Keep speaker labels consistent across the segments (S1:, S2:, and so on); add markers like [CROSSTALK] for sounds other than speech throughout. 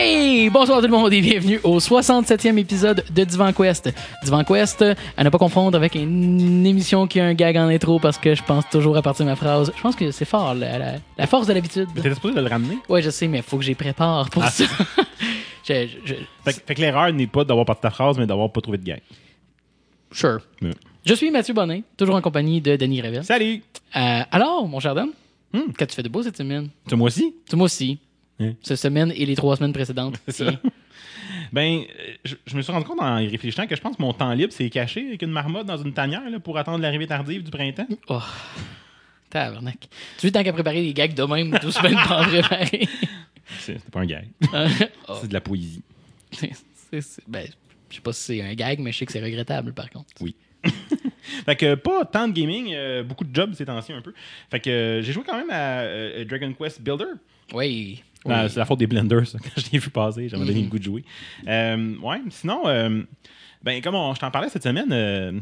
S1: Et bonjour à tout le monde et bienvenue au 67e épisode de Divan Quest. Divan Quest, à ne pas confondre avec une émission qui a un gag en intro parce que je pense toujours à partir de ma phrase. Je pense que c'est fort, la, la- la force de l'habitude.
S2: Mais t'étais supposé de le ramener.
S1: Ouais, je sais, mais faut que j'y prépare pour
S2: Ah.
S1: ça. [LAUGHS] je, je-
S2: Fait, que- fait que l'erreur n'est pas d'avoir parti ta phrase, mais d'avoir pas trouvé de gang.
S1: sure. Je suis Mathieu Bonin, toujours en compagnie de Denis Revel.
S2: Salut!
S1: Euh, alors, mon cher Dan,
S2: Hmm.
S1: qu'as-tu fait de beau cette semaine?
S2: Tu moi aussi?
S1: Tu moi aussi.
S2: Hmm.
S1: Cette semaine et les trois semaines précédentes.
S2: [LAUGHS] C'est
S1: Et-
S2: ça. Ben, euh, je, je me suis rendu compte en y réfléchissant que je pense que mon temps libre s'est caché avec une marmotte dans une tanière là, pour attendre l'arrivée tardive du printemps.
S1: Oh, tabarnak. Tu veux tant qu'à préparer des gags de même, 12 [LAUGHS] semaines pour en préparer.
S2: C'est c'est pas un gag.
S1: Oh.
S2: C'est de la poésie.
S1: C'est- c'est- ben, je sais pas si c'est un gag, mais je sais que c'est regrettable, par contre.
S2: [LAUGHS] Fait que pas tant de gaming, euh, beaucoup de jobs ces temps-ci un peu. Fait que euh, j'ai joué quand même à euh, Dragon Quest Builder.
S1: Oui. oui.
S2: Ah, c'est la faute des blenders, ça. [LAUGHS] Quand je l'ai vu passer, j'avais donné
S1: Mhm.
S2: le goût de jouer. Euh, ouais, sinon, euh, ben, comme on- je t'en parlais cette semaine, euh,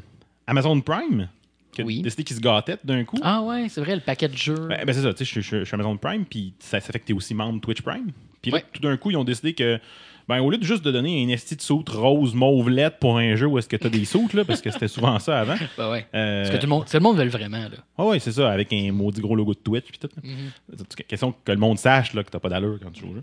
S2: Amazon Prime, qui a
S1: Oui.
S2: décidé qu'il se gâtait d'un coup.
S1: Ah ouais, c'est vrai, le paquet de jeux.
S2: Ben, ben, c'est ça, tu sais, je, je- je suis Amazon Prime, puis ça, ça fait que t'es aussi membre Twitch Prime. Puis là,
S1: Ouais.
S2: tout d'un coup, ils ont décidé que, ben, au lieu de juste de donner un esti de soute rose mauvelette pour un jeu où est-ce que t'as des sautes, là, parce que c'était souvent ça avant.
S1: [LAUGHS] Ben ouais.
S2: Euh,
S1: Parce que tout le monde, tout le monde veut le vraiment, là.
S2: ah ouais, c'est ça, avec un maudit gros logo de Twitch puis tout. là. En tout cas, Question que le monde sache là, que t'as pas d'allure quand tu joues. au jeu.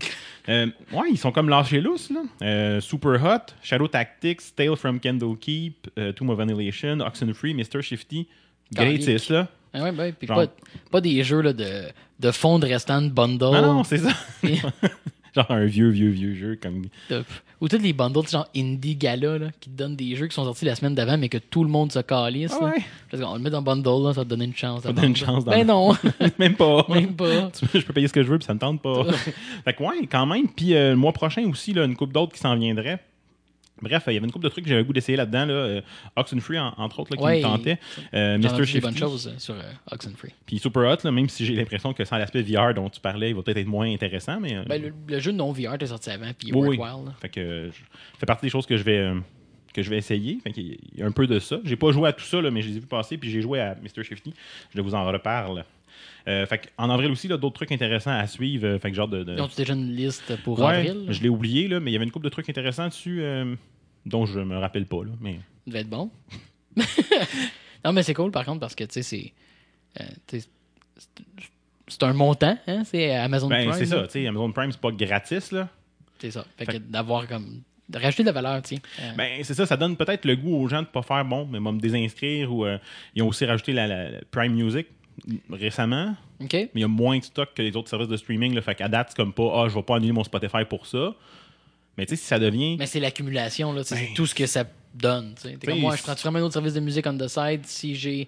S2: Euh, ouais, ils sont comme lâchés lousses. Là. Euh, Super Hot, Shadow Tactics, Tale from Kendo Keep, euh, Tomb of Annihilation, Oxenfree, Mr. Shifty,
S1: Calique.
S2: gratis là.
S1: Ah ouais, ben, puis
S2: Genre-
S1: pas, pas des jeux là, de, de fond de restant de bundle.
S2: Ah non, c'est ça.
S1: Et-
S2: [LAUGHS] Genre un vieux, vieux, vieux jeu comme.
S1: de- ou tous les bundles genre Indie Gala là, qui te donnent des jeux qui sont sortis la semaine d'avant mais que tout le monde se calisse.
S2: Ah
S1: là.
S2: ouais.
S1: Parce qu'on le met dans bundle, là, ça va te donner une chance.
S2: Ça donne une
S1: d'attendre.
S2: chance dans
S1: Ben
S2: le- [LAUGHS]
S1: non,
S2: Même pas.
S1: même pas.
S2: [LAUGHS] Tu vois, je peux payer ce que je veux, puis ça me tente
S1: [LAUGHS]
S2: pas. [LAUGHS] fait que ouais, quand même. Puis euh, le mois prochain aussi, là, une coupe d'autres qui s'en viendraient. Bref, euh, il y avait une coupe de trucs que j'avais le goût d'essayer là-dedans. Là. euh, Oxenfree, en- entre autres, là, qui
S1: Ouais,
S2: me tentait.
S1: J'en
S2: Euh,
S1: ai
S2: Mr.
S1: entendu des bonnes
S2: Shifty. Mm.
S1: choses euh, sur euh, Oxenfree.
S2: Puis Super Hot, là, même si j'ai l'impression que sans l'aspect VR dont tu parlais, il va peut-être être moins intéressant. Mais, euh,
S1: Ben, le, le jeu non VR t'es sorti avant, puis il est
S2: Oui, oui.
S1: worthwhile, là.
S2: Fait que euh, je- ça fait partie des choses que je vais, euh, que je vais essayer. Fait qu'il y a- il y a un peu de ça. J'ai pas joué à tout ça, là, mais je les ai vus passer. Puis j'ai joué à Mr. Shifty. Je vous en reparle. Euh, fait que, en avril aussi, là, d'autres trucs intéressants à suivre. euh, fait que genre de. de-
S1: Ils ont déjà une liste pour
S2: Ouais,
S1: avril.
S2: je l'ai oublié, là, mais il y avait une couple de trucs intéressants dessus euh, dont je me rappelle pas. Là, mais...
S1: Ça devait être bon. [LAUGHS] non, mais c'est cool par contre parce que, tu sais, c'est. euh, tu sais, c'est- c'est un montant, hein, c'est Amazon
S2: Ben,
S1: Prime.
S2: c'est ça.
S1: là.
S2: tu sais, Amazon Prime, c'est pas gratis. Là.
S1: C'est ça. Fait, que
S2: Fait-
S1: d'avoir comme. de rajouter de la valeur, tu sais. Euh,
S2: Ben, c'est ça, ça donne peut-être le goût aux gens de pas faire bon, mais moi, me désinscrire ou euh, ils ont aussi rajouté la, la- la Prime Music récemment,
S1: OK?
S2: mais il y a moins de stock que les autres services de streaming, le fait qu'à date, c'est comme pas ah, je vais pas annuler mon Spotify pour ça. Mais tu sais si ça devient
S1: Mais c'est l'accumulation, là. tu sais,
S2: Ben,
S1: c'est tout ce que ça donne, tu sais. T'es
S2: ben,
S1: comme moi, je
S2: c'est-
S1: prends vraiment un autre service de musique on the side si j'ai,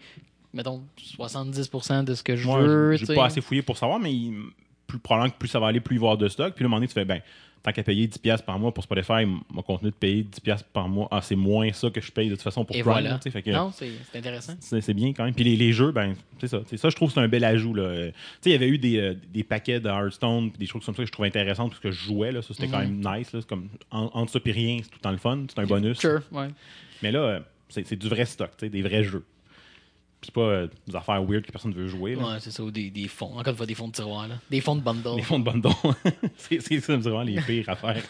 S1: mettons, 70% de ce que je
S2: moi,
S1: veux,
S2: je-
S1: tu
S2: j'ai
S1: sais.
S2: pas assez fouillé pour savoir, mais il- plus probablement que plus ça va aller, plus il va y avoir de stock, puis là, à un moment donné, tu fais ben Tant qu'à payer 10$ par mois pour Spotify, mon contenu de payer 10$ par mois, ah, c'est moins ça que je paye de toute façon pour
S1: Et
S2: Prime,
S1: voilà.
S2: tu sais, fait que-
S1: Non, c'est c'est intéressant.
S2: C'est c'est bien quand même. Puis les, les jeux, ben, c'est ça. C'est ça, je trouve que c'est un bel ajout. là. Euh, Tu sais, il y avait eu des, euh, des paquets de Hearthstone, puis des choses comme ça que je trouvais intéressantes parce que je jouais. Là, ça, c'était quand même nice. Là, C'est comme, en- entre ça et rien, c'est tout le temps le fun. C'est un bonus.
S1: Sure, ouais.
S2: Mais là, euh, c'est c'est du vrai stock, tu sais, des vrais jeux. Puis c'est pas euh, des affaires weird que personne ne veut jouer. là.
S1: Ouais, c'est ça, ou des, des fonds. Encore une fois, des fonds de tiroir, là. Des fonds de bundle.
S2: Les fonds de bundle. [LAUGHS] c'est c'est ça, vraiment les pires affaires.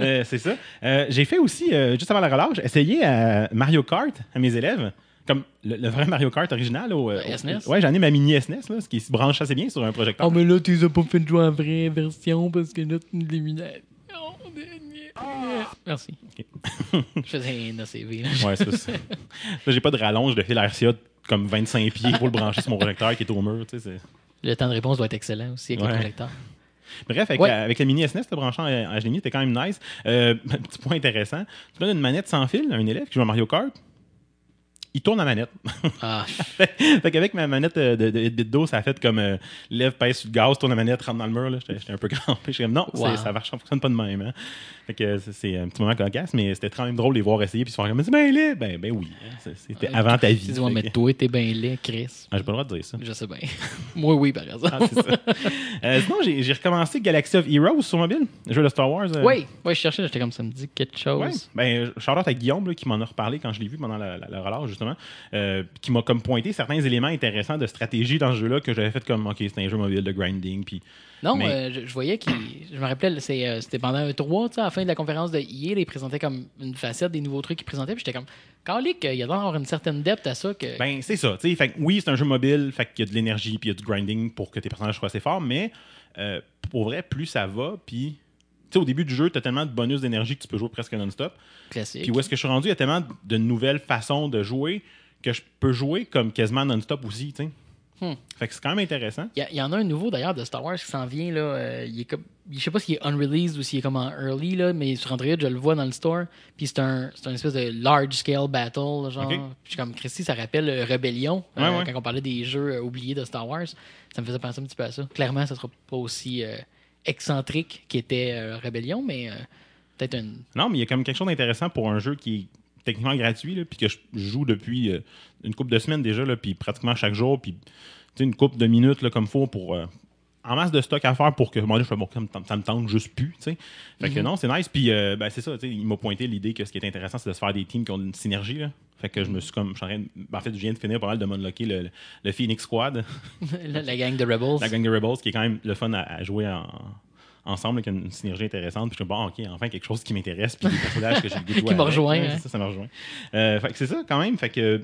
S2: Euh, c'est ça. Euh, J'ai fait aussi, euh, juste avant la relâche, essayer à Mario Kart à mes élèves. Comme le, le vrai Mario Kart original. Au, euh,
S1: Le SNES.
S2: au- ouais, j'en ai ma mini SNES, là, ce qui se branche assez bien sur un projecteur.
S1: Ah, mais là, tu les as pas fait jouer en vraie version parce que là, tu nous l'éliminais. Ah! Merci. Je faisais un ACV, là.
S2: Ouais, c'est ça. Là, J'ai pas de rallonge de fil RCA de comme 25 pieds pour le brancher sur mon projecteur qui est au mur. tu sais, c'est-
S1: Le temps de réponse doit être excellent aussi avec
S2: Ouais.
S1: le projecteur.
S2: Bref, avec,
S1: Ouais.
S2: la, avec la mini SNES, le branchant à HDMI, c'était quand même nice. Euh, [LAUGHS] petit point intéressant. Tu donnes une manette sans fil à un élève qui joue à Mario Kart, il tourne la manette.
S1: Ah,
S2: [LAUGHS] fait qu'avec ma manette euh, de, de, de dos, ça a fait comme euh, lève, pèse sur le gaz, tourne la manette, rentre dans le mur. là. J'étais j'étais un peu [LAUGHS] crampé. J'étais comme non,
S1: Wow.
S2: c'est- ça marche, ça fonctionne pas de même. hein. Fait que c'est- c'est un petit moment cocasse, mais c'était quand même drôle de les voir essayer puis se faire comme ben là, ben, ben oui. hein. C'est- C'était avant ta vie.
S1: tu dis, ouais,
S2: Fait
S1: mais
S2: que-
S1: toi, t'es bien laid, Chris.
S2: Ah, J'ai pas le droit de dire ça.
S1: Je sais bien. [LAUGHS] Moi, oui, par exemple.
S2: Ah, c'est ça.
S1: [LAUGHS]
S2: [LAUGHS] Euh, sinon, j'ai j'ai recommencé Galaxy of Heroes sur mobile, le jeu de Star Wars. euh,
S1: Oui, ouais, je cherchais, j'étais comme ça me dit quelque chose.
S2: Ouais. Ben, shout out à Guillaume là, qui m'en a reparlé quand je l'ai vu pendant la, la- la relâche, justement, euh, qui m'a comme pointé certains éléments intéressants de stratégie dans ce jeu-là que j'avais fait comme, OK, c'est un jeu mobile de grinding. Puis
S1: Non,
S2: Mais-
S1: euh, je, je voyais qu'il. Je me rappelais, c'est, euh, c'était pendant un 3, tu sais, à la fin de la conférence de E EA, ils présentaient comme une facette des nouveaux trucs qu'ils présentaient. Puis j'étais comme, calique, euh, il y a d'avoir une certaine depth à ça. Que...
S2: Ben, c'est ça. tu sais. Fait que oui, c'est un jeu mobile, fait qu'il y a de l'énergie, puis il y a du grinding pour que tes personnages soient assez forts, mais euh, pour vrai, plus ça va, puis. Tu sais, au début du jeu, tu as tellement de bonus d'énergie que tu peux jouer presque non-stop.
S1: classique.
S2: Puis où est-ce que je suis rendu, il y a tellement de nouvelles façons de jouer que je peux jouer comme quasiment non-stop aussi, tu sais.
S1: Hmm.
S2: Fait que c'est quand même intéressant.
S1: Il y a- il y, en a un nouveau d'ailleurs de Star Wars qui s'en vient. Là, euh, il est comme, je sais pas s'il est unreleased ou s'il est comme en early, là, mais sur Android, je le vois dans le store. Puis c'est un, c'est une espèce de large scale battle. là, Genre.
S2: Ok.
S1: Puis je suis comme Christy, ça rappelle euh, Rebellion
S2: Ouais, ouais.
S1: quand on parlait des jeux euh, oubliés de Star Wars. Ça me faisait penser un petit peu à ça. Clairement, ça sera pas aussi euh, excentrique qu'était euh, Rebellion, mais euh, peut-être une. [LAUGHS]
S2: Non, mais il y a comme quelque chose d'intéressant pour un jeu qui est techniquement gratuit, là, puis que je joue depuis euh, une couple de semaines déjà, là, puis pratiquement chaque jour, puis tu sais, une couple de minutes là, comme faut pour. euh, en masse de stock à faire pour que à un moment donné, je fais, bon, ça me tente- ça me tente juste plus, tu sais. Fait que non, c'est nice. Puis, euh, ben, c'est ça, tu sais, il m'a pointé l'idée que ce qui est intéressant, c'est de se faire des teams qui ont une synergie, là. Fait que je me suis comme, je suis en train de- ben, en fait, je viens de finir pas mal de monlocker le, le- le Phoenix Squad,
S1: la, la gang de Rebels.
S2: la Gang de Rebels, qui est quand même le fun à, à jouer en- ensemble, qui a une synergie intéressante. Puis je me dis, bon, ok, enfin quelque chose qui m'intéresse, puis des personnages que j'ai le
S1: [LAUGHS]
S2: goût de
S1: Qui
S2: jouer
S1: me
S2: avec.
S1: rejoint,
S2: Ouais,
S1: hein.
S2: c'est Ça, ça me rejoint. Euh, fait que c'est ça, quand même. Fait que euh,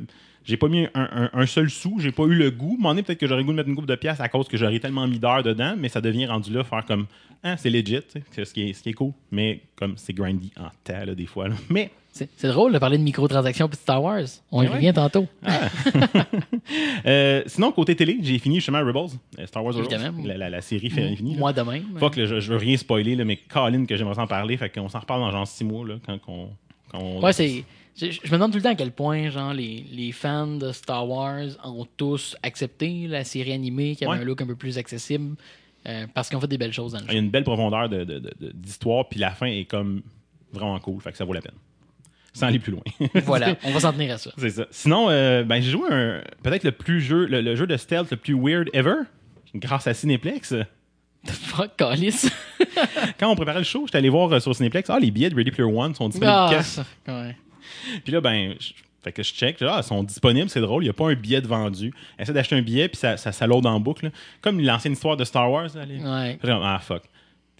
S2: j'ai pas mis un, un- un seul sou, j'ai pas eu le goût. M'en est peut-être que j'aurais le goût de mettre une coupe de pièces à cause que j'aurais tellement mis d'heures dedans, mais ça devient rendu là, faire comme, ah, c'est legit, tu sais, c'est ce qui, est, ce qui est cool. Mais comme c'est grindy en tas, là, des fois. là. Mais
S1: C'est c'est drôle de parler de microtransactions puis de Star Wars. On y
S2: Ouais. Ah,
S1: revient tantôt.
S2: euh, sinon, côté télé, j'ai fini justement Rebels, euh, Star Wars Rebels,
S1: Évidemment.
S2: la, la- la série fi- finie. là.
S1: Moi demain.
S2: Fuck, là, je, je veux rien spoiler, là, mais Colin, que j'aimerais s'en parler, fait qu'on s'en reparle dans genre six mois, là, quand, qu'on- quand on.
S1: Ouais, c'est. Je, je me demande tout le temps à quel point genre les, les fans de Star Wars ont tous accepté la série animée qui avait
S2: Ouais.
S1: un look un peu plus accessible euh, parce qu'ils ont fait des belles choses dans le
S2: Il y
S1: jeu.
S2: a une belle profondeur de- de- de- de- d'histoire, puis la fin est comme vraiment cool, fait que ça vaut la peine. Sans aller plus loin. [LAUGHS]
S1: voilà, on va s'en tenir à ça.
S2: c'est ça. Sinon, euh, ben, j'ai joué un- peut-être le plus jeu, le, le jeu de stealth le plus weird ever, grâce à Cineplex.
S1: Fuck,
S2: [LAUGHS]
S1: Calis.
S2: Quand on préparait le show, j'étais allé voir euh, sur Cineplex, ah, les billets de Ready Player One sont disponibles.
S1: Ah,
S2: quand?
S1: ça, ouais.
S2: Puis là, ben, je- fait que je check, là, ah, ils sont disponibles, c'est drôle, il n'y a pas un billet de vendu. Essaie d'acheter un billet, puis ça, ça, ça load en boucle. là. Comme l'ancienne histoire de Star Wars. là, les-
S1: Ouais.
S2: Fait que, ah, fuck.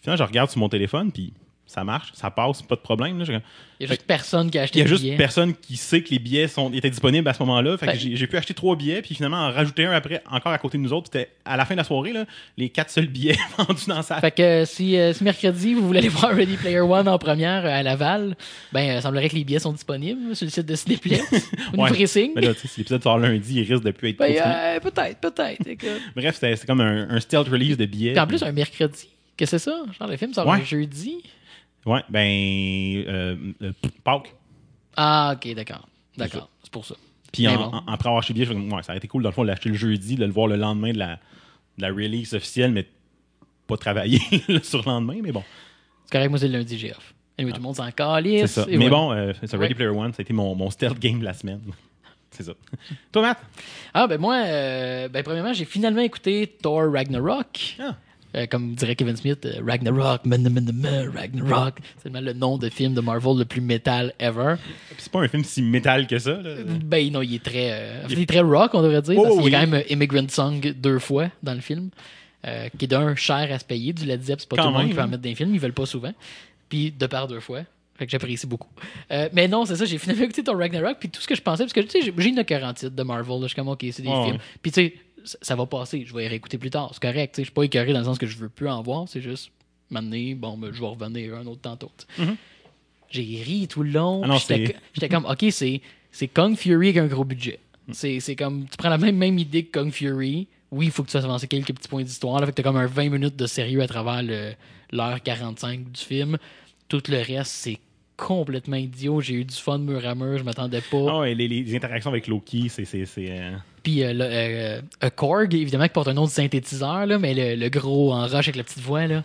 S2: Finalement, je regarde sur mon téléphone, puis ça marche, ça passe, pas de problème. là. Je-
S1: Il y a juste personne qui a acheté
S2: Il y a
S1: le
S2: juste
S1: billet. Ben-
S2: personne qui sait que les billets sont, étaient disponibles à ce moment-là. Fait que
S1: Fait-
S2: j'ai j'ai pu acheter trois billets, puis finalement en rajouter un après, encore à côté de nous autres. C'était à la fin de la soirée, là, les quatre seuls billets [LAUGHS] vendus dans la salle.
S1: Fait que euh, si, euh, ce mercredi, vous voulez aller [LAUGHS] voir Ready Player One en première euh, à Laval, ben, euh, semblerait que les billets sont disponibles sur le site de
S2: [LAUGHS]
S1: Cineplex. Au
S2: Ouais.
S1: niveau pressing.
S2: Mais là, tu sais, si l'épisode sort lundi, il risque de plus être
S1: Ben,
S2: disponible.
S1: euh, peut-être, peut-être. écoute.
S2: Bref, c'était- c'est comme un, un stealth release de billets.
S1: Puis en plus, un mercredi, que c'est ça? Genre, le film sort
S2: Ouais.
S1: un jeudi.
S2: Ouais, ben. Euh, euh, Pâques.
S1: Ah, ok, d'accord. D'accord, c'est pour ça.
S2: Puis en-
S1: Mais Ben bon.
S2: en- après avoir acheté le billet, je fais comme, ouais, ça aurait été cool, dans le fond, de l'acheter le jeudi, de le voir le lendemain de la, de la release officielle, mais pas travailler [LAUGHS] le surlendemain, mais bon.
S1: C'est correct, moi, c'est le lundi, j'ai off. Anyway, tout le monde s'en calisse.
S2: Ah. C'est ça.
S1: et
S2: Mais
S1: voilà.
S2: bon, euh, c'est ça, Ready
S1: Ouais.
S2: Player One, ça a été mon, mon stealth game de la semaine. [LAUGHS] C'est ça. Toi, Matt?
S1: Ah, ben moi, euh, ben premièrement, j'ai finalement écouté Thor Ragnarok.
S2: Ah.
S1: Euh, comme dirait Kevin Smith, euh, Ragnarok, man, man, man, man, Ragnarok. C'est tellement le nom de film de Marvel le plus métal ever.
S2: Puis c'est pas un film si métal que ça. là.
S1: Ben non, il est très, euh, il est très rock, on devrait dire.
S2: Oh,
S1: parce qu'il
S2: oui.
S1: y a quand même euh, Immigrant Song deux fois dans le film, euh, qui est d'un cher à se payer. Du Led Zepp, c'est pas
S2: Quand
S1: tout le monde
S2: même,
S1: qui va en
S2: hein.
S1: mettre dans les films, ils veulent pas souvent. Puis de part deux fois. Fait que j'apprécie beaucoup. Euh, mais non, c'est ça, j'ai finalement écouté ton Ragnarok, puis tout ce que je pensais, parce que tu sais, j'ai- j'ai une occurrence de Marvel, là, je suis comme, ok, c'est des
S2: Ouais,
S1: films.
S2: ouais.
S1: Puis tu sais, ça, ça va passer, je vais y réécouter plus tard, c'est correct, tu sais, je suis pas écœuré dans le sens que je veux plus en voir, c'est juste, maintenant, bon, ben, je vais revenir un autre tantôt. tu sais j'ai ri tout le long.
S2: Mm-hmm. Ah non,
S1: puis J'étais
S2: c'est-
S1: j'étais comme, OK, c'est c'est Kung Fury avec un gros budget. C'est c'est comme, tu prends la même, même idée que Kung Fury. Oui, il faut que tu fasses avancer quelques petits points d'histoire. là, Fait que t'as comme un 20 minutes de sérieux à travers le- l'heure 45 du film. Tout le reste, c'est complètement idiot. J'ai eu du fun mur à mur. Je m'attendais pas.
S2: Ah ouais, les, les interactions avec Loki, c'est. c'est- c'est, euh,
S1: Puis euh, le- euh, euh, Korg, évidemment, qui porte un nom de synthétiseur, là, mais le, le gros en roche avec la petite voix, là,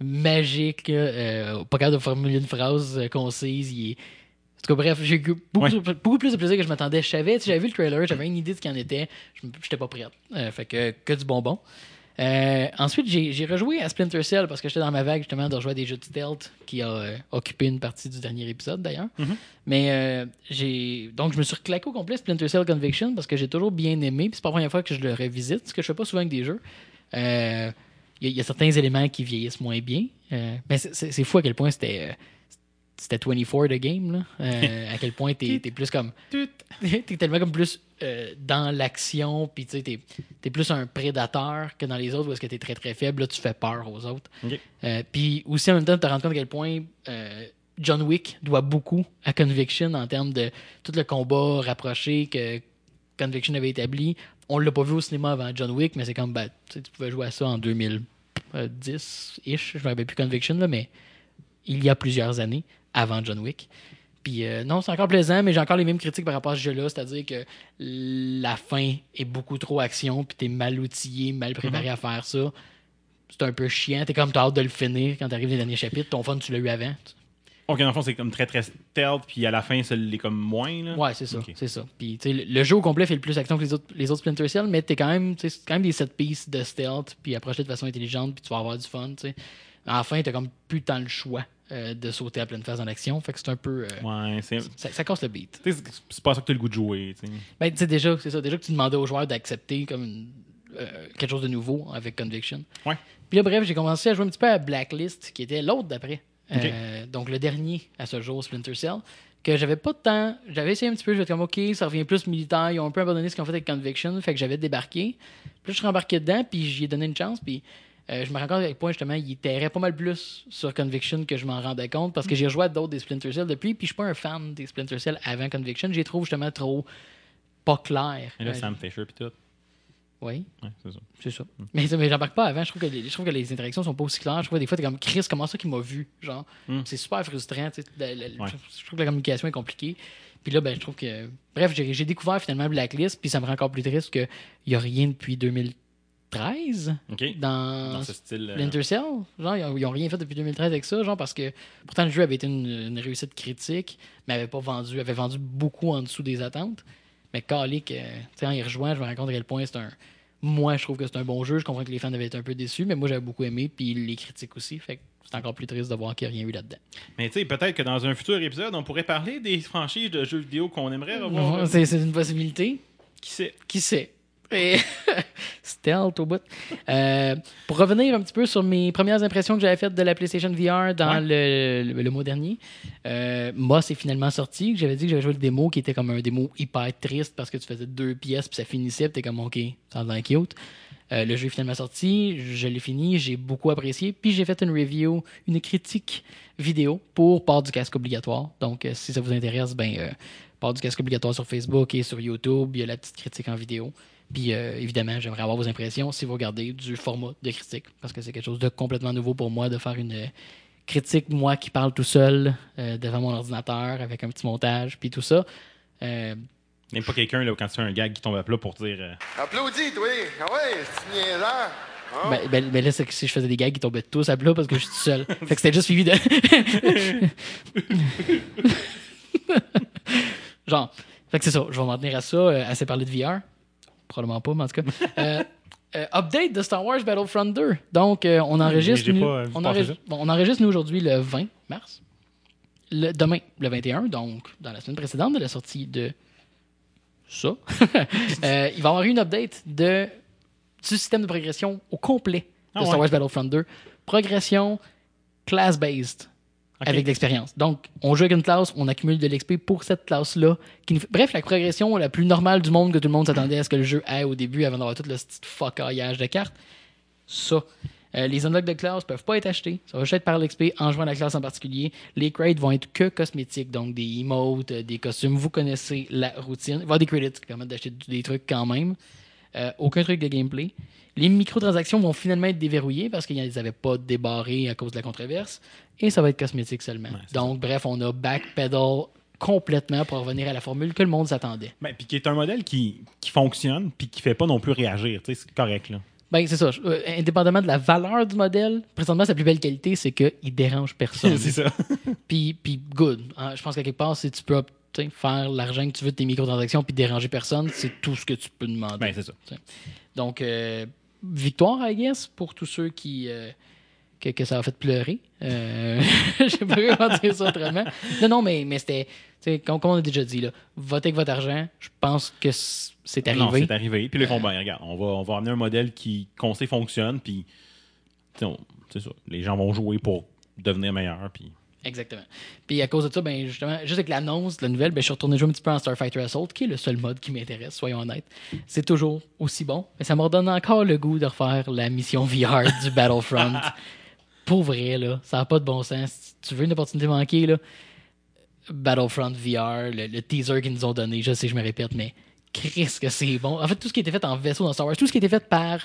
S1: magique, là, euh, pas capable de formuler une phrase euh, concise. Il est... En tout cas, bref, j'ai eu beaucoup, beaucoup plus de plaisir que je m'attendais. Je savais, tu sais, j'avais vu le trailer, j'avais une idée de ce qu'il en était. Je n'étais pas prête. Euh, fait que, que du bonbon. Euh, ensuite, j'ai j'ai rejoué à Splinter Cell parce que j'étais dans ma vague justement de rejouer à des jeux de stealth qui a euh, occupé une partie du dernier épisode d'ailleurs.
S2: Mhm.
S1: Mais euh, j'ai. Donc, je me suis reclaqué au complet Splinter Cell Conviction parce que j'ai toujours bien aimé. Puis c'est pas la première fois que je le revisite, ce que je fais pas souvent avec des jeux. Euh, Il y, a- il y a certains éléments qui vieillissent moins bien. Euh, mais c'est- c'est c'est fou à quel point c'était. euh, c'était 24 de game, là. Euh, à quel point t'es t'es plus comme. [LAUGHS] t'es tellement comme plus euh, dans l'action, puis tu sais, t'es t'es plus un prédateur que dans les autres, où est-ce que t'es très très faible, là, tu fais peur aux autres.
S2: Ok.
S1: Euh, puis aussi, en même temps, tu te rends compte à quel point euh, John Wick doit beaucoup à Conviction en termes de tout le combat rapproché que Conviction avait établi. On l'a pas vu au cinéma avant John Wick, mais c'est comme, ben, tu sais, tu pouvais jouer à ça en 2010-ish, je me rappelle plus Conviction, là, mais il y a plusieurs années avant John Wick. Puis euh, non, c'est encore plaisant, mais j'ai encore les mêmes critiques par rapport à ce jeu-là, c'est-à-dire que la fin est beaucoup trop action, puis t'es mal outillé, mal préparé
S2: Mm-hmm.
S1: à faire ça. C'est un peu chiant, t'es comme t'as hâte de le finir quand t'arrives les derniers chapitres, ton fun tu l'as eu avant.
S2: Mm-hmm. Ok, dans le fond, c'est comme très très stealth, puis à la fin, ça l'est comme moins. Là.
S1: Ouais, c'est ça,
S2: Ok.
S1: c'est ça. Puis tu sais, le, le jeu au complet fait le plus action que les autres, les autres Splinter Cell, mais t'es quand même, tu sais, c'est quand même des set pieces de stealth, puis approche-les de façon intelligente, puis tu vas avoir du fun, tu sais. À la fin, t'as comme plus tant le choix euh, de sauter à pleine phase en action, fait que c'est un peu... euh,
S2: Ouais, c'est. tu
S1: ça, ça casse le beat.
S2: sais, c'est- C'est pas ça que t'as le goût de jouer. tu sais.
S1: Ben, tu sais, déjà, c'est ça. Déjà que tu demandais aux joueurs d'accepter comme une- euh, quelque chose de nouveau avec Conviction.
S2: Ouais.
S1: Puis là, bref, j'ai commencé à jouer un petit peu à Blacklist, qui était l'autre d'après.
S2: Ok.
S1: Euh, donc, le dernier à ce jour, Splinter Cell, que j'avais pas de temps. J'avais essayé un petit peu, je vais être comme, OK, ça revient plus militaire. Ils ont un peu abandonné ce qu'on fait avec Conviction. Fait que j'avais débarqué. Puis là, je suis rembarqué dedans, puis j'y ai donné une chance. Puis euh, je me rends compte à quel point, justement, il terrait pas mal plus sur Conviction que je m'en rendais compte parce que j'ai joué à d'autres des Splinter Cell depuis, puis je suis pas un fan des Splinter Cell avant Conviction. J'y trouve justement trop pas clair.
S2: Et là,
S1: Euh,
S2: Sam Fisher, puis tout.
S1: Oui,
S2: Ouais, c'est ça.
S1: c'est ça. Mm. Mais, mais j'embarque pas avant. Je trouve, que les, je trouve que les interactions sont pas aussi claires. Je trouve que des fois, t'es comme Chris, comment ça qu'il m'a vu Genre,
S2: Mm.
S1: c'est super frustrant. tu sais, la- la-
S2: Ouais.
S1: je, je trouve que la communication est compliquée. Puis là, ben, je trouve que. Bref, j'ai j'ai découvert finalement Blacklist, puis ça me rend encore plus triste qu'il y a rien depuis 2013
S2: Ok.
S1: dans,
S2: Dans ce style. euh,
S1: Splinter Cell, genre, ils ont, ils ont rien fait depuis 2013 avec ça, genre, parce que pourtant le jeu avait été une, une réussite critique, mais avait pas vendu, avait vendu beaucoup en dessous des attentes. Mais Calic, euh, tu sais, en y rejoignant, je me rends compte à quel point c'est un. Moi, je trouve que c'est un bon jeu. Je comprends que les fans avaient été un peu déçus, mais moi, j'avais beaucoup aimé, puis les critiques aussi. Fait que c'est encore plus triste de voir qu'il n'y a rien eu là-dedans.
S2: Mais tu sais, peut-être que dans un futur épisode, on pourrait parler des franchises de jeux vidéo qu'on aimerait revoir.
S1: Ouais, [LAUGHS] C'est c'est une possibilité.
S2: Qui sait
S1: Qui sait? Et- [LAUGHS] Stealth au bout. Euh, pour revenir un petit peu sur mes premières impressions que j'avais faites de la PlayStation VR dans
S2: Ouais.
S1: le, le- le mois dernier, euh, Moss est finalement sorti. J'avais dit que j'avais joué le démo qui était comme un démo hyper triste parce que tu faisais deux pièces puis ça finissait puis t'es comme ok, ça a l'air cute. Euh, le jeu est finalement sorti, je l'ai fini, j'ai beaucoup apprécié, puis j'ai fait une review, une critique vidéo pour Port du casque obligatoire. Donc, euh, si ça vous intéresse, ben, euh, Port du casque obligatoire sur Facebook et sur YouTube, il y a la petite critique en vidéo. Puis, euh, évidemment, j'aimerais avoir vos impressions si vous regardez du format de critique, parce que c'est quelque chose de complètement nouveau pour moi de faire une euh, critique, moi qui parle tout seul euh, devant mon ordinateur avec un petit montage, puis tout ça. Euh,
S2: Même pas quelqu'un, là, quand tu fais un gag qui tombe à plat pour dire. euh,
S3: Applaudis, toi! Ah ouais, c'est niaiseur! Hein?
S1: Ben, ben- ben là, c'est que si je faisais des gags qui tombaient tous à plat parce que je suis tout
S2: [LAUGHS]
S1: seul. fait que c'était juste suivi de. [LAUGHS] Genre. Fait que c'est ça. Je vais m'en tenir à ça, euh, assez parler de VR. Probablement pas, mais en tout cas.
S2: [LAUGHS]
S1: Euh, euh, update de Star Wars Battlefront 2. Donc, euh, on enregistre.
S2: j'ai
S1: nous-
S2: pas, euh,
S1: on,
S2: vu passer
S1: enregistre, bon, on enregistre, nous, aujourd'hui, le 20 mars. Le, demain, le 21, donc, dans la semaine précédente de la sortie de ça, [LAUGHS] euh, il va y avoir une update de du système de progression au complet de
S2: Ah
S1: Star
S2: ouais.
S1: Wars Battlefront 2. Progression class-based
S2: Ok.
S1: avec de l'expérience. Donc, on joue avec une classe, on accumule de l'XP pour cette classe-là. qui nous fait- Bref, la progression la plus normale du monde que tout le monde s'attendait à ce que le jeu ait au début avant d'avoir tout le petit focaillage de cartes. Ça. Euh, les unlocks de classe peuvent pas être achetés. Ça va juste être par l'XP en jouant la classe en particulier. Les crates vont être que cosmétiques, donc des emotes, euh, des costumes. Vous connaissez la routine. Il va y avoir des credits qui permettent d'acheter du- des trucs quand même. Euh, aucun truc de gameplay. Les microtransactions vont finalement être déverrouillées parce qu'ils ne les avaient pas débarrées à cause de la controverse. Et ça va être cosmétique seulement. Donc, bref, on a backpedal complètement pour revenir à la formule que le monde s'attendait.
S2: Ben, puis qui est un modèle qui, qui fonctionne, puis qui fait pas non plus réagir. Tu sais, c'est
S1: [LAUGHS]
S2: correct, là.
S1: Ben, c'est ça. Je- euh, indépendamment de la valeur du modèle, présentement, sa plus belle qualité, c'est qu'il dérange
S2: [LAUGHS]
S1: personne.
S2: c'est ça.
S1: puis, puis good. Hein, je pense qu'à quelque part, si tu peux tu sais, faire l'argent que tu veux de tes microtransactions puis déranger personne, c'est tout ce que tu peux demander.
S2: ben, c'est ça.
S1: Donc, euh, victoire, I guess, pour tous ceux qui. euh, que, que ça a fait pleurer. Euh, [LAUGHS] Je sais pas comment dire ça autrement. Non, non, mais, mais c'était. tu sais, Comme, comme on a déjà dit, là, votez avec votre argent. Je pense que c- c'est
S2: Non,
S1: arrivé. Euh.
S2: c'est arrivé. Puis les font, ben, regarde, on va, on va amener un modèle qui, qu'on sait fonctionne, puis, tu sais, on- c'est ça. Les gens vont jouer pour devenir meilleurs, puis.
S1: Exactement. Puis à cause de ça, ben justement, juste avec l'annonce de la nouvelle, ben, je suis retourné jouer un petit peu en Starfighter Assault, qui est le seul mode qui m'intéresse, soyons honnêtes. C'est toujours aussi bon, mais ça me redonne encore le goût de refaire la mission VR du Battlefront. Pour vrai, là, ça n'a pas de bon sens. Si tu veux une opportunité manquée, là, Battlefront VR, le, le teaser qu'ils nous ont donné, je sais, je me répète, mais Chris que c'est bon. En fait, tout ce qui était fait en vaisseau dans Star Wars, tout ce qui était fait par,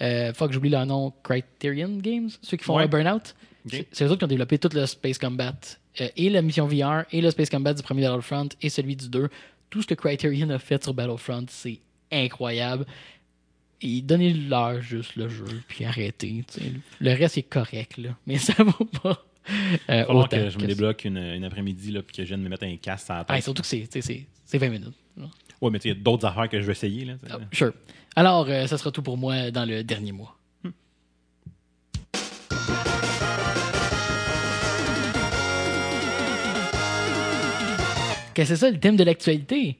S1: euh, fuck, j'oublie leur nom, Criterion Games, ceux qui font
S2: Ouais.
S1: euh, Burnout, c'est- c'est eux autres qui ont développé tout le Space Combat euh, et la mission VR et le Space Combat du premier Battlefront et celui du 2. Tout ce que Criterion a fait sur Battlefront, c'est incroyable. Et donnez-leur juste le jeu, puis arrêtez. tu sais. Le reste est correct, là. mais ça vaut pas. euh,
S2: Il va falloir
S1: autant
S2: que je me
S1: que ça.
S2: débloque une, une après-midi, là, puis que je vienne me mettre un casque à la
S1: Ah, et
S2: tête.
S1: surtout que c'est- tu sais, c'est c'est 20 minutes.
S2: ouais, mais tu sais, il y a d'autres affaires que je vais essayer, là. tu sais.
S1: Ah, Sure. Alors, euh, ça sera tout pour moi dans le dernier mois. Qu'est-ce que c'est ça le thème de l'actualité?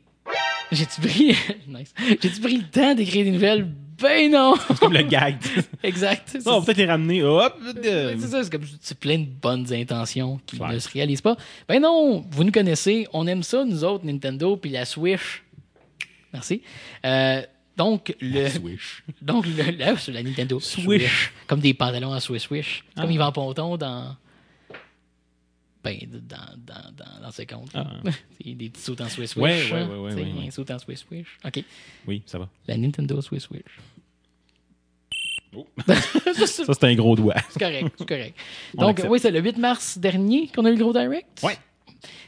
S1: J'ai-tu pris... [LAUGHS] nice. J'ai-tu pris le temps d'écrire des nouvelles? Ben non!
S2: C'est comme le gag. [LAUGHS] tu sais.
S1: [LAUGHS] exact. C'est-
S2: on va peut-être les ramener. Hop! euh,
S1: Ouais, C'est ça, c'est comme c'est plein de bonnes intentions qui
S2: Clair.
S1: ne se réalisent pas. Ben non, vous nous connaissez, on aime ça, nous autres, Nintendo, puis la Switch. Merci. Euh, donc, le.
S2: Swish.
S1: [LAUGHS] Donc, le, là, c'est la Nintendo
S2: Swish.
S1: Comme des pantalons à Swish Swish. C'est
S2: Ah.
S1: Comme Yvan Ponton dans. Ben, dans, dans, dans, dans ses comptes. là.
S2: Ah.
S1: [LAUGHS] C'est des petits sauts en Swish Swish.
S2: Ouais, ouais,
S1: hein.
S2: ouais, ouais,
S1: Tu sais,
S2: ouais, ouais.
S1: Un saut en Swish Swish. OK.
S2: Oui, ça va.
S1: La Nintendo Swish Swish.
S2: Oh.
S1: [LAUGHS]
S2: [LAUGHS]
S1: c'est
S2: Ça, c'est un gros doigt.
S1: correct, c'est correct.
S2: On
S1: Donc,
S2: accepte.
S1: oui, c'est le 8 mars dernier qu'on a eu le gros direct.
S2: Ouais.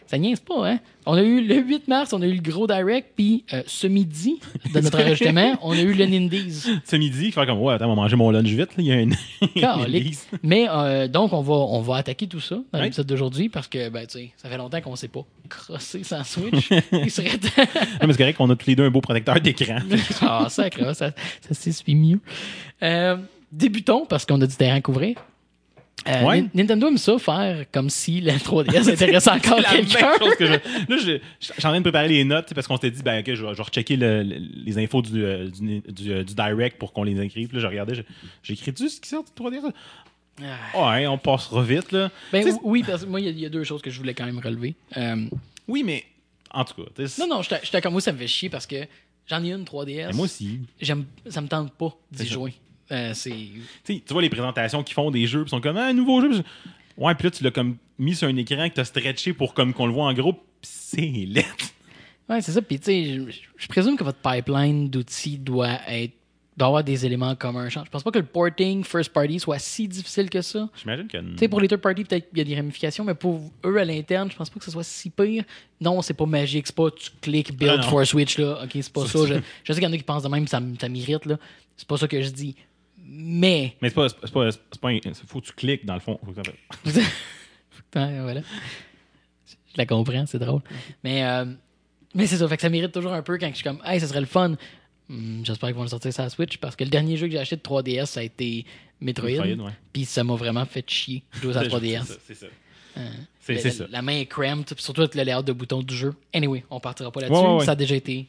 S1: Ça niaise pas, hein? On a eu le 8 mars, on a eu le gros direct, puis euh, ce midi de notre enregistrement, on a eu le Nindies.
S2: [LAUGHS] Ce midi, il faut faire comme, ouais, attends, on va manger mon lunch vite, là. Il y a [LAUGHS] une. il y a une
S1: Calique.
S2: liste.
S1: Mais euh, donc, on va, on va attaquer tout ça dans
S2: Ouais.
S1: l'épisode d'aujourd'hui parce que ben, tu sais, ça fait longtemps qu'on ne s'est pas crossé sans
S2: [LAUGHS]
S1: Switch. Il serait temps.
S2: Non, mais c'est correct qu'on a tous les deux un beau protecteur d'écran.
S1: [LAUGHS] Ah, sacré, ça, ça suffit mieux. Euh, débutons parce qu'on a du terrain à couvrir. Euh,
S2: Ouais.
S1: Nin- Nintendo aime ça faire comme si la
S2: [LAUGHS]
S1: 3DS intéressait encore
S2: [LAUGHS] la même
S1: quelqu'un.
S2: chose que je. Là, je- je- j'en ai de préparer les notes parce qu'on s'était dit, ben, ok, je vais, je vais rechecker le- le- les infos du, euh, du, du, euh, du direct pour qu'on les écrive. Puis Là, je regardais, je- j'écris-tu ce qui sort du 3D? ça? Ouais, on passera vite, là.
S1: Ben,
S2: Tu sais,
S1: oui, parce que moi, il y a- il y, a deux choses que je voulais quand même relever. Euh,
S2: Oui, mais en tout cas, tu sais,
S1: non, non, je t'ai comme moi, ça me fait chier parce que j'en ai une 3DS.
S2: mais moi aussi.
S1: J'aime- Ça me tente pas d'y
S2: C'est ça.
S1: jouer. Euh, c'est.
S2: Tu sais, tu vois les présentations qu'ils font des jeux, puis ils sont comme, ah, nouveau jeu. Puis je- Ouais, puis là, tu l'as comme mis sur un écran que t'as stretché pour comme qu'on le voit en gros, puis c'est laid. [LAUGHS]
S1: Oui, c'est ça. Puis, tu sais, je- je présume que votre pipeline d'outils doit être doit avoir des éléments communs. Je pense pas que le porting first party soit si difficile que ça.
S2: J'imagine que.
S1: Tu sais, pour les third party, peut-être qu'il y a des ramifications, mais pour eux à l'interne, je pense pas que ce soit si pire. Non, c'est pas magique, c'est pas tu cliques build
S2: Ah, non.
S1: for switch, là. Ok, c'est pas
S2: Ça,
S1: ça. Je,
S2: c'est-
S1: je sais qu'il y en a qui pensent de même, ça, m- ça m'irrite, là. C'est pas ça que je dis. Mais. [LAUGHS]
S2: Mais c'est pas. C'est pas, c'est pas un- Faut que tu cliques, dans le fond. Faut que ça-
S1: Ouais, voilà. Je la comprends, c'est drôle. Mais, euh, mais c'est ça, fait que ça mérite toujours un peu quand je suis comme, hey, ça serait le fun. Hmm, J'espère qu'ils vont le sortir sur la Switch parce que le dernier jeu que j'ai acheté de 3DS, ça a été Metroid.
S2: Metroid, ouais.
S1: Puis ça m'a vraiment fait chier de jouer à la 3DS.
S2: [LAUGHS] C'est ça.
S1: La-
S2: C'est c'est
S1: Euh, Ben, la-
S2: ça.
S1: La main est cramped, puis surtout avec le layout de boutons du jeu. Anyway, on partira pas là-dessus.
S2: Ouais, ouais, ouais.
S1: Ça a déjà été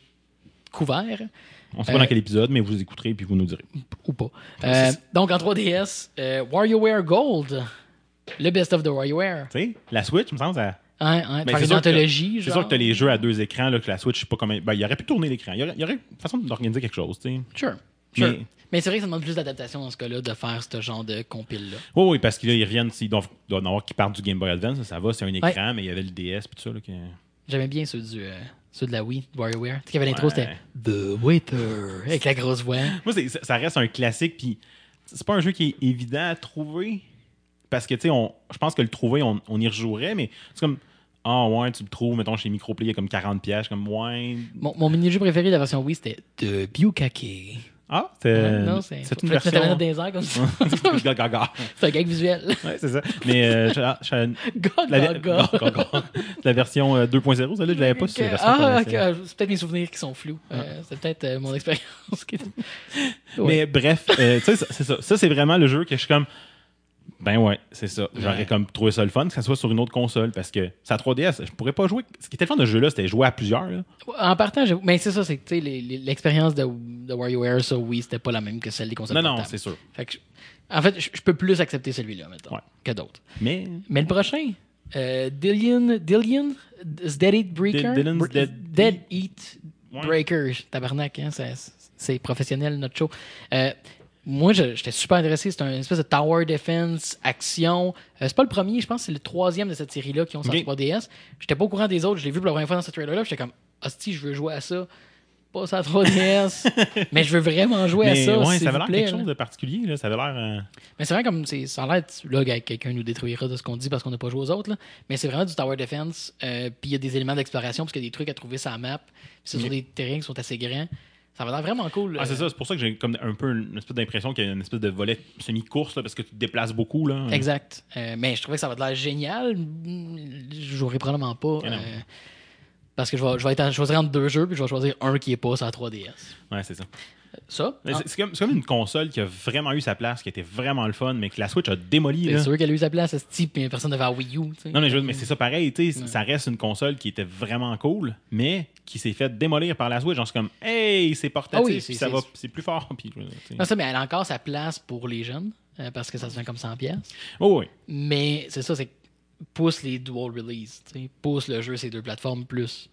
S1: couvert.
S2: On sait pas
S1: Euh,
S2: dans quel épisode, mais vous écouterez puis vous nous direz.
S1: ou pas. Euh, donc en 3DS, euh, WarioWare Gold, le best of the WarioWare.
S2: Tu sais, la Switch, me semble, ça.
S1: Hein, hein,
S2: Mais
S1: faire
S2: c'est
S1: une
S2: sûr que-
S1: anthologie,
S2: C'est
S1: genre.
S2: sûr que t'as les jeux à deux écrans, là, que la Switch, je sais pas comment. Ben, il aurait pu tourner l'écran. Il y aurait, il y aurait une façon d'organiser quelque chose, tu sais.
S1: Sure. sure. Mais,
S2: Mais-
S1: c'est vrai que ça demande plus d'adaptation dans ce cas-là de faire ce genre de compile-là.
S2: Oui, oui, parce qu'ils reviennent, ils doivent, doivent en avoir qui partent du Game Boy Advance, ça, ça va, c'est un écran, mais il y avait le DS puis tout ça. Là, que...
S1: J'aimais bien ceux, du, euh, ceux de la Wii, de WarioWare. Tu sais qu'il y avait l'intro,
S2: Ouais.
S1: c'était The Waiter, avec la grosse voix.
S2: Moi, c'est- ça ça reste un classique, puis c'est pas un jeu qui est évident à trouver, parce que, tu sais, on- je pense que le trouver, on, on y rejouerait, mais c'est comme, ah ouais, tu le trouves, mettons, chez Microplay, il y a comme 40 pièges, comme, ouais,
S1: Mon, mon mini-jeu préféré de la version Wii, c'était The Bukake.
S2: Ah, c'est
S1: non, c'est
S2: c'est
S1: faut
S2: une
S1: mettre la tablette
S2: version. [LAUGHS]
S1: dans les airs comme ça.
S2: Gaga, gaga.
S1: c'est un gag visuel. [LAUGHS]
S2: Ouais, c'est ça. Mais euh, j'ai- j'ai-
S1: God,
S2: la,
S1: God, God.
S2: Non, gaga. La version euh, 2.0, celle-là, je l'avais pas sur la Ah. version
S1: Ah, ok.
S2: connaissait.
S1: ah, C'est peut-être mes souvenirs qui sont flous. Euh, c'est peut-être euh, mon expérience qui est.
S2: [LAUGHS] Mais bref, euh, tu sais, ça- c'est ça. Ça, c'est vraiment le jeu que je suis comme. Ben ouais, c'est ça. J'aurais
S1: Ouais.
S2: comme trouvé ça le fun que ça soit sur une autre console parce que sa 3DS, je pourrais pas jouer. Ce qui était le fun de ce jeu-là, c'était jouer à plusieurs. là.
S1: En partant, j'avoue- mais c'est ça, c'est que tu sais, les- les- l'expérience de, de WarioWare, ça, oui, c'était pas la même que celle des consoles.
S2: Non, non,
S1: portables.
S2: c'est sûr.
S1: Fait que je- en fait, je je peux plus accepter celui-là, maintenant
S2: Ouais.
S1: que d'autres.
S2: Mais.
S1: Mais le prochain, euh, Dillion, Dillion, Z- Dead Eat Breaker.
S2: Di- Dillion's
S1: Br-
S2: Dead-
S1: Dead Eat
S2: Ouais.
S1: Breaker. Tabarnak, hein, ça- c'est professionnel notre show. Euh, moi, je- j'étais super intéressé. C'est un espèce de tower defense, action. Euh, c'est pas le premier, je pense que c'est le troisième de cette série-là qui ont sorti
S2: Ok.
S1: 3DS. J'étais pas au courant des autres. Je l'ai vu pour la première fois dans ce trailer-là. puis J'étais comme, hostie, je veux jouer à ça. Pas ça
S2: [LAUGHS]
S1: 3DS. mais je veux vraiment jouer
S2: mais
S1: à ça.
S2: ouais,
S1: s'il
S2: ça avait
S1: vous
S2: l'air
S1: plaît, hein.
S2: quelque
S1: là.
S2: chose de particulier. Là. Ça avait l'air. euh,
S1: Mais c'est vrai comme c'est ça a l'air de- là gars, quelqu'un nous détruira de ce qu'on dit parce qu'on n'a pas joué aux autres là. mais c'est vraiment du tower defense euh, puis il y a des éléments d'exploration parce qu'il y a des trucs à trouver sur la map, puis c'est sur
S2: Mais-
S1: des terrains qui sont assez grands. Ça va l'air vraiment cool. euh,
S2: Ah, c'est ça. C'est pour ça que j'ai comme un peu une espèce d'impression qu'il y a une espèce de volet semi-course là, parce que tu te déplaces beaucoup. Là.
S1: Exact. Euh, mais je trouvais que ça va de l'air génial. Je jouerai probablement pas
S2: Ah non.
S1: euh, parce que je vais, je vais être en- je choisirai entre deux jeux puis je vais choisir un qui est pas sur la 3DS.
S2: Ouais, c'est ça.
S1: Ça Ah,
S2: Mais
S1: en-
S2: c'est- C'est comme, c'est comme une console qui a vraiment eu sa place, qui était vraiment le fun, mais que la Switch a démoli.
S1: c'est
S2: là.
S1: sûr qu'elle a eu sa place à ce type mais personne n'avait la Wii U. tu sais.
S2: hein. Non, mais, je veux dire, mais c'est ça pareil, tu sais, ça reste une console qui était vraiment cool, mais qui s'est fait démolir par la Switch. Genre, c'est comme, hey, c'est portatif,
S1: Ah oui, c'est-
S2: puis ça
S1: c'est-
S2: va, c'est plus fort. [LAUGHS] Puis, je veux dire, tu sais.
S1: Non, ça mais elle a encore sa place pour les jeunes euh, parce que ça se vend comme 100 pièces.
S2: oh, oui.
S1: Mais c'est ça, c'est que pousse les dual release. tu sais, Pousse le jeu ces deux plateformes plus.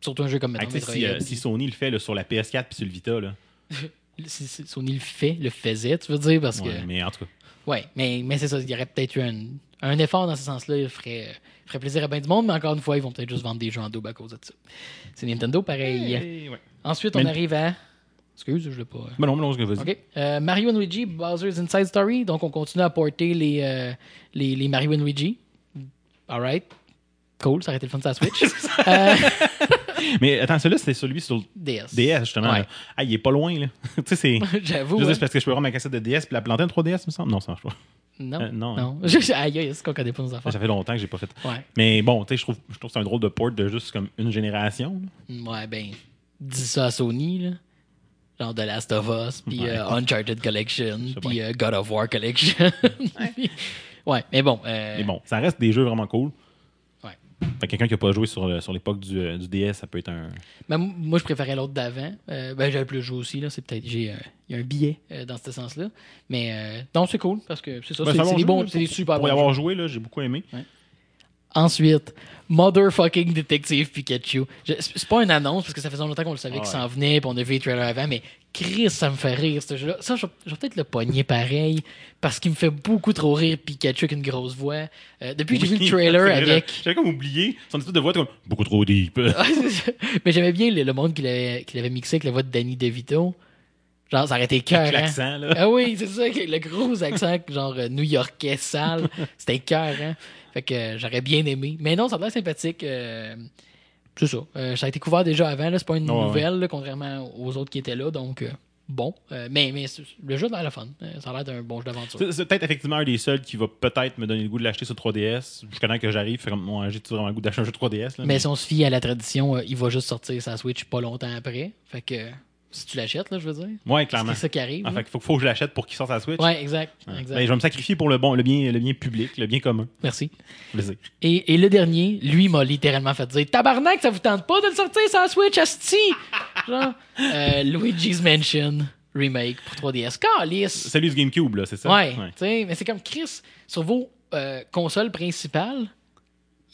S1: Surtout un jeu comme
S2: Fait
S1: maintenant
S2: que, tu sais, si, euh,
S1: Metroid.
S2: si Sony le fait là, sur la PS4 puis sur le Vita, là,
S1: Si- si Sony le fait, le faisait, tu veux dire, parce
S2: ouais,
S1: que.
S2: mais en tout cas,
S1: Ouais, mais, mais c'est ça, il y aurait peut-être eu un, un effort dans ce sens-là, il ferait, ferait plaisir à bien du monde, mais encore une fois, ils vont peut-être juste vendre des jeux en double à cause de ça. C'est Nintendo, pareil.
S2: hey, ouais.
S1: Ensuite,
S2: Mais-
S1: on arrive à. Excuse, je l'ai pas. hein.
S2: Ben non, ben non, je vais
S1: OK. Euh, Mario and Luigi, Bowser's Inside Story. Donc, on continue à porter les, euh, les, les Mario and Luigi. Alright. Cool, ça aurait été le fun de sa
S2: [LAUGHS]
S1: Switch. Euh,
S2: Mais attends, celui-là, c'était celui sur le
S1: DS.
S2: DS, justement.
S1: Ouais.
S2: là. Ah, il est pas loin, là. [LAUGHS] tu sais, c'est.
S1: [LAUGHS] J'avoue.
S2: Je veux dire,
S1: hein.
S2: c'est parce que je peux avoir ma cassette de DS puis la planter en 3DS, il me semble. Non, ça marche pas.
S1: Non.
S2: euh, non,
S1: non. [LAUGHS] Je- Aïe, aïe, c'est qu'on connaît pas nos affaires.
S2: Ça fait longtemps que j'ai pas fait.
S1: Ouais.
S2: Mais bon, tu sais, je trouve, je trouve que c'est un drôle de port de juste comme une génération. là.
S1: Ouais, ben, dis ça à Sony, là. Genre The Last of Us, puis
S2: Ouais.
S1: euh, Uncharted Collection,
S2: sais
S1: puis
S2: bien.
S1: euh, God of War Collection. [LAUGHS] ouais. mais bon. euh,
S2: Mais bon, ça reste des jeux vraiment cool.
S1: Ouais.
S2: Fait que quelqu'un qui a pas joué sur, le- sur l'époque du, euh, du DS, ça peut être un.
S1: Mais Ben, m- moi, je préférais l'autre d'avant. Euh, ben, j'avais plus le jeu aussi. Là. C'est peut-être, j'ai, euh, il y a un billet euh, dans ce sens-là. Mais euh, non, c'est cool parce que c'est ça.
S2: Ben,
S1: c'est,
S2: un
S1: c'est
S2: bon
S1: des
S2: jeu,
S1: bons,
S2: là,
S1: c'est des
S2: pour-
S1: super
S2: Pour
S1: bons.
S2: l'avoir
S1: jeux.
S2: joué, là, j'ai beaucoup aimé.
S1: Ensuite, Motherfucking Detective Pikachu. Je- c'est, c'est pas une annonce parce que ça faisait longtemps qu'on le savait
S2: Ah
S1: qu'il
S2: ouais.
S1: s'en venait puis on a vu les trailers avant. Mais Chris, ça me fait rire ce jeu-là. Ça, je vais- je vais peut-être le pogner pareil parce qu'il me fait beaucoup trop rire Pikachu avec une grosse voix. Euh, depuis que j'ai vu le trailer
S2: J'avais-
S1: avec.
S2: J'avais comme oublié son espèce de voix, t'es comme beaucoup trop deep.
S1: Ouais, c'est ça. Mais j'aimais bien le, le monde qu'il avait, qu'il avait mixé avec la voix de Danny DeVito. Genre, ça aurait été cœur.
S2: [LAUGHS] Avec l'accent, là.
S1: Ah oui, c'est ça, avec le gros accent, genre euh, new-yorkais sale. C'était cœur, hein. Fait que euh, j'aurais bien aimé. Mais non, ça a l'air sympathique. euh, c'est ça. Euh, ça a été couvert déjà avant, là. C'est pas une
S2: Ouais, ouais.
S1: nouvelle, là, contrairement aux autres qui étaient là. Donc, euh, bon. Euh, mais mais c'est- le jeu a l'air le fun. Euh, ça a l'air d'un bon jeu d'aventure.
S2: C'est c'est peut-être effectivement un des seuls qui va peut-être me donner le goût de l'acheter sur 3DS. Jusqu'à temps que j'arrive, fait comme moi, j'ai vraiment le goût d'acheter un jeu 3DS. Là,
S1: Mais si on se fie à la tradition, euh, il va juste sortir sa Switch pas longtemps après. Fait que euh, si tu l'achètes, là, je veux dire.
S2: Ouais, clairement.
S1: C'est ça qui arrive.
S2: Ah,
S1: là.
S2: fait qu'il faut, faut que je l'achète pour qu'il sorte sa Switch.
S1: Ouais, exact.
S2: Ouais.
S1: exact.
S2: Ben, je vais me sacrifier pour le bon, le bien, le bien public, le bien commun.
S1: Merci.
S2: Plaisir.
S1: Et, et le dernier, lui m'a littéralement fait dire Tabarnak, ça vous tente pas de le sortir sans Switch, Asti Genre, euh, Luigi's Mansion Remake pour 3DS. Calice
S2: Salut ce GameCube, là, c'est ça?
S1: Ouais, tu sais, mais c'est comme Chris, sur vos euh, consoles principales,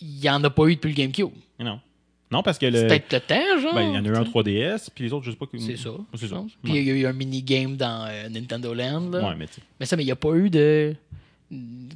S1: il n'y en a pas eu depuis le GameCube.
S2: Mais Non. Non, parce que
S1: C'est
S2: le.
S1: peut-être le temps, genre.
S2: Ben, il y en a eu un 3DS, puis les autres, je sais pas. que-
S1: Ah, C'est ça.
S2: C'est
S1: je
S2: ça.
S1: pense. Puis il y a eu un mini-game dans euh, Nintendo Land. là.
S2: Ouais, mais tu sais.
S1: Mais ça, mais il n'y a pas eu de.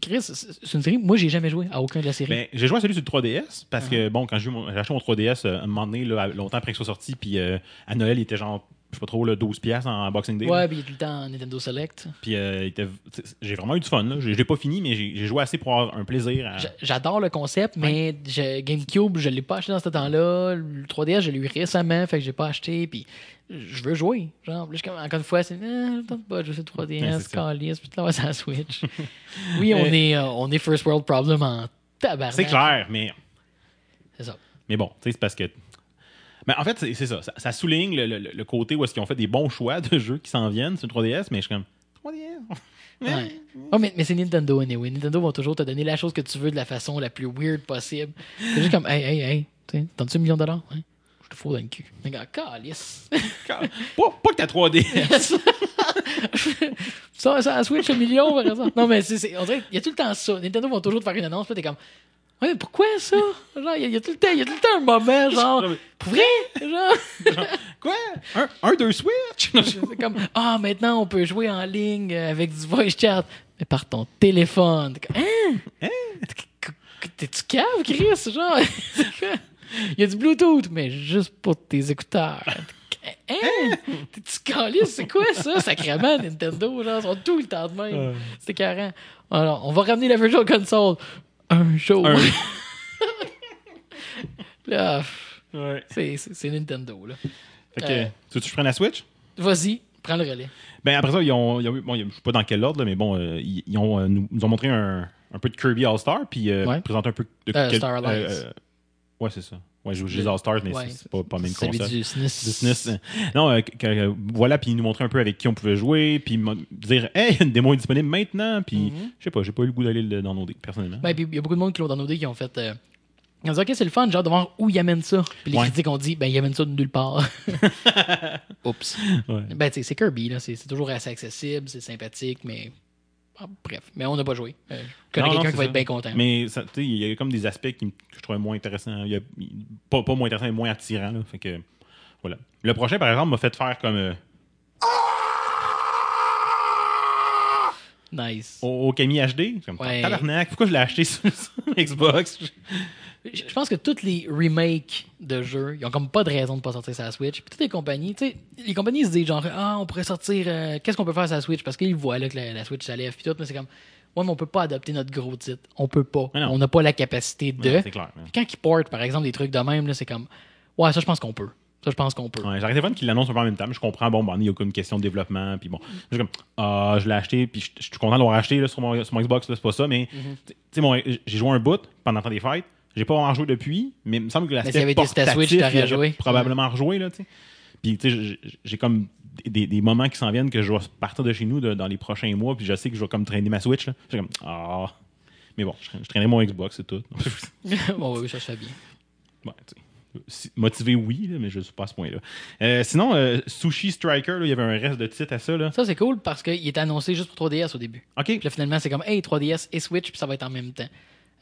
S1: Chris, c'est une série. Moi, j'ai jamais joué à aucun de la série.
S2: Ben, j'ai joué à celui sur le 3DS
S1: Ah.
S2: parce que, bon, quand j'ai eu mon- j'ai acheté mon 3DS euh, à un moment donné, là, à- longtemps après qu'il soit sorti, puis euh, à Noël, il était genre je sais pas trop, le 12$ piastres en Boxing Day. là.
S1: Ouais, puis il est tout le temps en Nintendo Select.
S2: Puis euh, il était- t'sais, j'ai vraiment eu du fun. là. J'ai- Je l'ai pas fini, mais j'ai j'ai joué assez pour avoir un plaisir. à-
S1: J'a- J'adore le concept, mais je- GameCube, je l'ai pas acheté dans ce temps-là. Le 3DS, je l'ai eu récemment, fait que j'ai pas acheté. Puis je veux jouer. Genre, là, je suis comme- encore une fois, c'est. Ah, je tente pas de jouer sur
S2: Ouais,
S1: 3DS,
S2: c'est ça.
S1: Calis, puis là, ça la
S2: [LAUGHS]
S1: Switch. oui, on,
S2: Eh.
S1: est, euh, on est First World Problem en tabarnak.
S2: C'est clair, mais,
S1: C'est ça.
S2: mais bon, t'sais, c'est parce que. Mais en fait, c'est c'est ça, ça. ça souligne le, le- le côté où est-ce qu'ils ont fait des bons choix de jeux qui s'en viennent sur le 3DS, mais je suis comme 3DS.
S1: Ouais. Oh, mais, mais c'est Nintendo, anyway. Nintendo vont toujours te donner la chose que tu veux de la façon la plus weird possible. C'est juste comme, hey, hey, hey, tu sais, t'entends-tu un million de dollars? Hein? Je te fous dans le cul. Mais gars, calice.
S2: [LAUGHS]
S1: [LAUGHS]
S2: pas, pas que t'as 3DS.
S1: ça, ça, à Switch, un million, par exemple. Non, mais c'est, c'est- on dirait qu'il y a tout le temps ça. Nintendo vont toujours te faire une annonce, puis t'es comme, ouais, mais pourquoi ça? Genre, il y, a- il y a tout le temps, il y a tout le temps un moment, genre, pour vrai? Genre,
S2: Quoi? Un, un, deux Switch? [LAUGHS] Non, je-
S1: c'est comme, ah, maintenant, on peut jouer en ligne euh, avec du voice chat, mais par ton téléphone. T'es comme, hein? T'es-tu cave, Chris? Genre, [LAUGHS] c'est quoi? Il y a du Bluetooth, mais juste pour tes écouteurs. Hein? T'es-tu calé? C'est quoi ça, sacrément, Nintendo? Genre, ils sont tout le temps de même.
S2: Euh.
S1: C'est carré. Alors, on va ramener la Virtual Console un jour.
S2: Un-
S1: [LAUGHS] Là, pff,
S2: Ouais.
S1: c'est- c'est c'est Nintendo, là.
S2: Fait que,
S1: Euh.
S2: tu veux que je prenne la Switch?
S1: Vas-y, prends le relais.
S2: Ben après ça, ils ont, ils ont eu- bon, ils- je sais pas dans quel ordre, là, mais bon, euh, ils, ils ont, euh, nous, nous ont montré un, un peu de Kirby All Star, puis euh,
S1: Ouais.
S2: présenté un peu de
S1: Euh, Star Alliance.
S2: ouais, c'est ça. Ouais, j'ai j'ai les All Stars, mais
S1: Ouais.
S2: c'est- c'est pas, pas la même
S1: Celui
S2: console.
S1: du SNES.
S2: Du SNES. Non, euh, que- que- euh, voilà, puis ils nous montraient un peu avec qui on pouvait jouer, puis ils m'ont- dire, hey, une démo est disponible maintenant, puis je sais pas, j'ai pas eu le goût d'aller le- dans nos dés, personnellement.
S1: Mhm. Ben, puis il y a beaucoup de monde qui l'ont downloadé qui ont fait. euh, ils ont dit, OK, c'est le fun, genre, de voir où ils amènent ça. Puis les
S2: Ouais.
S1: critiques ont dit, ben, ils amènent ça de nulle
S2: [LAUGHS]
S1: part. Oups.
S2: [LAUGHS] Ouais.
S1: Ben, tu sais, c'est Kirby, là. C'est c'est toujours assez accessible, c'est sympathique, mais. ah, bref. Mais on n'a pas joué. Euh, je connais
S2: Non, non,
S1: quelqu'un
S2: c'est
S1: qui va
S2: ça.
S1: être bien content.
S2: Mais ça, tu sais, il y a comme des aspects qui, me- que je trouvais moins intéressants. Il y a- il- pas, pas moins intéressants, mais moins attirants. là. Fait que, voilà. Le prochain, par exemple, m'a fait faire comme euh,
S1: Nice.
S2: au, au Camille HD. Comme,
S1: Ouais.
S2: tabarnak, pourquoi je l'ai acheté sur, [LAUGHS] sur Xbox?
S1: Je je pense que tous les remakes de jeux, ils ont comme pas de raison de pas sortir sur la Switch. Puis toutes les compagnies, tu sais, les compagnies se disent genre ah on pourrait sortir, euh, qu'est-ce qu'on peut faire sur la Switch parce qu'ils voient là que la, la Switch ça lève puis tout, mais c'est comme ouais mais on peut pas adopter notre gros titre, on peut pas,
S2: Mais non.
S1: on n'a pas la capacité de.
S2: Non, C'est clair. hein.
S1: Puis quand ils portent par exemple des trucs de même là, c'est comme ouais ça je pense qu'on peut, ça je pense qu'on peut.
S2: Ouais, J'arrête de fun qu'ils l'annoncent un peu en même temps. mais Je comprends, bon, ben, il y a comme une question de développement. Puis bon, je suis comme, ah, je l'ai acheté, puis je je suis content de l'avoir acheté là, sur, mon, sur mon Xbox, là, c'est pas ça, mais
S1: Mhm.
S2: tu sais, mon- j'ai joué un bout pendant le temps des fêtes. J'ai pas vraiment joué depuis, mais il me semble que la
S1: Mais s'il y avait été sur ta Switch, t'aurais joué. Mhm.
S2: probablement rejoué, là, tu sais. Puis, tu sais, j'ai- j'ai comme des, des moments qui s'en viennent que je vais partir de chez nous de- dans les prochains mois, puis je sais que je vais comme traîner ma Switch, là. Je suis comme, ah. Mais bon, je, traîne- je traînerai mon Xbox, c'est tout.
S1: [LAUGHS]
S2: [LAUGHS]
S1: bon oui ça se fait bien.
S2: Ouais, tu sais. Si- Motivé, oui, là, mais je ne suis pas à ce point-là. Euh, sinon, euh, Sushi Striker, là, il y avait un reste de titre à ça. Là.
S1: Ça c'est cool parce qu'il était annoncé juste pour 3DS au début.
S2: OK.
S1: Puis là, finalement c'est comme hey 3DS et Switch puis ça va être en même temps.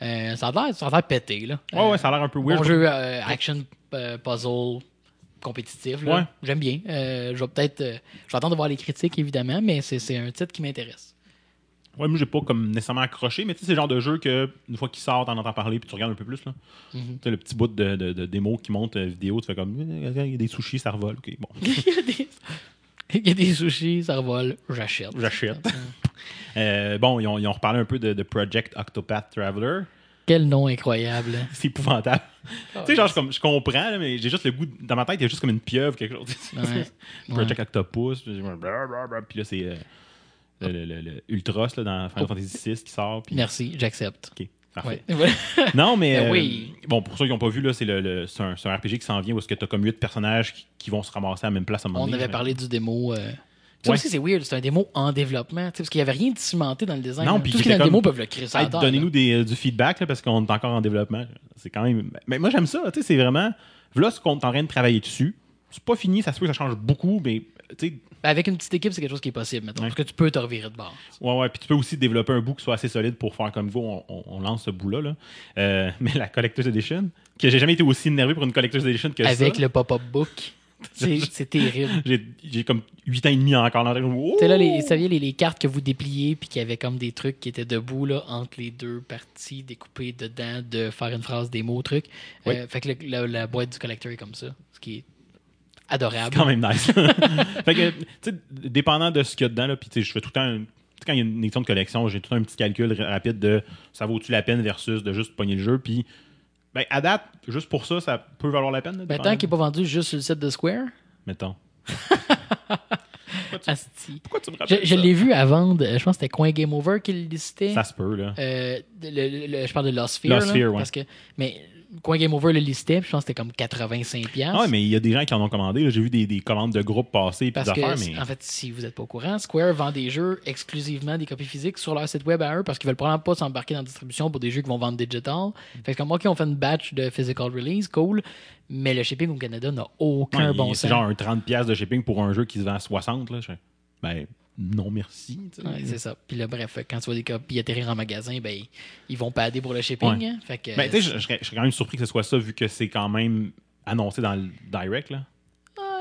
S1: Euh, ça a l'air ça a l'air pété là.
S2: Ouais,
S1: Euh,
S2: ouais, ça a l'air un peu
S1: Bon
S2: weird.
S1: jeu euh, action euh, puzzle compétitif. là.
S2: Ouais.
S1: J'aime bien. Euh, je vais peut-être. euh, je vais attendre de voir les critiques, évidemment, mais c'est c'est un titre qui m'intéresse.
S2: Ouais, moi, j'ai pas comme nécessairement accroché, mais tu sais, c'est le genre de jeu que, une fois qu'il sort, t'en entends parler, puis tu regardes un peu plus. Là.
S1: Mm-hmm.
S2: Tu sais, le petit bout de, de, de démo qui monte euh, vidéo, tu fais comme, euh, il y a des sushis, ça revole. OK, bon,
S1: [LAUGHS] Il y a des. Il y a des sushis, ça revole, j'achète.
S2: j'achète. Euh, bon, ils ont, ils ont reparlé un peu de, de Project Octopath Traveler.
S1: [LAUGHS]
S2: [LAUGHS]
S1: Quel nom incroyable.
S2: C'est épouvantable.
S1: Oh,
S2: tu sais, genre, je, comme, je comprends, là, mais j'ai juste le goût. de- Dans ma tête, il y a juste comme une pieuvre, quelque chose. [LAUGHS]
S1: [LAUGHS] Ouais.
S2: Project Octopus. Puis blablabla, puis là, c'est euh, le, le- le- le Ultros là, dans Final Fantasy VI qui sort. Puis,
S1: Merci, j'accepte.
S2: Ok, parfait.
S1: Oh. Ouais. [LAUGHS] Voilà.
S2: Non, mais.
S1: Ben
S2: euh,
S1: oui.
S2: Bon, pour ceux qui n'ont pas vu, là, c'est, le, le- c'est un, c'est un RPG qui s'en vient où est-ce que tu as comme 8 personnages qui, qui vont se ramasser à la même place à un moment
S1: On
S2: donné.
S1: avait
S2: mais-
S1: parlé du démo. euh, Ça
S2: Ouais.
S1: aussi, c'est weird. C'est un démo en développement. tu sais, Parce qu'il n'y avait rien de cimenté dans le design.
S2: Non,
S1: là.
S2: puis
S1: Tout ce qui
S2: j'étais
S1: est dans le
S2: comme,
S1: démo peuvent le créer. ça
S2: Hey,
S1: adore,
S2: Donnez-nous des- euh, du feedback là, parce qu'on est encore en développement. C'est quand même. Mais moi, j'aime ça. tu sais, C'est vraiment. Voilà ce qu'on est en train de travailler dessus. C'est pas fini, ça se peut que ça change beaucoup, mais tu sais,
S1: là. Avec une petite équipe, c'est quelque chose qui est possible, maintenant.
S2: Ouais.
S1: Parce que tu peux te revirer de bord.
S2: Ouais, ouais. Puis tu peux aussi développer un bout qui soit assez solide pour faire comme vous, on, on- on lance ce bout-là. là. Euh, mais la Collector's Edition, que j'ai jamais été aussi énervé pour une Collector's Edition que
S1: Avec
S2: ça.
S1: le pop-up
S2: [LAUGHS]
S1: book. C'est c'est terrible.
S2: J'ai, j'ai comme 8 ans et demi encore dans la oh!
S1: Tu sais, là, les, vous saviez, les, les cartes que vous dépliez, puis qu'il y avait comme des trucs qui étaient debout, là, entre les deux parties, découpées dedans, de faire une phrase, des mots, trucs. Euh, fait que le- la, la boîte du collector est comme ça, ce qui est adorable.
S2: quand même nice. [LAUGHS] fait que, tu sais, dépendant de ce qu'il y a dedans, là, puis tu sais, je fais tout le temps, un- tu sais, quand il y a une édition de collection, j'ai tout le temps un petit calcul ra- rapide de ça vaut-tu la peine versus de juste pogner le jeu, puis ben, à date, juste pour ça, ça peut valoir la peine. là,
S1: Ben,
S2: dépendant.
S1: tant qu'il n'est pas vendu juste sur le site de Square,
S2: Mettons.
S1: asti.
S2: Pourquoi tu me
S1: Je,
S2: rappelles
S1: je
S2: ça?
S1: l'ai vu à vendre, euh, je pense que c'était Coin Game Over qui le listait.
S2: Ça se peut, là.
S1: Euh, le- le- le- je parle de Lost Sphere.
S2: Lost
S1: là,
S2: Sphere, ouais.
S1: parce que, mais Coin Game Over le listait, puis je pense que c'était comme 85$.
S2: Ah ouais, mais il y a des gens qui en ont commandé. là. J'ai vu des, des commandes de groupes passer puis
S1: Parce que,
S2: des affaires,
S1: c-
S2: mais
S1: en fait, si vous n'êtes pas au courant, Square vend des jeux exclusivement des copies physiques sur leur site web à eux parce qu'ils veulent probablement pas s'embarquer dans la distribution pour des jeux qui vont vendre digital.
S2: Mm.
S1: Fait que, comme moi, qui ont fait une batch de physical release, cool, mais le shipping au Canada n'a aucun
S2: Ouais,
S1: bon
S2: il-
S1: sens.
S2: c'est genre un 30$ de shipping pour un jeu qui se vend à 60$. Là. Je fais, ben, non merci. tu sais.
S1: Ouais, c'est ça. Puis là, bref, quand tu vois des copies atterrir en magasin, ben, ils vont pader pour le shipping.
S2: Ouais.
S1: hein. Fait que,
S2: Ben, tu sais, je je serais je serais quand même surpris que ce soit ça, vu que c'est quand même annoncé dans le direct. Là.
S1: Ah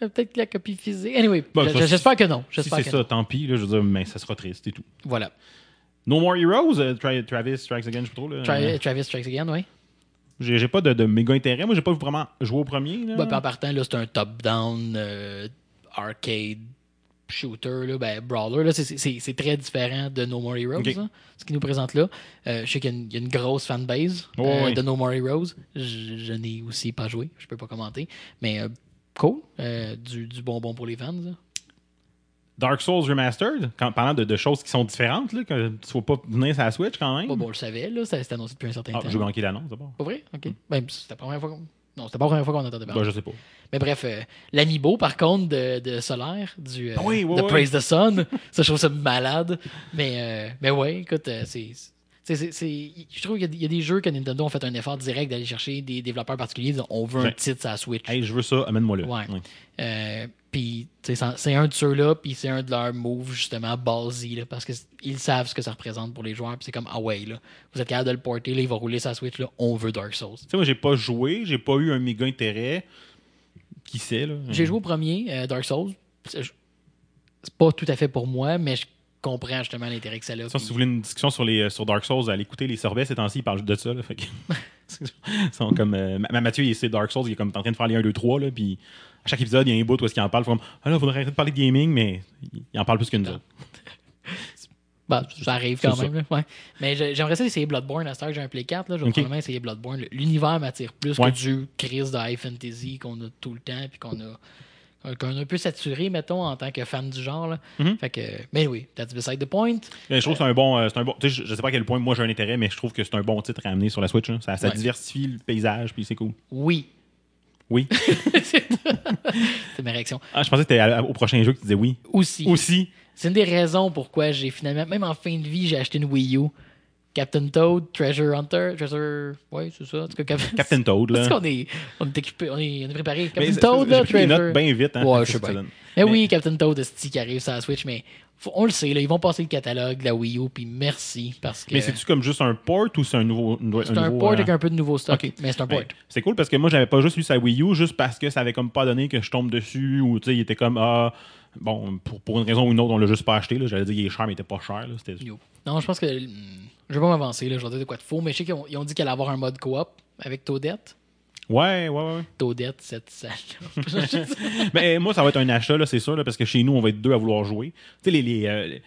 S1: Ouais. Peut-être que la copie physique. Anyway,
S2: Bon,
S1: je-
S2: ça,
S1: j'espère que non.
S2: Si
S1: J'espère
S2: c'est
S1: que
S2: ça,
S1: non.
S2: tant pis. Là, je veux dire, mais ça sera triste et tout.
S1: Voilà.
S2: No More Heroes, euh, Tra- Travis Strikes Again, je sais pas trop. là.
S1: Tra-
S2: Euh,
S1: Travis Strikes Again, oui.
S2: J'ai j'ai pas de, de méga intérêt. Moi, j'ai pas vraiment joué au premier. Là.
S1: Bah, puis en partant, là, c'est un top-down euh, arcade shooter, là, ben, brawler. Là, c'est- c'est c'est- c'est très différent de No More Heroes,
S2: Ok.
S1: hein, ce qu'ils nous présentent là. Euh, je sais qu'il y a une- il y, a une grosse fanbase
S2: Ouais,
S1: euh,
S2: ouais.
S1: de No More Heroes. Je, je n'ai aussi pas joué, je peux pas commenter. Mais euh, cool, euh, du, du bonbon pour les fans. là.
S2: Dark Souls Remastered, quand, parlant de, de choses qui sont différentes, là, que tu faut pas venir sur la Switch quand même.
S1: Bon, bon, on le savait, là, ça- c'était annoncé depuis un certain
S2: Mm. Ah,
S1: temps.
S2: j'ai manqué l'annonce d'abord.
S1: Pas vrai?
S2: Mm.
S1: Ok. Ben, c'était la première fois qu'on. Non, c'était pas la première fois qu'on entendait parler.
S2: Ben, je sais pas.
S1: Mais bref, euh, l'amiibo, par contre, de, de Solaire, du euh,
S2: Ah Oui, oui,
S1: de
S2: oui.
S1: Praise the Sun, [LAUGHS] ça, je trouve ça malade. Mais, euh, mais ouais, écoute, euh, c'est. c'est- c'est- c'est- Je trouve qu'il y a- il y, a des jeux que Nintendo ont fait un effort direct d'aller chercher des développeurs particuliers. disons, on veut un
S2: Ouais.
S1: titre sur la Switch.
S2: Hey, je veux ça, amène-moi le.
S1: Ouais. Euh, puis, tu sais, c'en- c'est un de ceux-là, puis c'est un de leurs moves, justement, ballsy, là, parce qu'ils savent ce que ça représente pour les joueurs, puis c'est comme, ah ouais, là, vous êtes capable de le porter, là, il va rouler sa Switch, là, on veut Dark Souls.
S2: Tu sais, moi, j'ai pas joué, j'ai pas eu un méga intérêt. Qui sait, là?
S1: J'ai joué au premier, euh, Dark Souls. C'est je- c'est pas tout à fait pour moi, mais je comprends justement l'intérêt que ça a.
S2: Ça,
S1: puis-
S2: si vous voulez une discussion sur, les, euh, sur Dark Souls, allez écouter les sorbets ces temps-ci, ils parlent de ça. Là, fait que- [LAUGHS] ils sont comme, euh, Ma- Mathieu, il c'est Dark Souls, il est comme en train de faire les 1, 2, 3, là, puis à chaque épisode, il y a un bout où est-ce qu'il en parle. il fait comme, ah là, faudrait arrêter de parler de gaming, mais il- il en parle plus que nous autres.
S1: Bah, ça arrive quand
S2: C'est
S1: même. là, ouais. Mais je- j'aimerais ça essayer Bloodborne à cette heure que j'ai un Play 4. Là, je vais
S2: Ok.
S1: probablement essayer Bloodborne. L'univers m'attire plus
S2: Ouais.
S1: que du Chris de High Fantasy qu'on a tout le temps puis qu'on a qu'on a un peu saturé, mettons, en tant que fan du genre. là.
S2: Mhm.
S1: Fait que, mais oui, that's beside the point.
S2: Mais je trouve que c'est un bon. euh, c'est un bon tu sais, je, je sais pas à quel point moi j'ai un intérêt, mais je trouve que c'est un bon titre à amener sur la Switch. là. Ça, ça
S1: Ouais.
S2: diversifie le paysage, puis c'est cool.
S1: Oui. [LAUGHS]
S2: Oui.
S1: c'est c'est ma réaction.
S2: Ah, je pensais que c'était à- au prochain jeu que tu disais oui.
S1: Aussi.
S2: Aussi.
S1: C'est une des raisons pourquoi j'ai finalement, même en fin de vie, j'ai acheté une Wii U. Captain Toad, Treasure Hunter, Treasure. Ouais, c'est ça. [LAUGHS] En tout cas, Cap-
S2: Captain Toad, là.
S1: Parce qu'on est, on est équipé, on est, on est préparé.
S2: Mais
S1: Captain
S2: c'est-
S1: Toad, là,
S2: j'ai pris des
S1: Treasure.
S2: notes bien vite. Hein, [LAUGHS]
S1: ouais,
S2: Qu'est-ce
S1: je sais
S2: que ça
S1: pas. Mais,
S2: donne? Mais-
S1: oui, Captain Toad, c'est qui arrive sur la Switch, mais faut- on le sait, là, ils vont passer le catalogue de la Wii U, puis merci. Parce que
S2: Mais c'est-tu comme juste un port ou c'est un nouveau. nou-
S1: Euh, c'est un
S2: nouveau,
S1: port
S2: euh,
S1: avec un peu de nouveau stock.
S2: ok. Ben.
S1: Mais c'est un port.
S2: Ouais. C'est cool parce que moi, j'avais pas juste lu sa Wii U juste parce que ça avait comme pas donné que je tombe dessus ou tu sais, il était comme ah bon pour, pour une raison ou une autre, on l'a juste pas acheté là. J'allais dire il est cher mais il était pas cher là. C'était
S1: Yo. Non, je pense que. hmm, je vais pas m'avancer, là, je vais dire de quoi de faux, mais je sais qu'ils ont, ils ont dit qu'elle allait avoir un mode coop avec Toadette.
S2: ouais ouais ouais.
S1: Toadette, cette [LAUGHS] salle
S2: Mais moi, ça va être un achat là, c'est sûr là, parce que chez nous, on va être deux à vouloir jouer. Tu sais les les, euh, les- tu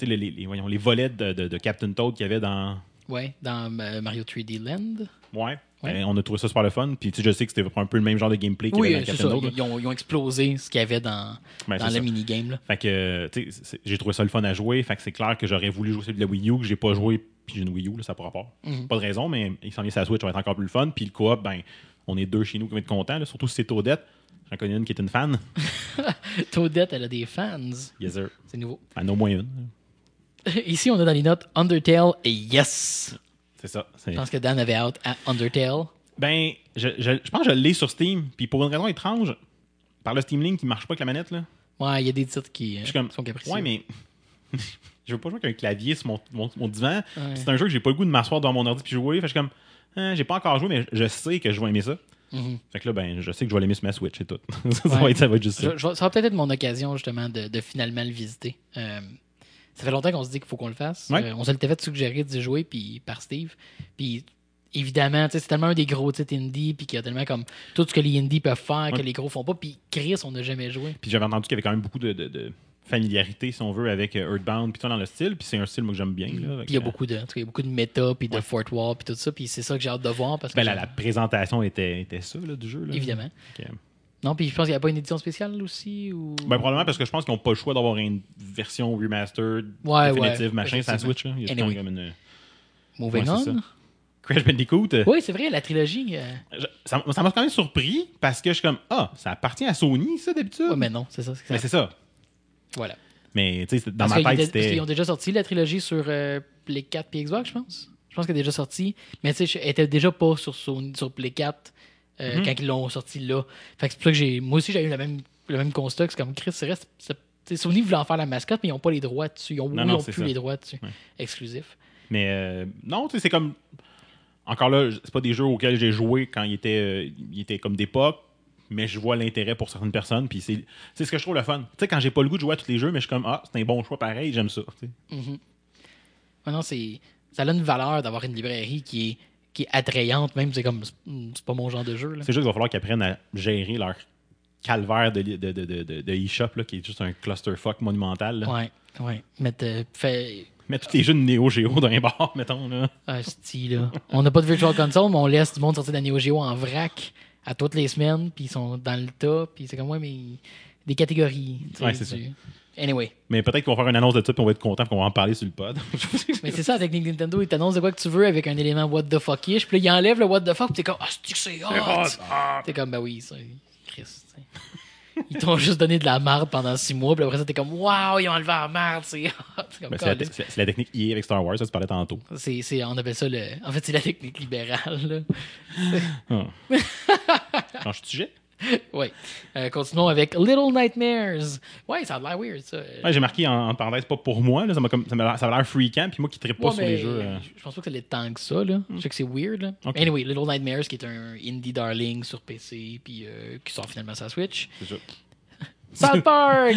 S2: sais, les, les- les- voyons, les volets de, de- de Captain Toad qu'il y avait dans
S1: Ouais, dans euh, Mario 3D Land.
S2: ouais.
S1: Ouais.
S2: Ben, on a trouvé ça super le fun. Puis tu sais, je sais que c'était un peu le même genre de gameplay qu'il y avait dans Captain Toad. là.
S1: Ils ont, ils ont explosé ce qu'il y avait dans,
S2: Ben,
S1: dans
S2: c'est
S1: le
S2: ça.
S1: minigame. là.
S2: Fait que, euh, tu sais, c'est- j'ai trouvé ça le fun à jouer. Fait que c'est clair que j'aurais voulu jouer celui de la Wii U, que j'ai pas joué, puis j'ai une Wii U, là, ça pourra pas. Pas de raison, mais il s'en vient sur la Switch, ça va être encore plus le fun. Puis le coop, ben, on est deux chez nous qui vont être contents, là, surtout si c'est Odette. J'en connais une qui est une fan.
S1: [LAUGHS] Toadette, elle a des fans.
S2: Yes, sir.
S1: C'est nouveau. [LAUGHS]
S2: Ben, au moins une.
S1: Ici, on a dans les notes Undertale et Yes.
S2: C'est ça. c'est-
S1: Je pense que Dan avait out à Undertale.
S2: Ben, je, je- je pense que je l'ai sur Steam, puis pour une raison étrange, par le Steam Link qui marche pas avec la manette, là.
S1: Ouais, il y a des titres qui euh,
S2: Je suis comme,
S1: sont capricieux.
S2: ouais, mais [LAUGHS] je veux pas jouer avec un clavier sur mon, mon- mon divan.
S1: Ouais.
S2: C'est un jeu que j'ai pas le goût de m'asseoir dans mon ordi puis jouer. Fait que je suis comme, Hein, j'ai pas encore joué, mais je- je sais que je vais aimer ça. Fait que là, ben, je sais que je vais l'aimer sur ma Switch et tout. [LAUGHS] ça, va
S1: Mm-hmm. Ouais.
S2: être, ça va être juste ça.
S1: Je- je- ça va peut-être être mon occasion, justement, de, de finalement le visiter. Euh, ça fait longtemps qu'on se dit qu'il faut qu'on le fasse.
S2: Ouais.
S1: Euh, on se l'était fait suggérer d'y jouer puis, par Steve. Puis évidemment, tu sais, c'est tellement un des gros titres indie, puis qu'il y a tellement comme tout ce que les indies peuvent faire que
S2: Ouais.
S1: les gros font pas, puis Chris, on n'a jamais joué.
S2: Puis j'avais entendu qu'il y avait quand même beaucoup de, de- de familiarité, si on veut, avec euh, Earthbound, puis tout dans le style. Puis c'est un style moi, que j'aime bien. là.
S1: Puis il y a
S2: Euh,
S1: beaucoup de, en tout cas, il y a beaucoup de méta, puis de Fort Wall, puis tout ça, puis c'est ça que j'ai hâte de voir parce que.
S2: ben, la,
S1: j'ai-
S2: la présentation était, était ça là, du jeu. là.
S1: Évidemment.
S2: Fait que, euh,
S1: Non, puis je pense qu'il n'y a pas une édition spéciale aussi ou.
S2: Ben, probablement parce que je pense qu'ils n'ont pas le choix d'avoir une version remastered,
S1: Ouais,
S2: définitive,
S1: ouais,
S2: machin, ça
S1: effectivement.
S2: Switch. Là. Il y a
S1: Anyway.
S2: quand même une-
S1: Moving
S2: Ouais, c'est
S1: on.
S2: ça. Crash Bandicoot, euh,
S1: Oui, c'est vrai, la trilogie. euh,
S2: je- ça m'a ça m'a quand même surpris parce que je suis comme Ah, ça appartient à Sony, ça d'habitude.
S1: Ouais, mais non, c'est ça. c'est ça.
S2: Ah. Mais c'est ça.
S1: Voilà.
S2: Mais tu sais, c'est- dans
S1: Parce
S2: ma
S1: qu'ils
S2: tête,
S1: étaient- parce qu'ils
S2: c'était.
S1: ont déjà sorti la trilogie sur euh, Play 4 et Xbox, je pense. Je pense qu'elle est déjà sortie. Mais tu sais, elle était déjà pas sur, Sony- sur Play 4 euh,
S2: Mhm.
S1: quand ils l'ont sorti là. Fait que c'est pour ça que j'ai. Moi aussi, j'ai eu la même, le même constat que c'est comme Chris, c'est vrai, c'est- c'est- tu sais, Sony voulait en faire la mascotte, mais ils n'ont pas les droits dessus. Ils n'ont
S2: Non, non, c'est
S1: plus
S2: ça.
S1: les droits dessus.
S2: Ouais.
S1: Exclusifs.
S2: Mais euh, non, tu sais, c'est comme. Encore là, j- c'est pas des jeux auxquels j'ai joué quand ils étaient, euh, ils étaient comme d'époque, mais je vois l'intérêt pour certaines personnes. Puis c'est c'est ce que je trouve le fun. Tu sais, quand j'ai pas le goût de jouer à tous les jeux, mais je suis comme Ah, c'est un bon choix pareil, j'aime ça. tu sais.
S1: Maintenant, Ah c'est. Ça a une valeur d'avoir une librairie qui est, qui est attrayante, même si c'est comme. c'est- C'est pas mon genre de jeu. Là.
S2: C'est juste qu'il va falloir qu'ils apprennent à gérer leur calvaire de, li- de, de, de, de- de e-shop, là, qui est juste un clusterfuck monumental. là.
S1: Ouais, ouais. Mais euh, fait.
S2: Mettre tous les jeux de Neo Geo dans un bar, [LAUGHS] mettons. Là.
S1: Ah, c'ti, là. On n'a pas de Virtual Console, mais on laisse du monde sortir de la Neo Geo en vrac à toutes les semaines, puis ils sont dans le tas, puis c'est comme, ouais, mais des catégories. tu sais,
S2: Ouais, c'est
S1: du- Anyway.
S2: Mais peut-être qu'on va faire une annonce de ça, puis on va être content, puis qu'on va en parler sur
S1: [LAUGHS]
S2: le pod.
S1: Mais c'est ça, la technique Nintendo, ils t'annoncent de quoi que tu veux avec un élément what the fuck-ish, puis là, ils enlèvent le what the fuck, puis t'es comme, ah, c'est-tu que c'est hot! T'es comme, bah oui, ça, Chris, t'sais. Ils t'ont juste donné de la marde pendant six mois, puis après ça, t'es comme, waouh, ils ont enlevé la marde, c'est hot! T'es comme,
S2: Ben, c'est, la,
S1: Colin.
S2: c'est la- c'est la technique IA avec Star Wars, ça tu parlais tantôt.
S1: C'est- c'est- on appelle ça le. En fait, c'est la technique libérale, là.
S2: Ah. [LAUGHS] Change de sujet.
S1: [LAUGHS] Oui. Euh, continuons avec Little Nightmares. Ouais, ça a l'air weird, ça. Euh,
S2: Ouais, j'ai marqué en, en parenthèse, pas pour moi, là, ça, m'a comme, ça, m'a l'air- ça a l'air freakant, puis moi qui trippe pas
S1: ouais,
S2: sur
S1: mais
S2: les jeux. euh,
S1: Je pense pas que ça l'est tant que ça, là. Je sais que c'est weird, là.
S2: Ok.
S1: Anyway, Little Nightmares, qui est un indie darling sur PC, puis euh, qui sort finalement sa
S2: [LAUGHS]
S1: Switch.
S2: c'est ça.
S1: South Park!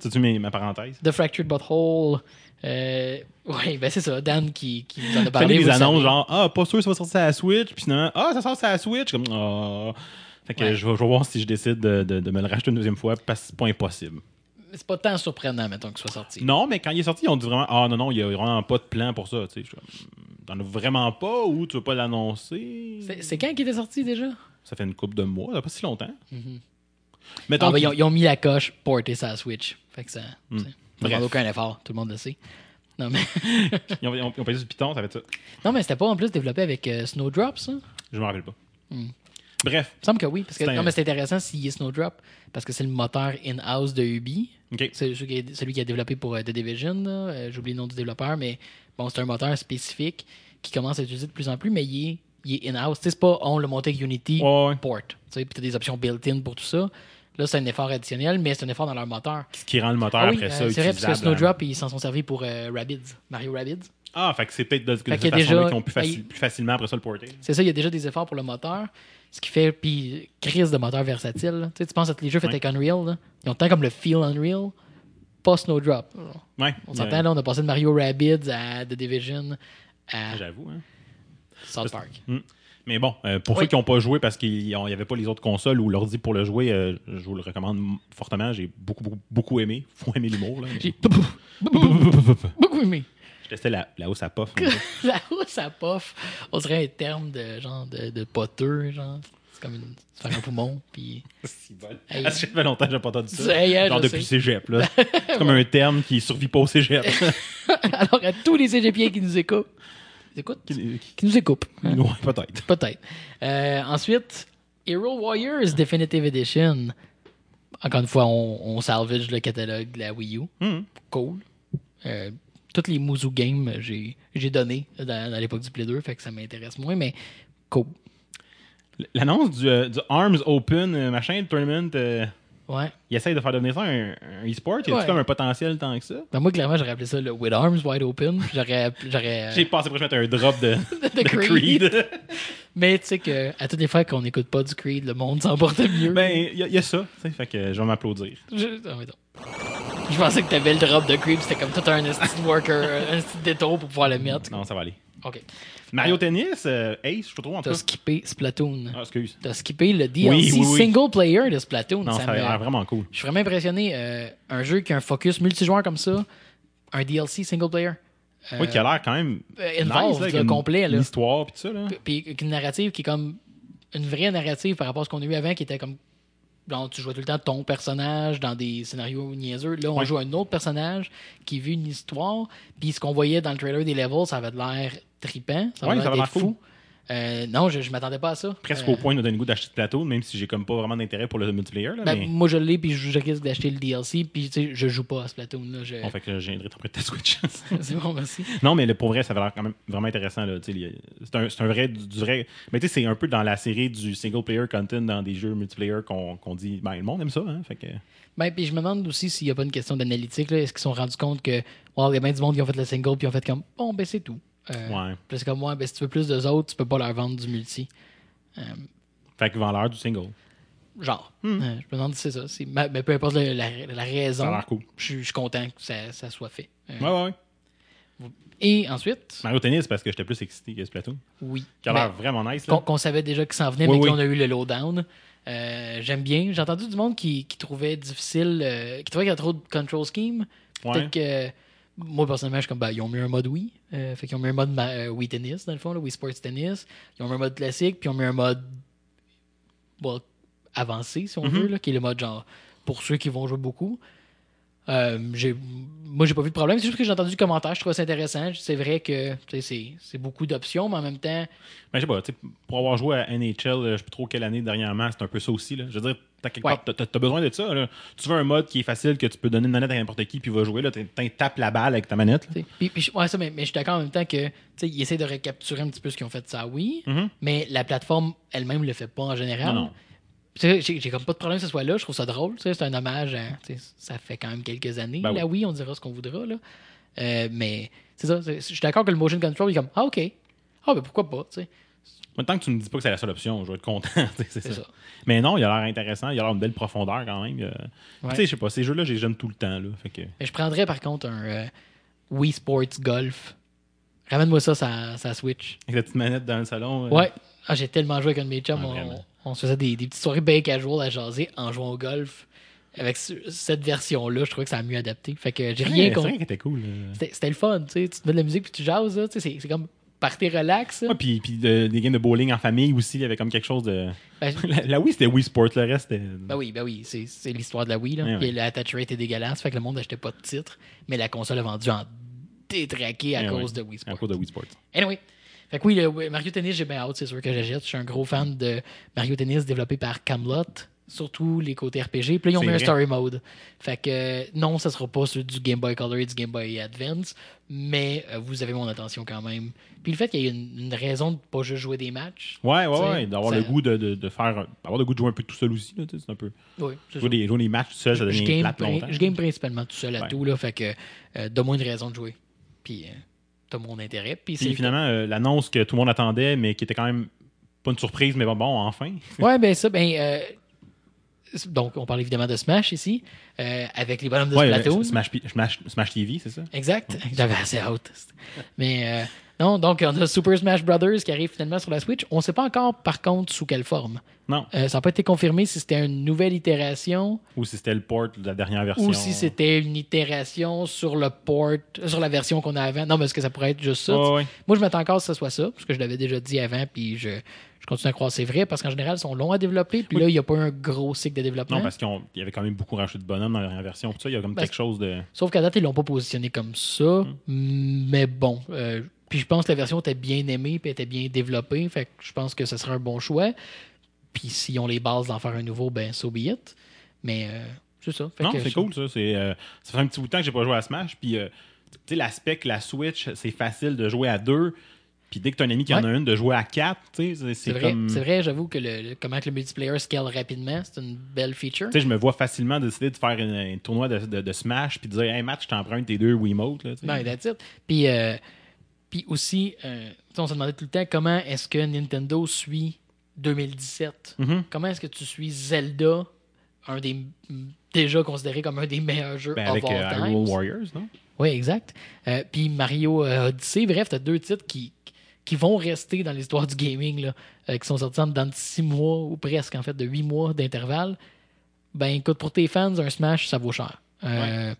S2: Tu tu mets ma parenthèse.
S1: The Fractured Butthole. Euh, ouais, ben c'est ça. Dan qui, qui nous en a
S2: T'as
S1: parlé.
S2: des
S1: vous le
S2: annonces
S1: savez.
S2: genre Ah, pas sûr, ça va sortir sur la Switch, puis finalement Ah, ça sort sur la Switch. Comme, Ah. Fait que
S1: Ouais.
S2: je, vais, je vais voir si je décide de, de- de me le racheter une deuxième fois, parce que c'est pas impossible.
S1: C'est pas tant surprenant, mettons, qu'il soit sorti.
S2: Non, mais quand il est sorti, ils ont dit vraiment Ah, non, non, il y a vraiment pas de plan pour ça. Tu sais, je suis comme, hmm, T'en as vraiment pas ou tu veux pas l'annoncer
S1: C'est- C'est quand qu'il était sorti déjà?
S2: Ça fait une coupe de mois, ça fait pas si longtemps.
S1: Ah,
S2: Mettons
S1: ben,
S2: qu'il- Mm.
S1: ils, ont, ils ont mis la coche portée sa Switch. Fait que ça. ça demande
S2: Bref.
S1: aucun effort, tout le monde le sait. Non,
S2: [LAUGHS]
S1: mais.
S2: ils ont, ils ont- ils ont payé du Python, ça fait ça.
S1: Non, mais c'était pas en plus développé avec euh, Snowdrop, ça? Il me
S2: Je me rappelle pas.
S1: Mhm.
S2: Bref,
S1: semble que oui. Parce que,
S2: C'est un-
S1: non, mais c'est intéressant s'il est Snowdrop, parce que c'est le moteur in-house de Ubi.
S2: OK.
S1: C'est celui qui a, celui qui a développé pour euh, The Division. là. Euh, J'oublie le nom du développeur, mais bon, c'est un moteur spécifique qui commence à être utilisé de plus en plus, mais il est, il est in-house. Tu sais, C'est pas on le monté avec Unity
S2: Ouais, ouais.
S1: port. Tu sais, Puis t'as des options built-in pour tout ça. Là, c'est un effort additionnel, mais c'est un effort dans leur moteur.
S2: ce qui rend le moteur
S1: Ah oui,
S2: après
S1: euh,
S2: ça
S1: c'est vrai, parce que
S2: utilisable, hein.
S1: Snowdrop, ils s'en sont servis pour euh, Rabbids, Mario Rabbids.
S2: Ah, fait que c'est peut-être de, de
S1: qu'il y a
S2: cette façon-là
S1: déjà-
S2: qu'ils ont plus, faci-
S1: il-
S2: plus facilement après ça le porter.
S1: C'est ça, il y a déjà des efforts pour le moteur. Ce qui fait, puis, crise de moteur versatile. là. Tu sais, tu penses à tous les jeux faits
S2: Ouais.
S1: avec Unreal, là. ils ont tant comme le feel Unreal, pas Snowdrop.
S2: Ouais.
S1: On s'entend, là, on a passé de Mario Rabbids à The Division à
S2: Euh, J'avoue. Hein.
S1: South Park.
S2: Hmm. Mais bon, euh, pour
S1: Oui.
S2: ceux qui n'ont pas joué parce qu'il n'y avait pas les autres consoles ou l'ordi pour le jouer, euh, je vous le recommande fortement. J'ai beaucoup, beaucoup, beaucoup aimé. Faut aimer l'humour. là. [LAUGHS]
S1: J'ai [LAUGHS]
S2: Je
S1: beaucoup aimé.
S2: testais la, la hausse à pof.
S1: [LAUGHS] La hausse à pof, on dirait un terme de genre de, de poteux, genre. C'est comme une, c'est faire un poumon, puis.
S2: [LAUGHS]
S1: [LAUGHS]
S2: Si bon.
S1: Hey.
S2: Ah, ça fait longtemps que j'ai pas entendu ça.
S1: Hey, hey,
S2: Genre
S1: je
S2: depuis le
S1: sais. [LAUGHS]
S2: cégep. là. C'est comme un terme qui survit pas au cégep. [LAUGHS]
S1: Alors, à tous les cégepiens qui nous écoutent, qui nous écoutent,
S2: Qui-
S1: qui nous écoutent, hein.
S2: Ouais, peut-être.
S1: Peut-être. Euh, ensuite, Hero Warriors Definitive Edition. Encore une fois, on, on salvage le catalogue de la Wii U.
S2: Hmm.
S1: Cool. Euh, toutes les Muzu Games, j'ai j'ai donné dans, dans l'époque du Play 2, fait que ça m'intéresse moins, mais cool.
S2: L'annonce du, euh, du Arms Open, euh, machin, tournament. euh,
S1: Ouais.
S2: Il essaye de faire devenir ça un, un e-sport. Il y a
S1: Ouais.
S2: comme un potentiel tant que ça?
S1: Ben moi, clairement, j'aurais appelé ça le With Arms Wide Open. J'aurais. j'aurais-
S2: [LAUGHS] J'ai passé pour mettre un drop de,
S1: Euh. [LAUGHS] de Creed. [LAUGHS] Mais tu sais que à toutes les fois qu'on n'écoute pas du Creed, le monde s'en porte mieux.
S2: ben, il y, a- il y a ça. tu sais, Fait que je vais m'applaudir.
S1: Je... ah, mais non. Je pensais que ta belle robe de creep, c'était comme tout un esti de worker, un esti de détour pour pouvoir le mettre.
S2: Non, ça va aller.
S1: Ah, Ok.
S2: Mario Tennis, euh, Ace, je trouve en
S1: T'as
S2: tout cas.
S1: skippé Splatoon.
S2: Ah, excuse.
S1: T'as skippé le DLC
S2: oui, oui.
S1: single player de Splatoon.
S2: Non,
S1: ça
S2: ça
S1: me-
S2: a l'air vraiment cool.
S1: Je suis vraiment impressionné. euh, un jeu qui a un focus multijoueur comme ça, un DLC single player. Euh,
S2: oui, qui a l'air quand même.
S1: euh,
S2: nice,
S1: involved,
S2: là, avec
S1: là,
S2: une-
S1: complet, là.
S2: Une histoire, puis tout ça, là.
S1: puis avec une narrative qui est comme une vraie narrative par rapport à ce qu'on a eu avant qui était comme genre, tu jouais tout le temps ton personnage dans des scénarios niaiseux. Là, on
S2: Ouais.
S1: joue un autre personnage qui vit une histoire. Puis ce qu'on voyait dans le trailer des levels, ça avait de l'air tripant. Ça
S2: Ouais,
S1: avait
S2: ça
S1: l'air
S2: avait
S1: d'être
S2: l'air cool.
S1: fou. Euh, non, je, je m'attendais pas à ça.
S2: Presque
S1: Euh,
S2: au point de me donner le goût d'acheter Plateau, même si j'ai comme pas vraiment d'intérêt pour le multiplayer, là.
S1: ben,
S2: mais...
S1: Moi, je l'ai, puis je, je risque d'acheter le DLC. Puis tu sais, je joue pas à ce plateau. Là, je-
S2: Bon, fait que j'ai de ta Switch.
S1: [LAUGHS]
S2: [LAUGHS]
S1: C'est bon, merci.
S2: non, mais le, pour vrai, ça va l'air quand même vraiment intéressant. là. Tu sais, les- C'est un, c'est un vrai, du, du vrai. Mais tu sais, c'est un peu dans la série du single player content dans des jeux multiplayer qu'on qu'on dit. Ben, le monde aime ça, hein. Fait que.
S1: Ben, puis je me demande aussi s'il n'y a pas une question d'analytique. là. Est-ce qu'ils se sont rendus compte que, wow, il y a bien du monde qui ont fait le single, puis ils ont fait comme, bon, ben c'est tout. Euh,
S2: Ouais.
S1: Puis c'est comme moi, ben, si tu veux plus d'eux autres, tu peux pas leur vendre du multi.
S2: Fait que vendeur du single.
S1: Genre. Euh, je me demande si c'est ça. C'est- ma- Mais peu importe le- la, la raison.
S2: Ça a l'air cool.
S1: Je suis- je suis content que ça, ça soit fait. Euh,
S2: Ouais, ouais, ouais.
S1: Et ensuite,
S2: Mario Tennis, parce que j'étais plus excité que Splatoon.
S1: oui.
S2: Qui a
S1: Ben,
S2: l'air vraiment nice, là.
S1: qu'on qu'on savait déjà qu'il s'en venait,
S2: Oui,
S1: mais
S2: oui.
S1: qu'on a eu le lowdown. Euh, J'aime bien. J'ai entendu du monde qui, qui trouvait difficile, euh, qui trouvait qu'il y a trop de control scheme.
S2: Ouais.
S1: Peut-être que moi, personnellement, je suis comme, bah, ils ont mis un mode Wii. Euh, fait qu'ils ont mis un mode ma- euh, Wii Tennis, dans le fond, là, Wii Sports Tennis. Ils ont mis un mode classique, puis ils ont mis un mode bon, avancé, si on
S2: Mm-hmm.
S1: veut, là, qui est le mode genre pour ceux qui vont jouer beaucoup. Euh, j'ai- moi, j'ai pas vu de problème. C'est juste que j'ai entendu le commentaire, je trouve ça intéressant. C'est vrai que tu sais, c'est c'est beaucoup d'options, mais en même temps,
S2: Ben, je sais pas, tu sais, pour avoir joué à NHL, euh, je sais plus trop quelle année dernièrement, c'est un peu ça aussi. Là. Je veux dire, t'as quelque
S1: Ouais.
S2: part- t'as- t'as besoin de ça. là. Tu veux un mode qui est facile, que tu peux donner une manette à n'importe qui, puis il va jouer, là, t'in- t'in- tapes la balle avec ta manette. là.
S1: T'sais, Puis, puis je- ouais, ça, mais, mais je suis d'accord en même temps que tu sais, ils essaient de recapturer un petit peu ce qu'ils ont fait de ça, oui,
S2: Mhm.
S1: mais la plateforme elle-même le fait pas en général.
S2: Non, non.
S1: Tu sais, J'ai j'ai comme pas de problème que ce soit là, je trouve ça drôle. tu sais, C'est un hommage à. tu sais, Ça fait quand même quelques années.
S2: Ben
S1: là, oui. on dira ce qu'on voudra. Là. Euh, mais c'est ça. c'est- Je suis d'accord que le motion control, il est comme Ah, OK. Ah, ben pourquoi pas. tu sais.
S2: Mais Tant que tu me dis pas que c'est la seule option, je vais être content. [LAUGHS] tu sais, c'est
S1: C'est
S2: ça.
S1: ça.
S2: Mais non, il a l'air intéressant, il a l'air une belle profondeur quand même. euh. Puis, Tu sais, je sais pas, ces jeux-là, j'ai j'aime tout le temps. Là, fait que...
S1: Mais je prendrais par contre un euh, Wii Sports Golf. Ramène-moi ça, ça, ça Switch.
S2: Avec la petite manette dans le salon. euh,
S1: Ouais. Ah, j'ai tellement joué avec un de mes chums. on-
S2: Ouais, Ah, vraiment.
S1: on, se faisait des, des petites soirées bien casual à jaser en jouant au golf. Avec ce- cette version-là, je trouvais que ça a mieux adapté. Fait que j'ai
S2: ouais,
S1: rien
S2: c'est
S1: contre.
S2: vrai qu'elle était cool. euh.
S1: C'était c'était le fun, tu sais. Tu te mets de la musique puis tu jases, là, tu sais, c'est c'est comme partir relax. là.
S2: Ouais, puis puis de- des games de bowling en famille aussi, il y avait comme quelque chose de.
S1: Ben, je-
S2: La, la Wii, c'était Wii Sport, le reste, c'était.
S1: Ben oui, ben oui, c'est c'est l'histoire de la Wii. Là.
S2: Ouais, ouais.
S1: Puis la attach rate est dégueulasse, fait que le monde n'achetait pas de titre, mais la console a vendu en détraqué à
S2: Ouais,
S1: cause
S2: ouais,
S1: de Wii Sport.
S2: À cause de Wii Sport.
S1: Anyway. Fait que oui, le Mario Tennis, j'ai bien hâte, c'est sûr que j'achète. Je suis un gros fan de Mario Tennis développé par Camelot, surtout les côtés RPG. Puis là, ils ont
S2: C'est
S1: mis un
S2: vrai.
S1: story mode. Fait que euh, non, ça sera pas ceux du Game Boy Color et du Game Boy Advance, mais euh, vous avez mon attention quand même. Puis le fait qu'il y ait une, une raison de pas juste jouer des matchs.
S2: Ouais,
S1: Tu
S2: ouais,
S1: sais,
S2: ouais. D'avoir
S1: ça-
S2: le goût de, de, de faire. Avoir le goût de jouer un peu tout seul aussi, là, tu sais, c'est un peu.
S1: Oui, c'est ça.
S2: Jouer des, jouer des matchs tout seul, ça
S1: je,
S2: devient
S1: game,
S2: plate longtemps.
S1: je game principalement tout seul à
S2: Ouais.
S1: tout, là. Fait que euh, donne-moi une raison de jouer. Puis euh, t'as mon intérêt. Puis c'est
S2: Puis
S1: le-
S2: finalement, euh, l'annonce que tout le monde attendait, mais qui était quand même pas une surprise, mais bon, bon enfin.
S1: Ouais, ben ça, ben. euh, donc, on parle évidemment de Smash ici, euh, avec les bonhommes de
S2: Ouais,
S1: Splatoon.
S2: euh, Smash, Pi- Smash- Smash TV, c'est ça?
S1: Exact. [LAUGHS] J'avais assez hâte. Mais euh, non, donc on a Super Smash Brothers qui arrive finalement sur la Switch. On sait pas encore, par contre, sous quelle forme.
S2: Non.
S1: Euh, ça n'a pas été confirmé si c'était une nouvelle itération
S2: Ou si c'était le port de la dernière version.
S1: ou si c'était une itération sur le port, sur la version qu'on a avant. Non, mais est-ce que ça pourrait être juste ça?
S2: Ouais, ouais.
S1: Moi, je m'attends encore à ce que ce soit ça, parce que je l'avais déjà dit avant, puis je, je continue à croire que c'est vrai, parce qu'en général, ils sont longs à développer, puis
S2: Oui.
S1: là, il n'y a pas un gros cycle de développement.
S2: Non, parce qu'il y avait quand même beaucoup rajouté de bonhommes dans la dernière version. Tout ça, il y a comme
S1: Ben,
S2: quelque chose de.
S1: Sauf qu'à date, ils l'ont pas positionné comme ça.
S2: Hmm.
S1: Mais bon. euh, puis je pense que la version était bien aimée puis était bien développée. Fait que je pense que ce serait un bon choix. Puis s'ils ont les bases d'en faire un nouveau, ben so be it. Mais euh, c'est ça. Fait
S2: non,
S1: que
S2: c'est
S1: je-
S2: cool, ça. C'est, euh, ça fait un petit bout de temps que j'ai pas joué à Smash. Puis, euh, tu sais, l'aspect que la Switch, c'est facile de jouer à deux. Puis, dès que t'as un ami qui en
S1: Ouais.
S2: a une, de jouer à quatre. Tu sais, c'est,
S1: C'est
S2: c'est
S1: vrai,
S2: comme.
S1: c'est vrai, j'avoue que le, le- comment que le multiplayer scale rapidement, c'est une belle feature.
S2: Tu sais, je me vois facilement décider de faire une- un tournoi de, de- de Smash puis de dire Hey, Matt, je t'emprunte tes deux Wiimote. Là, tu sais.
S1: Non, Ben, that's it. Puis, euh, puis aussi, euh, tu sais, on se demandait tout le temps comment est-ce que Nintendo suit 2017.
S2: Mhm.
S1: Comment est-ce que tu suis Zelda, un des déjà considéré comme un des meilleurs jeux
S2: Ben,
S1: of
S2: avec
S1: all
S2: euh,
S1: time.
S2: Hyrule Warriors, non
S1: Oui, exact. Euh, puis Mario euh, Odyssey, bref, t'as deux titres qui, qui vont rester dans l'histoire du gaming, là, euh, qui sont sortis dans de 6 mois ou presque, en fait, de 8 mois d'intervalle, ben écoute, pour tes fans, un Smash, ça vaut cher. Euh,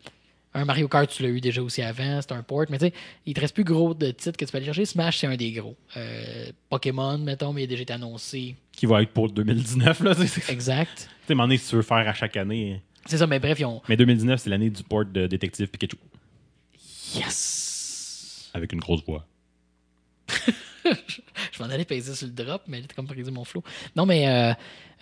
S1: Un Mario Kart, tu l'as eu déjà aussi avant, c'est un port, mais tu sais, il te reste plus gros de titres que tu peux aller chercher. Smash, c'est un des gros. Euh, Pokémon, mettons, mais il a déjà été annoncé.
S2: Qui va être pour 2019, là. Tu sais, c'est- tu
S1: Exact.
S2: sais, à un moment donné, si tu veux faire à chaque année.
S1: C'est ça, mais bref, ils ont.
S2: Mais 2019, c'est l'année du port de Détective Pikachu.
S1: Yes!
S2: Avec une grosse voix.
S1: [LAUGHS] Je m'en allais peser sur le drop, mais elle était comme prédit mon flow. Non, mais euh,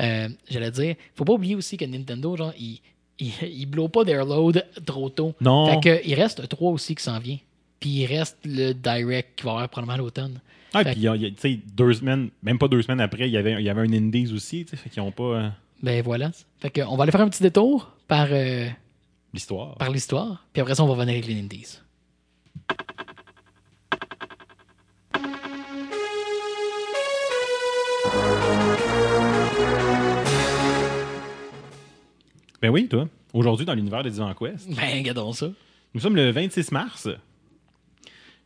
S1: euh, j'allais dire, faut pas oublier aussi que Nintendo, genre, il, il, il blow pas their load trop tôt.
S2: Non.
S1: Fait que, il reste trois aussi qui s'en vient. Puis il reste le direct qui va y avoir probablement à l'automne.
S2: Ah,
S1: Fait
S2: puis il y a- il y a, tu sais, deux semaines, même pas deux semaines après, il y avait, il y avait un Indies aussi, tu sais, fait qu'ils ont pas euh,
S1: Ben voilà. Fait que, on va aller faire un petit détour par, euh,
S2: l'histoire.
S1: par l'histoire. Puis après ça, on va revenir avec les Indies.
S2: Ben oui, toi. Aujourd'hui, dans l'univers de Divan
S1: [LAUGHS]
S2: Quest,
S1: Ben, regardons ça.
S2: nous sommes le 26 mars.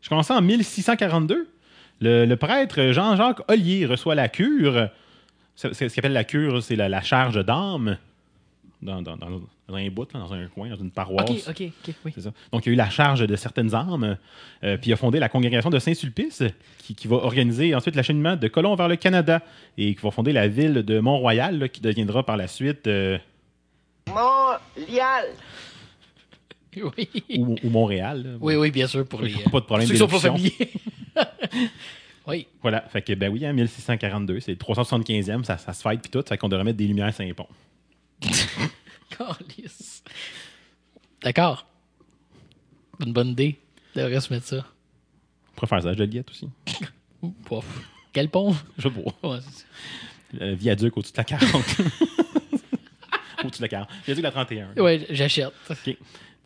S2: Je commençais en 1642. Le, le prêtre Jean-Jacques Ollier reçoit la cure. C'est- c'est- Ce qu'il appelle la cure, c'est la, la charge d'âme. Dans, dans, dans- dans un bout, là, dans un coin, dans une paroisse.
S1: Ok, ok, ok, oui.
S2: C'est ça. Donc, il y a eu la charge de certaines armes, euh, puis il a fondé la congrégation de Saint-Sulpice, qui, qui va organiser ensuite l'acheminement de colons vers le Canada et qui va fonder la ville de Mont-Royal, là, qui deviendra par la suite euh,
S4: Montréal.
S1: [LAUGHS] Oui.
S2: ou, ou Montréal. là.
S1: Oui, oui, bien sûr, pour les.
S2: Pas de problème
S1: ceux qui sont pas
S2: d'élection.
S1: familiers. [LAUGHS] oui.
S2: Voilà, fait que ben oui, en 1642, c'est le 375e, ça, ça se fête puis tout, fait qu'on devrait mettre des lumières sur les ponts.
S1: Calisse. D'accord. Une bonne idée. On devrait se mettre ça.
S2: On pourrait faire ça à Joliette aussi.
S1: Ouh, pouf. Quel pont?
S2: Je sais pas.
S1: Ouais, c'est ça.
S2: Euh, viaduc au-dessus de la 40. [LAUGHS] au-dessus de la 40. Viaduc de la 31.
S1: Ouais, j'achète.
S2: OK.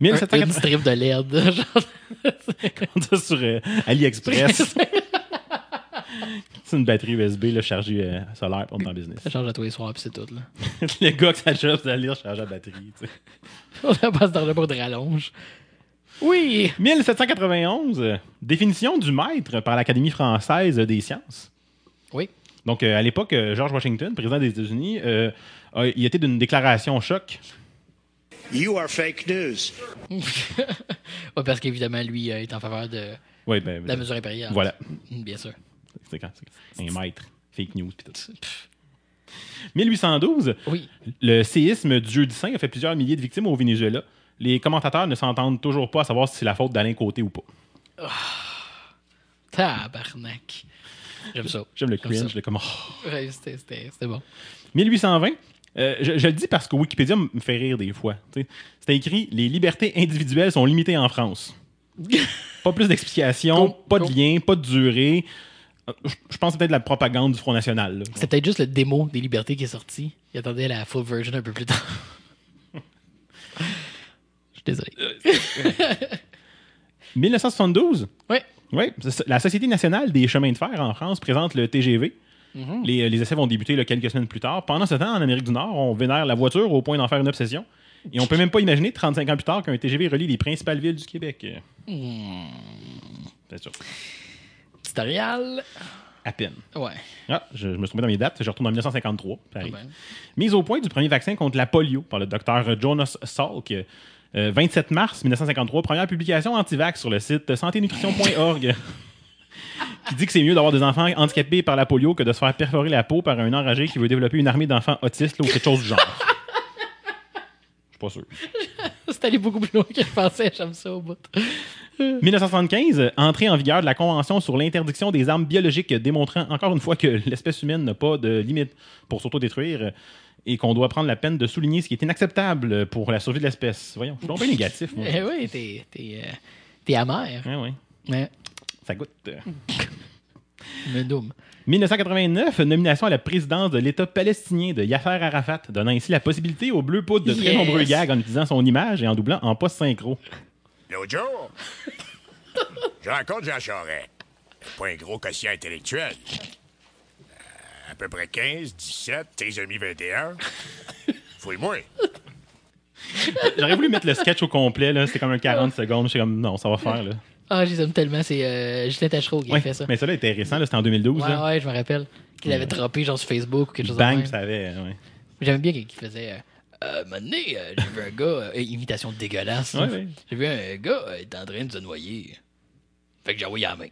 S1: Un- Une
S2: 1790
S1: strip de [LAUGHS] LED. genre.
S2: sur euh, AliExpress. C'est une batterie USB là, chargée euh, solaire pour mettre en business.
S1: [LAUGHS] Ça change à tous les soirs, puis c'est tout. Là.
S2: [LAUGHS] le gars que ça cherche d'aller recharger la batterie. tu sais.
S1: On la passe dans le pot de rallonge. Oui!
S2: 1791, euh, définition du maître par l'Académie française des sciences.
S1: Oui.
S2: Donc, euh, à l'époque, euh, George Washington, président des États-Unis, euh, a- il était d'une déclaration choc.
S5: You are fake news.
S1: Ouais, parce qu'évidemment, lui euh, est en faveur de
S2: Oui, ben,
S1: la mesure impériale.
S2: Voilà.
S1: Mm, Bien sûr.
S2: C'est quand- c'est un maître, fake news, pis tout. 1812,
S1: Oui.
S2: le séisme du jeudi saint a fait plusieurs milliers de victimes au Venezuela. Les commentateurs ne s'entendent toujours pas à savoir si c'est la faute d'Alain Côté ou pas.
S1: Tabarnak. J'aime ça.
S2: J'aime le
S1: J'aime ça.
S2: cringe, le comme... oh.
S1: Ouais, c'était- C'était c'était bon.
S2: 1820, euh, je, je le dis parce que Wikipédia me fait rire des fois. tu sais. C'était écrit Les libertés individuelles sont limitées en France. pas plus d'explications,
S1: Cool,
S2: pas de
S1: cool.
S2: lien, pas de durée. Euh, Je je pense que c'est peut-être de la propagande du Front National. là.
S1: C'était peut-être juste le démo des libertés qui est sorti. Il attendait la full version un peu plus tard. [LAUGHS] Je suis désolé.
S2: Euh. 1972,
S1: Oui.
S2: ouais, c'est ça, la Société nationale des chemins de fer en France présente le TGV. les, les essais vont débuter là, quelques semaines plus tard. Pendant ce temps, en Amérique du Nord, on vénère la voiture au point d'en faire une obsession. Et on peut même pas imaginer 35 ans plus tard qu'un TGV relie les principales villes du Québec. C'est sûr.
S1: Tutorial.
S2: À peine.
S1: Ouais.
S2: Ah, je, je me suis trompé dans mes dates. Je retourne en 1953. ça arrive.
S1: Ah ben.
S2: Mise au point du premier vaccin contre la polio par le docteur Jonas Salk. Euh, 27 mars 1953, première publication anti-vax sur le site santénutrition.org [LAUGHS] qui dit que c'est mieux d'avoir des enfants handicapés par la polio que de se faire perforer la peau par un enragé qui veut développer une armée d'enfants autistes là, ou quelque chose du genre. Je suis pas sûr.
S1: C'est allé beaucoup plus loin que je pensais. J'aime ça au bout.
S2: 1975, euh, entrée en vigueur de la Convention sur l'interdiction des armes biologiques, euh, démontrant encore une fois que l'espèce humaine n'a pas de limite pour s'autodétruire euh, et qu'on doit prendre la peine de souligner ce qui est inacceptable euh, pour la survie de l'espèce. Voyons, je suis donc bien négatif, moi. Ah
S1: Eh oui, t'es- t'es euh, t'es amer.
S2: Ouais, ouais,
S1: Ouais.
S2: ça goûte. euh.
S1: Me doom.
S2: 1989, nomination à la présidence de l'État palestinien de Yasser Arafat, donnant ainsi la possibilité aux Bleus Poudres de très
S1: Yes.
S2: nombreux gags en utilisant son image et en doublant en post-synchro.
S6: L'autre jour, je rencontre Jean Charest. Pas un gros quotient intellectuel. Euh, à peu près 15, 17, tes amis 21. Fouille-moi.
S2: J'aurais voulu mettre le sketch au complet, là, c'était comme un 40 secondes, je suis comme non, ça va faire. Là.
S1: Ah, je les aime tellement. C'est euh, Justin Tachereau qui a
S2: Ouais,
S1: fait ça.
S2: Mais ça, là, était récent, là, c'était en 2012.
S1: Ouais,
S2: là.
S1: ouais, je me rappelle. Qu'il avait droppé genre sur Facebook ou quelque chose
S2: Bang,
S1: comme
S2: puis ça avait. ouais.
S1: J'aimais bien qu'il faisait. Euh, euh, un moment donné, euh, j'ai vu un gars, euh, imitation dégueulasse. là.
S2: Ouais, ouais.
S1: J'ai vu un gars, euh, il était en train de se noyer. Fait que j'ai envoyé la
S2: [LAUGHS]
S1: main.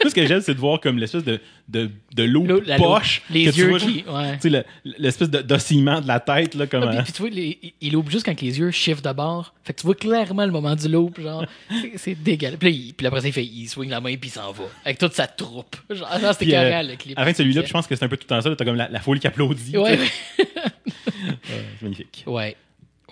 S2: Tout ce que j'aime, c'est de voir comme l'espèce de, de, de l'eau
S1: L'eau- la-
S2: poche.
S1: les
S2: que tu
S1: yeux
S2: vois,
S1: qui- ouais.
S2: Tu sais, le- l'espèce de- d'oscillement de la tête, là, comme.
S1: Ah, puis,
S2: euh,
S1: puis tu vois, les- il- il ouvre juste quand les yeux chiffrent de bord. Fait que tu vois clairement le moment du loup,
S2: [LAUGHS]
S1: genre, c'est- c'est dégueulasse. Puis, là, il- puis après ça, il, fait, il swing la main puis il s'en va. Avec toute sa troupe. [LAUGHS] Genre, ah, non, c'était
S2: puis, euh,
S1: carré le clip.
S2: Avec celui-là, puis je pense que c'est un peu tout le temps ça. là, T'as comme la, la foule qui applaudit.
S1: Ouais, [LAUGHS] ouais.
S2: Euh, c'est magnifique.
S1: ouais.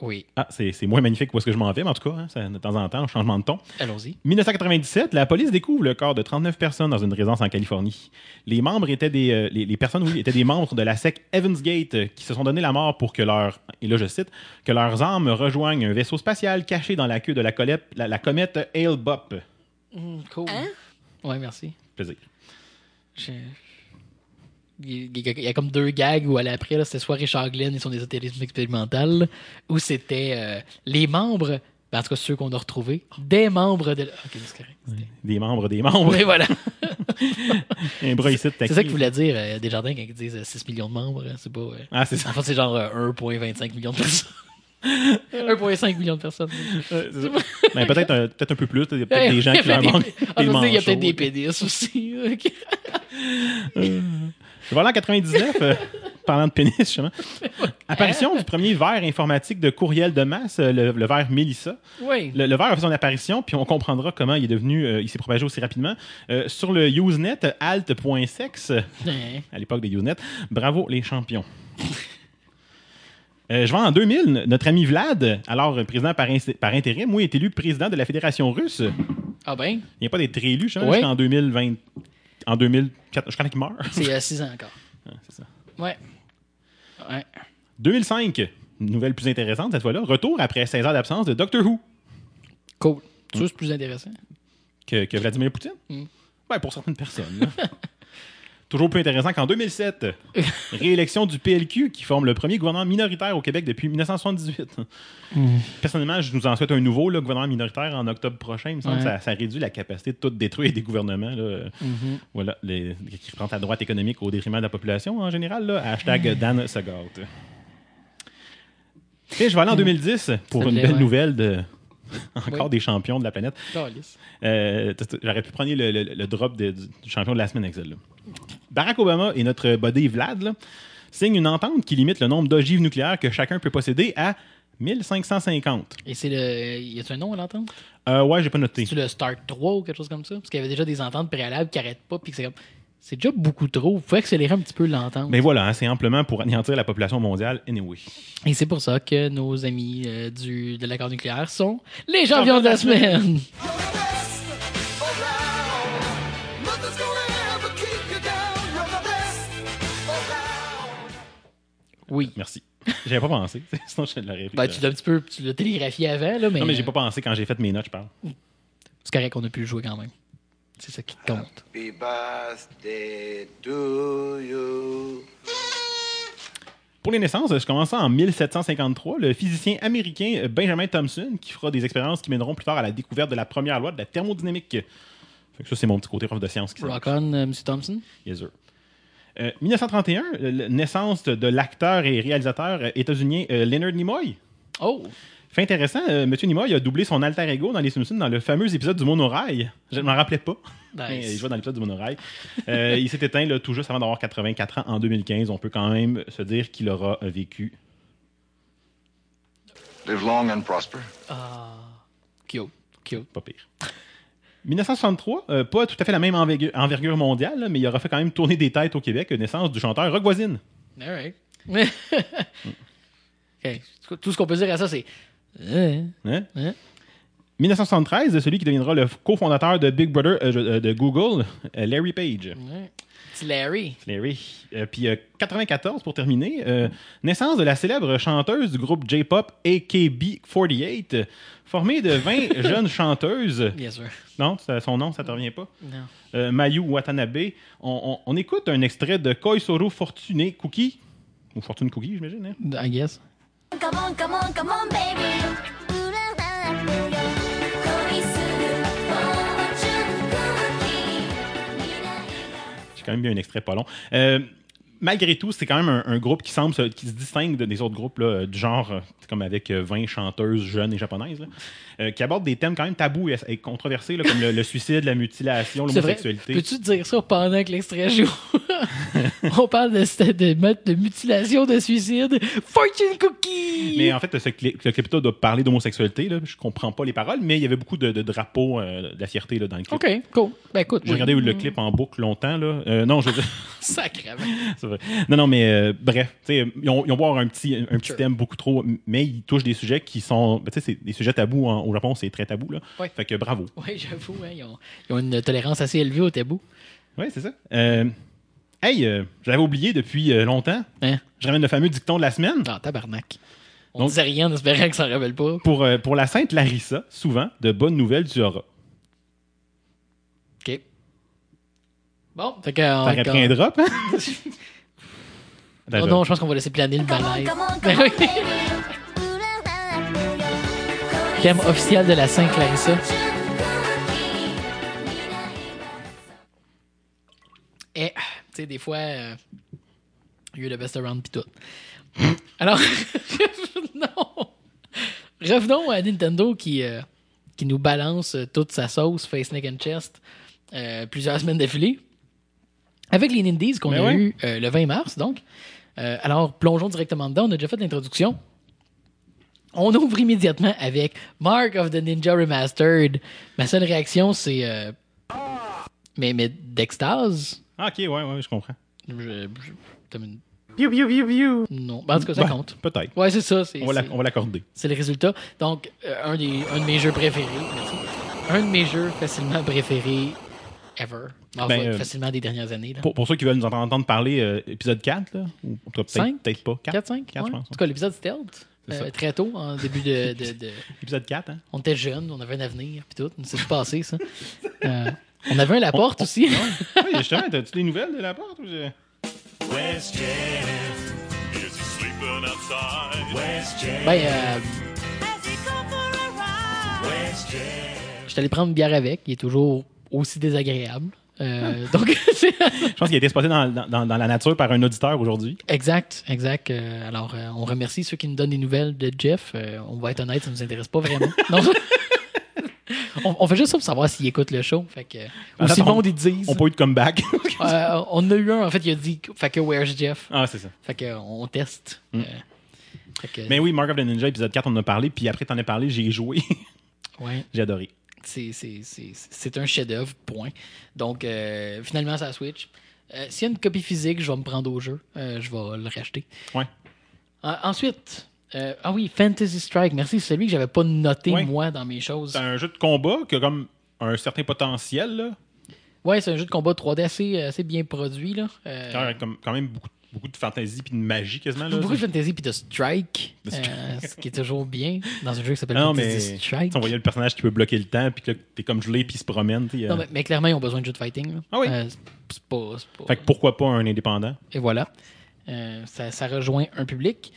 S1: Oui.
S2: Ah, c'est c'est moins magnifique où est-ce que je m'en vais, mais en tout cas, hein, ça, de temps en temps, un changement de ton.
S1: Allons-y.
S2: 1997, la police découvre le corps de 39 personnes dans une résidence en Californie. Les membres étaient des euh, les, les personnes oui, étaient des membres de la secte Evansgate euh, qui se sont donné la mort pour que leur et là je cite que leurs âmes rejoignent un vaisseau spatial caché dans la queue de la, colette- la- la comète Hale Bopp.
S1: Cool. Ouais, merci.
S2: Plaisir.
S1: Je- Il il y, a, il y a comme deux gags où à l'après, là, c'était soit Richard Glenn et son ésotérisme expérimental, là, ou c'était euh, les membres, ben, en tout cas ceux qu'on a retrouvés, des membres de. la- Ok, c'est correct. c'était-
S2: Des membres des membres.
S1: Oui,
S2: [LAUGHS]
S1: voilà.
S2: Un bras ici,
S1: C'est ça qu'il voulait dire euh, Desjardins quand ils disent euh, 6 millions de membres. hein, C'est pas. euh,
S2: Ah, c'est ça.
S1: En fait, c'est genre euh, 1,25 million de
S2: [LAUGHS]
S1: personnes. 1,5 million de personnes.
S2: Euh, c'est ça. Ben, peut-être un, peut un peu plus, peut-être
S1: Ouais,
S2: des gens
S1: il y
S2: qui leur
S1: avait [LAUGHS] des-
S2: manquent.
S1: Ah,
S2: des
S1: je veux dire, Il y a peut-être
S2: manchots.
S1: des pénis aussi. [LAUGHS] ok.
S2: Voilà, en 99, euh, parlant de pénis, justement. Apparition du premier verre informatique de courriel de masse, euh, le, le verre Melissa.
S1: Oui.
S2: Le, le verre a fait son apparition, puis on comprendra comment il est devenu, euh, il s'est propagé aussi rapidement. Euh, sur le Usenet, euh, alt.sex, euh,
S1: Ouais.
S2: à l'époque des Usenet, bravo les champions. Euh, je vais en 2000, notre ami Vlad, alors euh, président par, insi- par intérim, oui, est élu président de la Fédération russe. Il
S1: Ah ben,
S2: n'est pas d'être réélu, je sais
S1: Ouais.
S2: en 2020. En 2004, je crois qu'il meurt. [LAUGHS]
S1: c'est euh, 6 ans encore.
S2: Ah, c'est ça.
S1: Ouais. Ouais.
S2: 2005, une nouvelle plus intéressante cette fois-là, retour après 16 ans d'absence de Doctor Who,
S1: Cool. Tu vois, c'est plus intéressant.
S2: que, que Vladimir Poutine.
S1: Mm.
S2: Ouais, pour certaines personnes. là. [LAUGHS] Toujours plus intéressant qu'en
S1: [LAUGHS]
S2: 2007, réélection du PLQ qui forme le premier gouvernement minoritaire au Québec depuis 1978. Personnellement, je nous en souhaite un nouveau là, gouvernement minoritaire en octobre prochain. Il me semble
S1: Ouais.
S2: que ça, ça réduit la capacité de tout détruire des gouvernements là.
S1: Mm-hmm.
S2: voilà, les- qui représentent la droite économique au détriment de la population en général. là.
S1: Mm.
S2: Hashtag Dan Segault. Et je vais aller en 2010 pour
S1: Mm. Ça
S2: une
S1: plaît,
S2: belle
S1: ouais.
S2: nouvelle de [LAUGHS] encore
S1: Oui.
S2: des champions de la planète.
S1: Calice.
S2: Euh, t- t- J'aurais pu prendre le, le- le drop de- du du champion de la semaine Excel. là. Barack Obama et notre buddy Vlad là, signent une entente qui limite le nombre d'ogives nucléaires que chacun peut posséder à 1550.
S1: Et c'est le. Y a-tu un nom à l'entente
S2: Euh, ouais, j'ai pas noté.
S1: C'est le Start 3 ou quelque chose comme ça Parce qu'il y avait déjà des ententes préalables qui arrêtent pas. Puis que c'est comme. C'est déjà beaucoup trop. Vous pouvez accélérer un petit peu l'entente.
S2: Mais voilà, hein, c'est amplement pour anéantir la population mondiale. Anyway.
S1: Et c'est pour ça que nos amis euh, du, de l'accord nucléaire sont les champions de la semaine. [LAUGHS] Oui.
S2: Merci. J'avais pas pensé. [LAUGHS] Sinon, je l'aurais
S1: Ben,
S2: fait,
S1: tu
S2: euh.
S1: l'as hein. un petit peu tu l'as télégraphié avant, là, mais, euh,
S2: Non, mais j'ai pas pensé quand j'ai fait mes notes, je parle.
S1: c'est correct qu'on a pu le jouer quand même. C'est ça qui compte.
S2: Ah,
S3: Happy birthday to you.
S2: Pour les naissances, je commence ça en 1753, le physicien américain euh, Benjamin Thomson qui fera des expériences qui mèneront plus tard à la découverte de la première loi de la thermodynamique. Fait que ça, c'est mon petit côté prof de science qui s'en-
S1: Rock on, euh, M. Thompson.
S2: Yes, sir. Euh, 1931, euh, la naissance de l'acteur et réalisateur euh, états-unien euh, Leonard Nimoy.
S1: Oh!
S2: Fait intéressant, euh, Monsieur Nimoy a doublé son alter ego dans les Simpsons dans le fameux épisode du monorail. Je ne m'en rappelais pas.
S1: Nice.
S2: Mais Il jouait dans l'épisode du monorail. Euh, il s'est éteint là, tout juste avant d'avoir 84 ans en 2015. On peut quand même se dire qu'il aura euh, vécu
S3: Live long and prosper.
S1: Ah, Cute. Cute.
S2: pas pire. 1963, euh, pas tout à fait la même envergu- envergure mondiale, là, mais il aura fait quand même tourner des têtes au Québec, naissance du chanteur Rock Voisine.
S1: All [LAUGHS] right. Ok. Tout ce qu'on peut dire à ça, c'est. Euh,
S2: Hein?
S1: hein?
S2: 1973, celui qui deviendra le cofondateur de Big Brother euh, je- euh, de Google, euh, Larry Page.
S1: C'est Larry.
S2: Larry. Euh, puis euh, 94 pour terminer, euh, naissance de la célèbre chanteuse du groupe J-pop AKB48, euh, formée de 20 jeunes chanteuses.
S1: Bien sûr.
S2: Non, ça- son nom, ça te revient pas.
S1: Non.
S2: Euh, Mayu Watanabe. On, on- on écoute un extrait de Koisoro Fortuné Cookie. Ou Fortune Cookie, j'imagine. hein?
S1: I guess.
S4: Come on, come on, come on, baby. 裏だってよ恋する
S2: J'ai quand même mis un extrait pas long. Euh, malgré tout, c'est quand même un, un groupe qui semble se- qui se distingue de- des autres groupes là, euh, du genre, euh, c'est comme avec euh, 20 chanteuses jeunes et japonaises, là, euh, qui abordent des thèmes quand même tabous et, et controversés, là, comme le, le suicide, la mutilation,
S1: C'est vrai.
S2: l'homosexualité.
S1: Peux-tu dire ça pendant que l'extrait joue?
S2: [LAUGHS]
S1: On parle de, sta- de, meute- de mutilation, de suicide. Fortune cookie!
S2: Mais en fait, ce cli- le clip doit parler d'homosexualité. là. Je comprends pas les paroles, mais il y avait beaucoup de, de drapeaux euh, de la fierté là, dans le clip.
S1: OK, cool. Ben écoute,
S2: J'ai
S1: oui.
S2: regardé le clip en boucle longtemps. Là. Euh, non, je veux dire-
S1: [LAUGHS] Sacrément.
S2: C'est vrai. Non, non, mais euh, bref, tu sais, ils ont, ils ont beau avoir un petit, un petit
S1: Sure.
S2: thème beaucoup trop, mais ils touchent des sujets qui sont, ben, tu sais, c'est des sujets tabous en- au Japon, c'est très tabou là.
S1: Ouais.
S2: Fait que bravo.
S1: Oui, j'avoue, hein, ils, ont, ils ont une tolérance assez élevée au tabou.
S2: Ouais, c'est ça. Euh, hey, euh, j'avais oublié depuis euh, longtemps.
S1: Hein?
S2: Je ramène le fameux dicton de la semaine
S1: Ah, tabarnak. On
S2: Donc-
S1: disait rien en espérant que ça rappelle pas.
S2: pour euh, pour la sainte Larissa. Souvent, de bonnes nouvelles tu auras.
S1: OK. Bon, fait que...
S2: Ça aurait pris un drop. Hein?
S1: [LAUGHS] Oh
S2: Attends,
S1: non, je pense qu'on va laisser planer le malaise. Ben oui. Thème officiel de la Sainte-Clarissa. Et, Eh, tu sais, des fois, euh, il y a eu le best around pis tout. [LAUGHS] Alors, [LAUGHS] revenons. Revenons à Nintendo qui, euh, qui nous balance euh, toute sa sauce face, neck and chest euh, plusieurs [LAUGHS] semaines d'affilée. Avec les Nindies qu'on
S2: Ben
S1: a
S2: ouais.
S1: eu euh, le 20 mars, donc. Euh, alors, plongeons directement dedans. On a déjà fait l'introduction. On ouvre immédiatement avec Mark of the Ninja Remastered. Ma seule réaction, c'est. euh, mais mais d'extase
S2: Ah, ok, ouais, ouais, je comprends.
S1: je, je, t'as une- Non, ben, en tout cas, ça
S2: Bah,
S1: compte.
S2: Peut-être.
S1: Ouais, c'est ça. C'est,
S2: On va
S1: c'est-
S2: la- on va l'accorder.
S1: c'est le résultat. Donc, euh, un, des, un de mes jeux préférés. Merci. Un de mes jeux facilement préférés ever. Enfin,
S2: Ben, euh,
S1: facilement des dernières années. Là.
S2: Pour, pour ceux qui veulent nous entendre, entendre parler, euh, épisode 4, là, ou en tout cas, peut-être-
S1: Cinq?
S2: peut-être pas.
S1: 4, 5
S2: 4, je
S1: En
S2: pense.
S1: tout cas, l'épisode Stealth.
S2: C'est
S1: euh,
S2: ça.
S1: très tôt,
S2: [LAUGHS]
S1: en début de- de- de,
S2: Épisode 4, hein?
S1: On était jeunes, on avait un avenir, puis tout. C'est tout passé,
S2: [LAUGHS]
S1: ça. Euh, on avait un Laporte aussi.
S2: Oui, justement, t'as-tu des nouvelles de la porte? Ou je-
S1: [LAUGHS] ben, euh, je suis allé prendre une bière avec. Il est toujours aussi désagréable. Euh,
S2: Ah.
S1: donc, [LAUGHS] c'est-
S2: Je pense qu'il a été spoté dans, dans- dans la nature par un auditeur aujourd'hui.
S1: exact, exact. Euh, alors, euh, on remercie ceux qui nous donnent des nouvelles de Jeff. Euh, on va être honnête, ça nous intéresse pas vraiment.
S2: [LAUGHS]
S1: Non. [LAUGHS] on, on fait juste ça pour savoir s'il écoute le show. Fait que,
S2: En
S1: aussi
S2: fait, on-
S1: bon des disent.
S2: On peut eu de comeback.
S1: Euh, on en a eu un, en fait, il a dit, fait que where's Jeff?
S2: [LAUGHS] ah, c'est ça.
S1: Fait que, euh, on teste. Euh, fait que-
S2: Mm. Mais oui, Mark of the Ninja, épisode 4, on en a parlé, puis après, t'en as parlé, j'ai joué. [LAUGHS]
S1: Ouais,
S2: j'ai adoré.
S1: c'est- c'est- c'est c'est un chef-d'œuvre, point. Donc, euh, finalement, ça Switch. Euh, S'il y a une copie physique, je vais me prendre au jeu. Euh, je vais le racheter.
S2: Ouais.
S1: Euh, ensuite, euh, ah oui, Fantasy Strike. Merci, c'est celui que j'avais pas noté,
S2: Ouais.
S1: moi, dans mes choses.
S2: C'est un jeu de combat qui a comme un certain potentiel, là.
S1: Ouais, c'est un jeu de combat 3D assez, euh, assez bien produit. Là. Euh,
S2: Quand, comme- quand même beaucoup, beaucoup de fantaisie puis de magie quasiment, là.
S1: beaucoup de fantasy puis de strike,
S2: De strike.
S1: euh, ce qui est toujours bien dans un jeu qui s'appelle
S2: Non,
S1: Fantasy
S2: mais
S1: Strike.
S2: tu voyait le personnage qui peut bloquer le temps, puis que là, t'es comme gelé, puis il se promène. tu sais,
S1: Non,
S2: euh.
S1: mais, mais clairement, ils ont besoin de jeux de fighting. là.
S2: Ah oui.
S1: Euh, c'est pas- c'est pas-
S2: Fait que pourquoi pas un indépendant?
S1: Et voilà. Euh, ça, ça rejoint un public.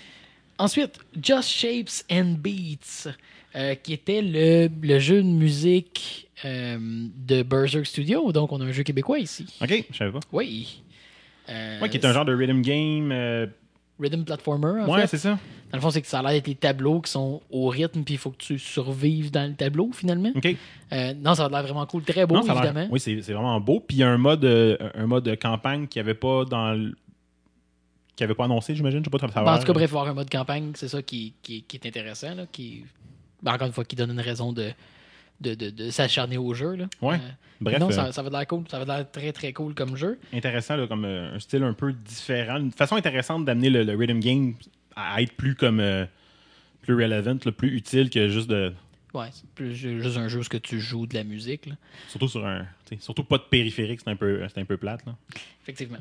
S1: Ensuite, Just Shapes and Beats, euh, qui était le, le jeu de musique euh, de Berserk Studio. Donc, on a un jeu québécois ici.
S2: OK, je savais pas.
S1: Oui. Euh,
S2: Ouais, qui est un genre de rhythm game. euh,
S1: Rhythm platformer, en
S2: Ouais,
S1: fait.
S2: c'est ça.
S1: Dans le fond, c'est que ça a l'air d'être des tableaux qui sont au rythme, puis il faut que tu survives dans le tableau, finalement.
S2: OK.
S1: Euh, non, ça a l'air vraiment cool. Très beau,
S2: Non, ça a l'air-
S1: évidemment.
S2: Oui, c'est c'est vraiment beau. Puis il y a un mode, euh, un mode de campagne qui avait pas dans le- qui avait pas annoncé, j'imagine. Je sais pas trop savoir.
S1: Ben, en tout cas, bref, avoir un mode campagne, c'est ça qui, qui, qui est intéressant, là, qui, ben, encore une fois, qui donne une raison de, de, de, de s'acharner au jeu. Là.
S2: Ouais.
S1: Euh,
S2: Bref,
S1: non,
S2: euh,
S1: ça, ça va de l'air cool. Ça va de l'air très, très cool comme jeu.
S2: intéressant, là, comme euh, un style un peu différent. Une façon intéressante d'amener le, le rhythm game à être plus comme euh, plus relevant, là, plus utile que juste de.
S1: Ouais, c'est plus ju- juste un jeu où ce que tu joues de la musique, là.
S2: Surtout sur un. tu sais, Surtout pas de périphérique, c'est un peu, c'est un peu plate. Là.
S1: effectivement.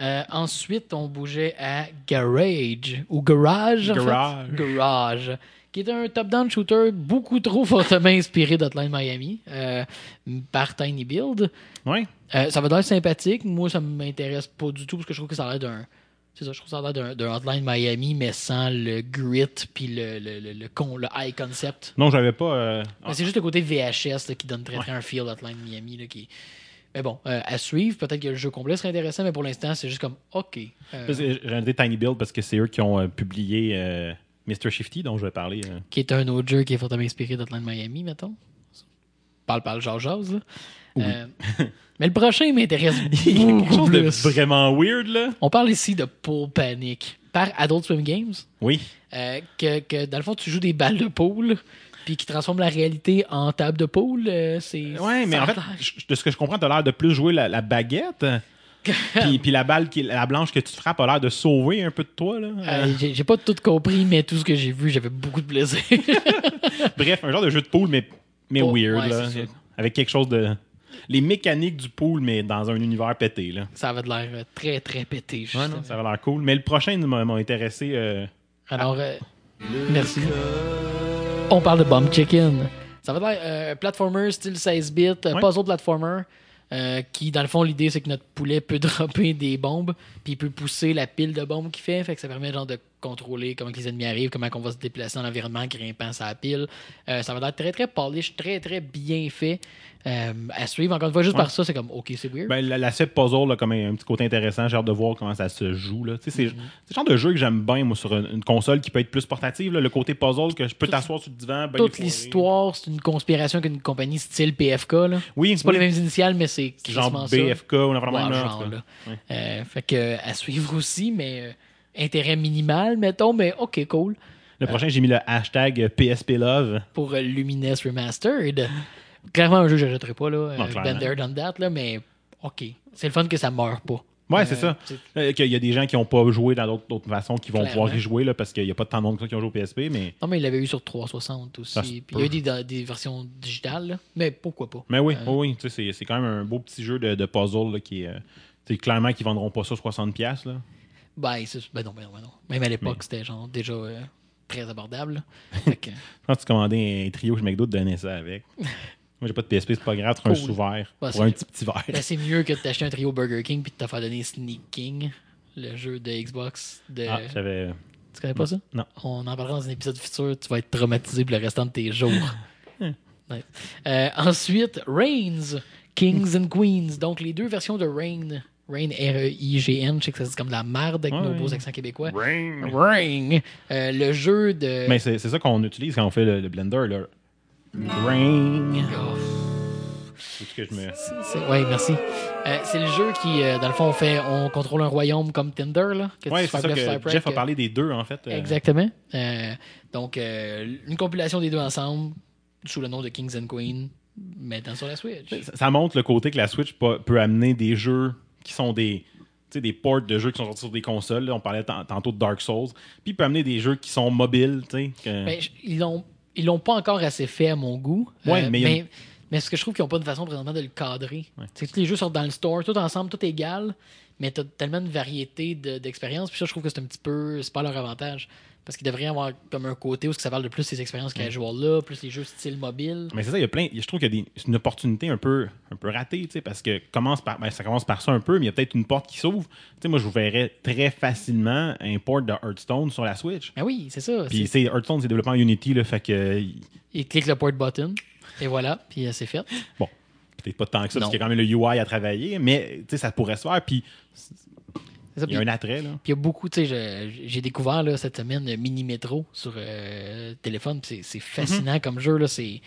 S1: Euh, ensuite, on bougeait à Garage, ou Garage, en fait.
S2: Garage.
S1: Garage, qui est un top-down shooter beaucoup trop fortement inspiré d'Hotline Miami euh, par Tiny Build.
S2: Ouais.
S1: Euh, ça va l'air sympathique. Moi, ça m'intéresse pas du tout parce que je trouve que ça a l'air d'un. C'est ça, je trouve que ça a l'air d'un- d'un Hotline Miami, mais sans le grit puis le, le, le, le con- le high concept.
S2: Non, j'avais pas. euh,
S1: Mais c'est juste le côté VHS là, qui donne très très un feel Hotline Miami. Là, qui... Mais bon, euh, à suivre, peut-être que le jeu complet serait intéressant, mais pour l'instant, c'est juste comme OK. euh,
S2: Parce que J'ai regardé Tiny Build parce que c'est eux qui ont euh, publié euh, Mr. Shifty, dont je vais parler. euh.
S1: qui est un autre jeu qui est fortement inspiré d'Hotline Miami, mettons. Parle, parle, genre jase, là. Euh, mais le prochain
S2: [LAUGHS]
S1: m'intéresse
S2: Quelque
S1: beaucoup
S2: chose de
S1: plus.
S2: vraiment weird, là.
S1: On parle ici de Pool Panic par Adult Swim Games.
S2: Oui.
S1: euh, que, que, dans le fond, tu joues des balles de poule, puis qui transforment la réalité en table de poule. euh, c'est
S2: Ouais, mais
S1: ça
S2: en
S1: a
S2: fait,
S1: l'air-
S2: je- de ce que je comprends, t'as l'air de plus jouer la, la
S1: [LAUGHS]
S2: baguette. hein, puis, puis la balle, qui, la blanche que tu frappes, a l'air de sauver un peu de toi. Là. Euh,
S1: Euh, j'ai j'ai pas tout compris, mais tout ce que j'ai vu, j'avais beaucoup de plaisir. [LAUGHS]
S2: Euh, bref, un genre de jeu de pool, mais, mais
S1: Oh,
S2: weird.
S1: ouais,
S2: là.
S1: c'est ça.
S2: avec quelque chose de. Les mécaniques du pool, mais dans un univers pété. Là.
S1: ça avait de l'air euh, très, très pété, justement.
S2: Ça va l'air cool. Mais le prochain m'a m'a intéressé. euh,
S1: Alors, euh, merci. On parle de Bomb Chicken. Ça va être euh, platformer style 16 bits, euh,
S2: Ouais.
S1: puzzle platformer, euh, qui dans le fond l'idée c'est que notre poulet peut [LAUGHS] dropper des bombes, puis il peut pousser la pile de bombes qu'il fait, fait que ça permet genre de contrôler comment que les ennemis arrivent, comment on va se déplacer dans l'environnement, grimpant sa pile. Euh, ça va être très très polish, très très bien fait. Euh, à suivre encore une fois juste par ça c'est comme ok c'est weird.
S2: Ben, la, la suite puzzle, là, comme un, un petit côté intéressant, j'ai hâte de voir comment ça se joue. là. Tu sais, C'est
S1: Mhm.
S2: c'est le genre de jeu que j'aime bien, moi, sur une, une console qui peut être plus portative. là. le côté puzzle, que je peux t'asseoir sur le divan. ben
S1: Toute
S2: effoiré.
S1: l'histoire c'est une conspiration qu'une compagnie style PFK là.
S2: Oui,
S1: C'est pas
S2: oui.
S1: les mêmes initiales, mais c'est quasiment
S2: Genre
S1: ça.
S2: BFK ou un vraiment
S1: Ouais,
S2: là, en
S1: genre,
S2: tout cas.
S1: là. Euh, fait que à suivre aussi, mais euh, intérêt minimal, mettons, mais ok, cool.
S2: Le prochain, j'ai mis le hashtag euh, PSP Love.
S1: Pour euh, Lumines Remastered. Clairement, un jeu que j'achèterai pas, là. euh,
S2: Non, clairement.
S1: Been there, done that, là, mais ok. C'est le fun que ça meurt pas.
S2: Ouais,
S1: Euh,
S2: c'est ça.
S1: c'est-
S2: Euh, Qu'il y a des gens qui n'ont pas joué dans d'autres- d'autres façons qui vont
S1: Clairement.
S2: pouvoir y jouer là, parce qu'il n'y a pas tant de monde que ça qui ont joué au PSP, mais.
S1: Non, mais il l'avait eu sur 360 aussi.
S2: Ça se
S1: Puis il
S2: peut.
S1: y a eu des, dans- des versions digitales, là, mais pourquoi pas.
S2: Mais oui, oui, oui, tu sais, c'est- c'est quand même un beau petit jeu de, de puzzle là, qui est. euh, tu sais, clairement qu'ils vendront pas ça 60$. Là.
S1: Ben, c'est- ben non, ben non, ben non. Même à l'époque, c'était genre déjà euh, très
S2: [LAUGHS]
S1: abordable. là. Fait que,
S2: Je pense que tu commandais un trio chez McDo, de donner ça
S1: [LAUGHS]
S2: avec. Moi, j'ai pas de PSP, c'est pas grave, tu as un
S1: Cool.
S2: sous-verre
S1: Ouais,
S2: pour
S1: c'est-
S2: un petit petit verre.
S1: ben, c'est mieux que de t'acheter un trio Burger King puis de te faire donner Sneak King, le jeu de Xbox de
S2: Ah, j'avais.
S1: Tu connais pas ça?
S2: Non.
S1: On en parlera dans un épisode futur. Tu vas être traumatisé pour le restant de tes jours.
S2: Hein.
S1: Ouais. Euh, ensuite, Reigns, Kings and Queens. Donc, les deux versions de Reign. Reign, E R-E-I-G-N. Je sais que ça se dit comme de la marde avec nos
S2: Ouais.
S1: beaux accents québécois. Reign. Euh, le jeu de.
S2: Mais c'est c'est ça qu'on utilise quand on fait le, le blender, là. Ring.
S1: Oh,
S2: Faut-tu que je me-
S1: c'est- ouais, merci. Euh, c'est le jeu qui, euh, dans le fond, on, fait, on contrôle un royaume comme Tinder. Là, que tu
S2: Ouais,
S1: swipes
S2: c'est ça
S1: left,
S2: que
S1: swipe right,
S2: Jeff a
S1: que-
S2: parlé des deux, en fait. euh,
S1: euh, Exactement. Euh, donc, euh, une compilation des deux ensemble sous le nom de Kings and Queens, maintenant sur la Switch.
S2: Ça- Ça montre le côté que la Switch po- peut amener des jeux qui sont des tu sais, des ports de jeux qui sont sortis sur des consoles. là. On parlait tan- tantôt de Dark Souls. Puis il peut amener des jeux qui sont mobiles. tu sais, que-
S1: Ben, je- ils l'ont ils l'ont pas encore assez fait à mon goût.
S2: Ouais, mais
S1: mais,
S2: il y a
S1: mais,
S2: une-
S1: ce que je trouve qu'ils n'ont pas de façon présentement de le cadrer. Tu sais, Tous les jeux sortent dans le store, tout ensemble, tout égal, mais tu as tellement de variété de- d'expériences. Puis ça, je trouve que c'est un petit peu. C'est pas leur avantage. Parce qu'ils devraient avoir comme un côté où ça parle de plus ces expériences casual-là, plus les jeux style mobile.
S2: Mais c'est ça, il y a plein. Je trouve qu'il y a des- c'est une opportunité un peu, un peu ratée, tu sais, parce que commence par, ben, ça commence par ça un peu, mais il y a peut-être une porte qui s'ouvre. Tu sais, moi, je vous verrais très facilement un port de Hearthstone sur la Switch.
S1: Ben oui, c'est ça.
S2: Puis c'est Hearthstone, c'est développé en Unity, là, fait que euh, il-
S1: Ils cliquent le port button, et voilà, puis euh, c'est fait.
S2: bon, peut-être pas tant que ça,
S1: Non.
S2: parce qu'il y a quand même le UI à travailler, mais tu sais, ça pourrait se faire. Puis
S1: C'est ça,
S2: il y a
S1: puis-
S2: un attrait là.
S1: Puis il y a beaucoup, tu sais, je- j'ai découvert là, cette semaine euh, Mini Métro sur euh, téléphone. puis C'est c'est
S2: Mhm.
S1: fascinant comme jeu. Là, c'est,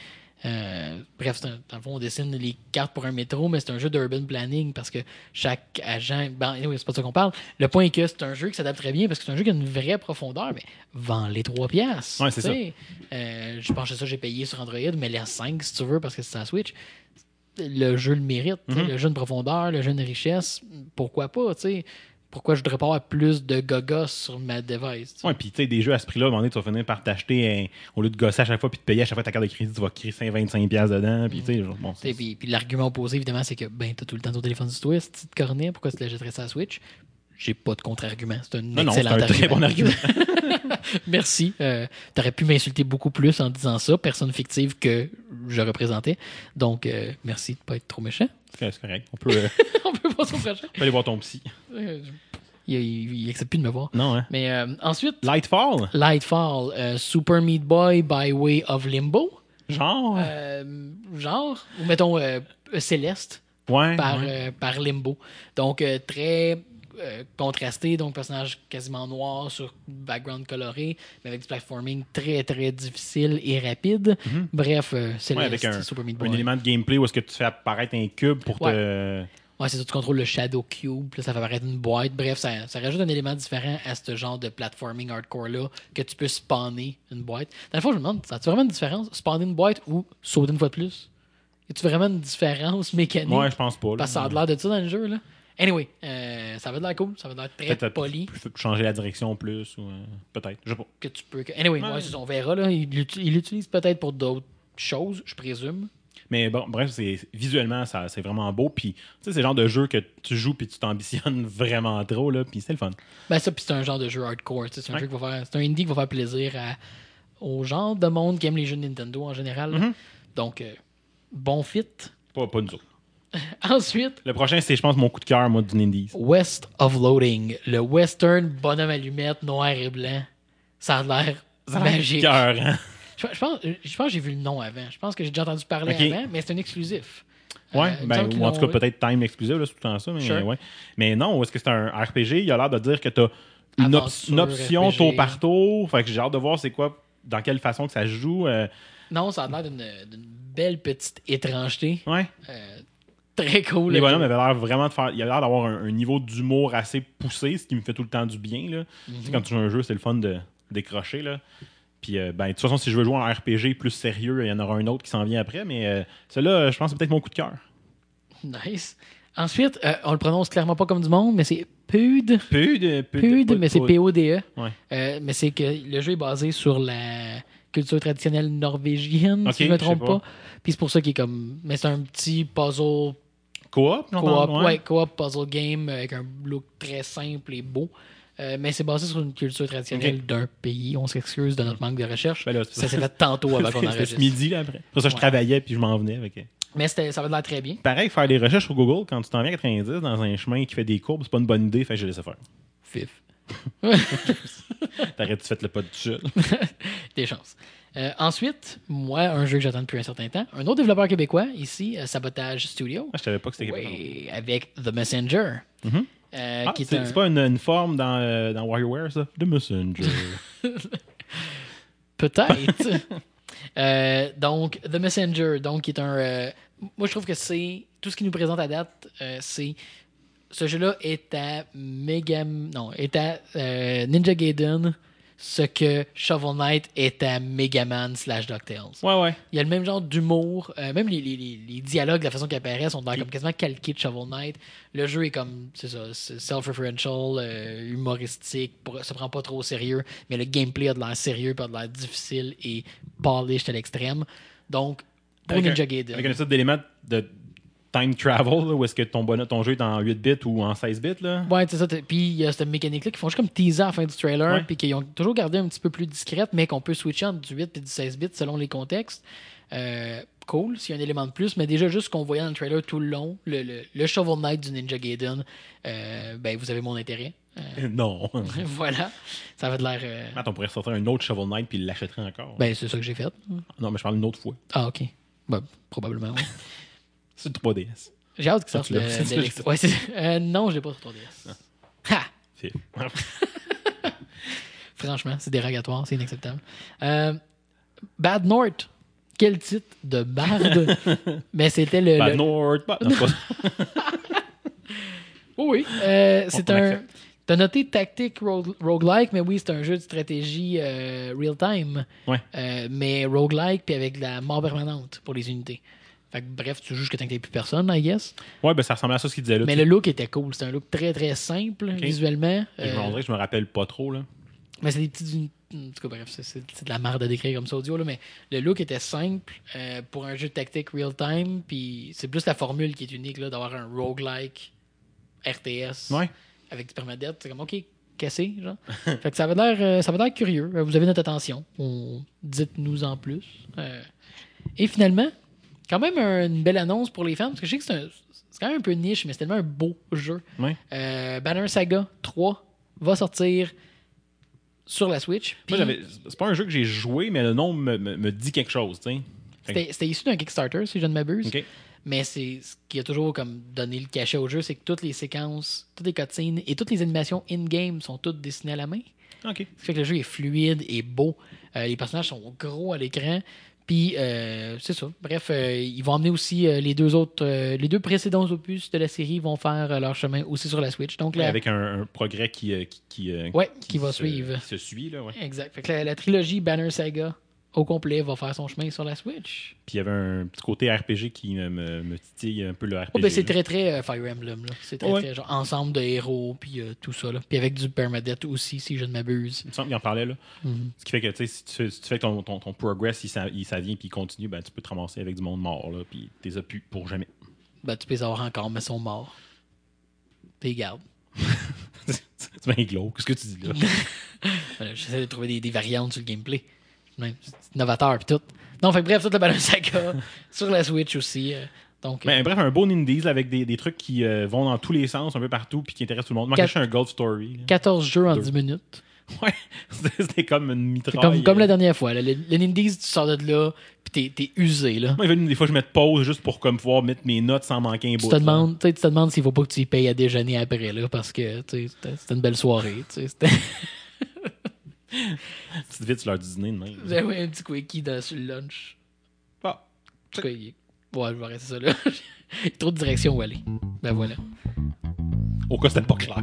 S1: euh, bref, c'est un- dans le fond, on dessine les cartes pour un métro, mais c'est un jeu d'urban planning parce que chaque agent. Ben, anyway, c'est pas de ça qu'on parle. Le point est que c'est un jeu qui s'adapte très bien parce que c'est un jeu qui a une vraie profondeur, mais vend les trois piastres.
S2: Ouais, c'est
S1: tu sais. Euh, je pense que ça, j'ai payé sur Android, mais les 5 si tu veux parce que c'est sur la Switch le jeu le mérite.
S2: Mhm.
S1: tu sais, Le jeu de profondeur, le jeu de richesse, pourquoi pas, tu sais? Pourquoi je voudrais pas avoir plus de gogos sur ma device? tu sais?
S2: Ouais, puis tu sais, des jeux à ce prix-là, à un moment donné, tu vas finir par t'acheter, un- au lieu de gosser à chaque fois, puis de payer à chaque fois ta carte de crédit, tu vas crisser 25$ dedans, puis tu sais, genre, bon,
S1: Tu sais,
S2: c'est-
S1: Puis, puis l'argument opposé, évidemment, c'est que ben, t'as tout le temps ton téléphone sur toi, ce petit cornet, pourquoi tu l'achèterais ça à Switch? J'ai pas de contre-argument. C'est un
S2: Non, non, c'est
S1: excellent
S2: un très bon argument.
S1: [LAUGHS] Merci. Euh, T'aurais pu m'insulter beaucoup plus en disant ça, personne fictive que je représentais. Donc, euh, merci de pas être trop méchant. [LAUGHS]
S2: c'est c'est correct. On peut, euh,
S1: On peut pas s'en fâcher.
S2: on peut aller voir ton psy.
S1: Euh, Il, il, il accepte plus de me voir.
S2: Non, hein?
S1: Mais euh, ensuite,
S2: Lightfall?
S1: Lightfall, euh, Super Meat Boy by way of Limbo,
S2: Genre?
S1: euh, genre, ou mettons euh, Céleste
S2: Ouais.
S1: par,
S2: ouais.
S1: euh, par Limbo. Donc, euh, très euh, contrasté, donc personnage quasiment noir sur background coloré, mais avec du platforming très, très difficile et rapide. Bref, euh, c'est
S2: Mhm. Ouais,
S1: le
S2: avec un,
S1: Super Meat
S2: un
S1: Boy.
S2: élément de gameplay où est-ce que tu fais apparaître un cube pour
S1: Ouais.
S2: te.
S1: Ouais, c'est ça, tu contrôles le Shadow Cube, puis là, ça fait apparaître une boîte. Bref, ça, ça rajoute un élément différent à ce genre de platforming hardcore-là, que tu peux spawner une boîte. Dans le fond, je me demande, as-tu vraiment une différence, spawner une boîte ou sauter une fois de plus? As-tu vraiment une différence mécanique?
S2: Ouais, je pense pas. là.
S1: Parce que ça a de l'air de ça dans le jeu, là. Anyway, euh, ça va de l'air cool, ça va de l'air très
S2: Peut-être
S1: poli.
S2: peut- peut- changer la direction plus ou euh, peut-être. Je sais pas.
S1: que tu peux. que- Anyway,
S2: Ouais.
S1: ouais, c'est ça, on verra. Là. Il l'uti- il l'utilise peut-être pour d'autres choses, je présume.
S2: Mais bon, bref, c'est visuellement ça, c'est vraiment beau. Puis tu sais, c'est le genre de jeu que tu joues puis tu t'ambitionnes [LAUGHS] vraiment trop là. Puis c'est le fun.
S1: Ben ça, puis c'est un genre de jeu hardcore. tu sais, C'est un
S2: Ouais.
S1: jeu qui va faire. C'est un indie qui va faire plaisir à, au genre de monde qui aime les jeux de Nintendo en général.
S2: Mhm.
S1: là. Donc, euh, bon fit. [LAUGHS]
S2: Pas, pas nous autres.
S1: Ensuite,
S2: Le prochain, c'est je pense mon coup de cœur moi du Indies.
S1: West of Loading. Le western bonhomme allumette noir et blanc. Ça a l'air magique. Euh,
S2: Cœur, hein?
S1: Je, je pense, je pense que j'ai vu le nom avant. Je pense que j'ai déjà entendu parler
S2: Ok.
S1: avant, mais c'est un exclusif.
S2: Ouais,
S1: Euh, il me
S2: ben,
S1: semble qu'ils
S2: ou en tout
S1: l'ont-
S2: cas peut-être time exclusive, là, c'est tout le temps ça, mais
S1: Sure.
S2: ouais. Mais non, est-ce que c'est un RPG? Il a l'air de dire que t'as une, op-
S1: Aventure,
S2: une option
S1: RPG.
S2: tour par tour. Fait que j'ai hâte de voir c'est quoi, dans quelle façon que ça se joue. euh,
S1: Non, ça a l'air d'une d'une belle petite étrangeté.
S2: ouais.
S1: Euh, très cool.
S2: Les
S1: le
S2: bonhommes
S1: jeu.
S2: avaient l'air vraiment de faire. Il avait l'air d'avoir un, un niveau d'humour assez poussé, ce qui me fait tout le temps du bien. Là. Tu sais, quand tu joues à un jeu, c'est le fun de décrocher. Là. Puis, euh, ben, de toute façon, si je veux jouer à un RPG plus sérieux, il y en aura un autre qui s'en vient après. Mais euh, celui-là, je pense que c'est peut-être mon coup de cœur.
S1: Nice. Ensuite, euh, on le prononce clairement pas comme du monde, mais c'est PUD.
S2: Peu de. peu de-
S1: PUD,
S2: pas de-
S1: mais c'est
S2: pas-
S1: P-O-D-E.
S2: Ouais.
S1: Euh, mais c'est que le jeu est basé sur la culture traditionnelle norvégienne, si
S2: Ok,
S1: je me
S2: je sais
S1: trompe
S2: pas.
S1: pas. Puis c'est pour ça qu'il est comme. Mais c'est un petit puzzle
S2: Co-op, j'entends,
S1: Co-op, ouais, co-op puzzle game avec un look très simple et beau. Euh, mais c'est basé sur une culture traditionnelle d'un pays. On s'excuse de notre manque de recherche.
S2: Ben là, c'est-
S1: ça s'est fait tantôt
S2: [LAUGHS]
S1: avant qu'on
S2: C'était ce
S1: enregistre.
S2: midi, là, après. Pour ça, je travaillais, puis je m'en venais avec.
S1: Mais c'était- ça va de l'air très bien.
S2: Pareil, faire des recherches sur Google, quand tu t'en viens à 90 dans un chemin qui fait des courbes, c'est pas une bonne idée, fait que je laissé faire.
S1: Fif. [LAUGHS]
S2: T'arrêtes, tu fais le pas du chat.
S1: Des chances. Euh, ensuite, moi, un jeu que j'attends depuis un certain temps, un autre développeur québécois, ici, euh, Sabotage Studio,
S2: [LAUGHS] Je savais pas que c'était
S1: Oui,
S2: capable.
S1: avec The Messenger, euh,
S2: Ah,
S1: qui
S2: c'est
S1: est un-
S2: c'est pas une, une forme dans, euh, dans WarioWare, ça? The Messenger.
S1: [LAUGHS]
S2: [LAUGHS]
S1: Peut-être. Euh, donc, The Messenger, donc, qui est un. euh, moi, je trouve que c'est. Tout ce qu'il nous présente à date, euh, c'est. Ce jeu-là est à Mega. Non, est à euh, Ninja Gaiden, ce que Shovel Knight est à Mega Man slash DuckTales.
S2: ouais, ouais.
S1: Il y a le même genre d'humour. euh, même les, les- les- les dialogues, la façon qu'ils apparaissent, sont dans- comme quasiment calqués de Shovel Knight. Le jeu est comme, c'est ça, c'est self-referential, euh, humoristique, pour- se prend pas trop au sérieux, mais le gameplay a de l'air sérieux, puis a de l'air difficile et polished à l'extrême. Donc, pour
S2: Avec un-
S1: Ninja Gaiden.
S2: Avec un sorte d'élément de time travel, là, où est-ce que ton, bonhomme- ton jeu est en 8 bits ou en 16 bits, là?
S1: Ouais, c'est ça. t'as- Puis il y a cette mécanique-là qu'ils font juste comme teaser à la fin du trailer,
S2: Ouais.
S1: puis qu'ils ont toujours gardé un petit peu plus discrète, mais qu'on peut switcher entre du 8 et du 16 bits selon les contextes. Euh, cool, s'il y a un élément de plus, mais déjà juste ce qu'on voyait dans le trailer tout le long, le, le, le Shovel Knight du Ninja Gaiden, euh, ben vous avez mon intérêt. [LAUGHS] Euh,
S2: [LAUGHS] Non.
S1: voilà, ça va de l'air. euh,
S2: Attends, on pourrait sortir un autre Shovel Knight puis il l'achèterait encore.
S1: Ben c'est ça que j'ai fait.
S2: Non, mais je parle une autre fois.
S1: Ah, ok. Ben, probablement. ouais.
S2: C'est le 3DS.
S1: J'ai hâte que ça sorte
S2: Ah, tu l'as-
S1: le.
S2: c'est ça, Ah.
S1: le-
S2: j'ai ça.
S1: Ouais, c'est- euh, non, je l'ai pas sur 3DS. Ha!
S2: C'est-
S1: Franchement, c'est dérogatoire, c'est inacceptable. Euh, Bad North. Quel titre de
S2: [LAUGHS]
S1: barde. Mais c'était le.
S2: Bad
S1: le-
S2: [LAUGHS] North, Bad- non, c'est pas-
S1: Oui, oui. Euh, c'est
S2: On
S1: un.
S2: accepte.
S1: T'as noté Tactic Rogue- Roguelike, mais oui, c'est un jeu de stratégie euh, real-time.
S2: Ouais.
S1: Euh, mais roguelike, puis avec de la mort permanente pour les unités. Fait que, bref, tu joues jusqu'à temps que t'aies plus personne, I guess.
S2: Ouais, ben ça ressemblait à ça ce qu'il disait là.
S1: Mais le look était cool. C'était un look très, très simple, visuellement.
S2: Je me
S1: Euh,
S2: rendrais que je me rappelle pas trop, là.
S1: Mais c'est des petites unités. En tout cas, bref, c'est- c'est c'est de la merde à décrire comme ça audio, là, mais le look était simple euh, pour un jeu de tactique real-time, puis c'est plus la formule qui est unique, là, d'avoir un roguelike RTS
S2: Ouais.
S1: avec du permadeath. C'est comme, OK, cassé, genre. [LAUGHS] fait que ça avait l'air euh, ça avait l'air curieux. Euh, Vous avez notre attention. On- Dites-nous en plus. Euh, et finalement, quand même une belle annonce pour les fans, parce que je sais que c'est un- c'est quand même un peu niche, mais c'est tellement un beau jeu.
S2: Ouais.
S1: Euh, Banner Saga 3 va sortir sur la Switch. Puis
S2: Moi, j'avais- C'est pas un jeu que j'ai joué, mais le nom me, me- me dit quelque chose, tu sais. Fait que-
S1: C'était c'était issu d'un Kickstarter, si je ne m'abuse.
S2: Ok.
S1: Mais c'est ce qui a toujours comme donné le cachet au jeu, c'est que toutes les séquences, toutes les cutscenes et toutes les animations in-game sont toutes dessinées à la main.
S2: OK.
S1: Ce qui fait que le jeu est fluide et beau. Euh, les personnages sont gros à l'écran. Puis, euh, c'est ça. Bref, euh, ils vont emmener aussi euh, les deux autres, euh, les deux précédents opus de la série vont faire euh, leur chemin aussi sur la Switch. Donc, la-
S2: Avec un, un progrès qui, euh, qui, qui, euh,
S1: Ouais, qui va
S2: se-
S1: suivre.
S2: qui se suit, là, ouais.
S1: exact. Fait que la, la trilogie Banner Saga au complet va faire son chemin sur la Switch.
S2: Puis il y avait un petit côté RPG qui me, me- me titille un peu le RPG.
S1: Oh, ben, c'est
S2: là.
S1: très très euh, Fire Emblem. là. C'est très
S2: Ouais.
S1: très genre ensemble de héros, puis euh, tout ça. là. Puis avec du permadeath aussi, si je ne m'abuse.
S2: Il me semble qu'il en parlait, là.
S1: Mhm.
S2: Ce qui fait que, tu sais, si tu, si tu fais ton, ton, ton progress, il s'en- il s'en vient, puis il continue, ben, tu peux te ramasser avec du monde mort, là, puis t'es as plus pour jamais. [LAUGHS]
S1: Ben, tu peux les avoir encore, mais ils sont morts. Puis ils gardent.
S2: c'est bien glauque, qu'est-ce que
S1: [LAUGHS]
S2: tu dis, là?
S1: Voilà, Euh, J'essaie de trouver des, des variantes sur le gameplay. Même, c'est innovateur puis tout. Non, fait que bref, tout le Banner
S2: [LAUGHS]
S1: Saga sur la Switch aussi. euh, donc, euh,
S2: Mais Ben, bref, un beau Nindies là, avec des, des trucs qui euh, vont dans tous les sens, un peu partout, puis qui intéressent tout le monde. Moi,
S1: Quatre-
S2: je suis un Gold Story. là. [LAUGHS]
S1: 14 jeux en
S2: Deux.
S1: 10 minutes.
S2: Ouais, c'était c'était comme une mitraille.
S1: Comme, comme
S2: euh,
S1: la dernière fois. là. Le, le Nindies, tu sors de là, puis t'es, t'es usé. Là.
S2: Moi, il y a une- des fois, je mets de pause juste pour comme pouvoir mettre mes notes sans manquer un
S1: Tu
S2: bout.
S1: te
S2: là.
S1: demandes, tu sais, tu te demandes s'il faut pas que tu y payes à déjeuner après, là, parce que tu sais, c'était c'était une belle soirée. tu sais, [LAUGHS] C'était
S2: Petite vite sur leur dîner de même.
S1: J'avais un petit quickie dans, sur le lunch.
S2: Ah.
S1: En tout cas, il- ouais, je vais rester ça là. [LAUGHS] Il y a trop de directions où aller. Ben voilà.
S2: Au cas, c'était pas clair.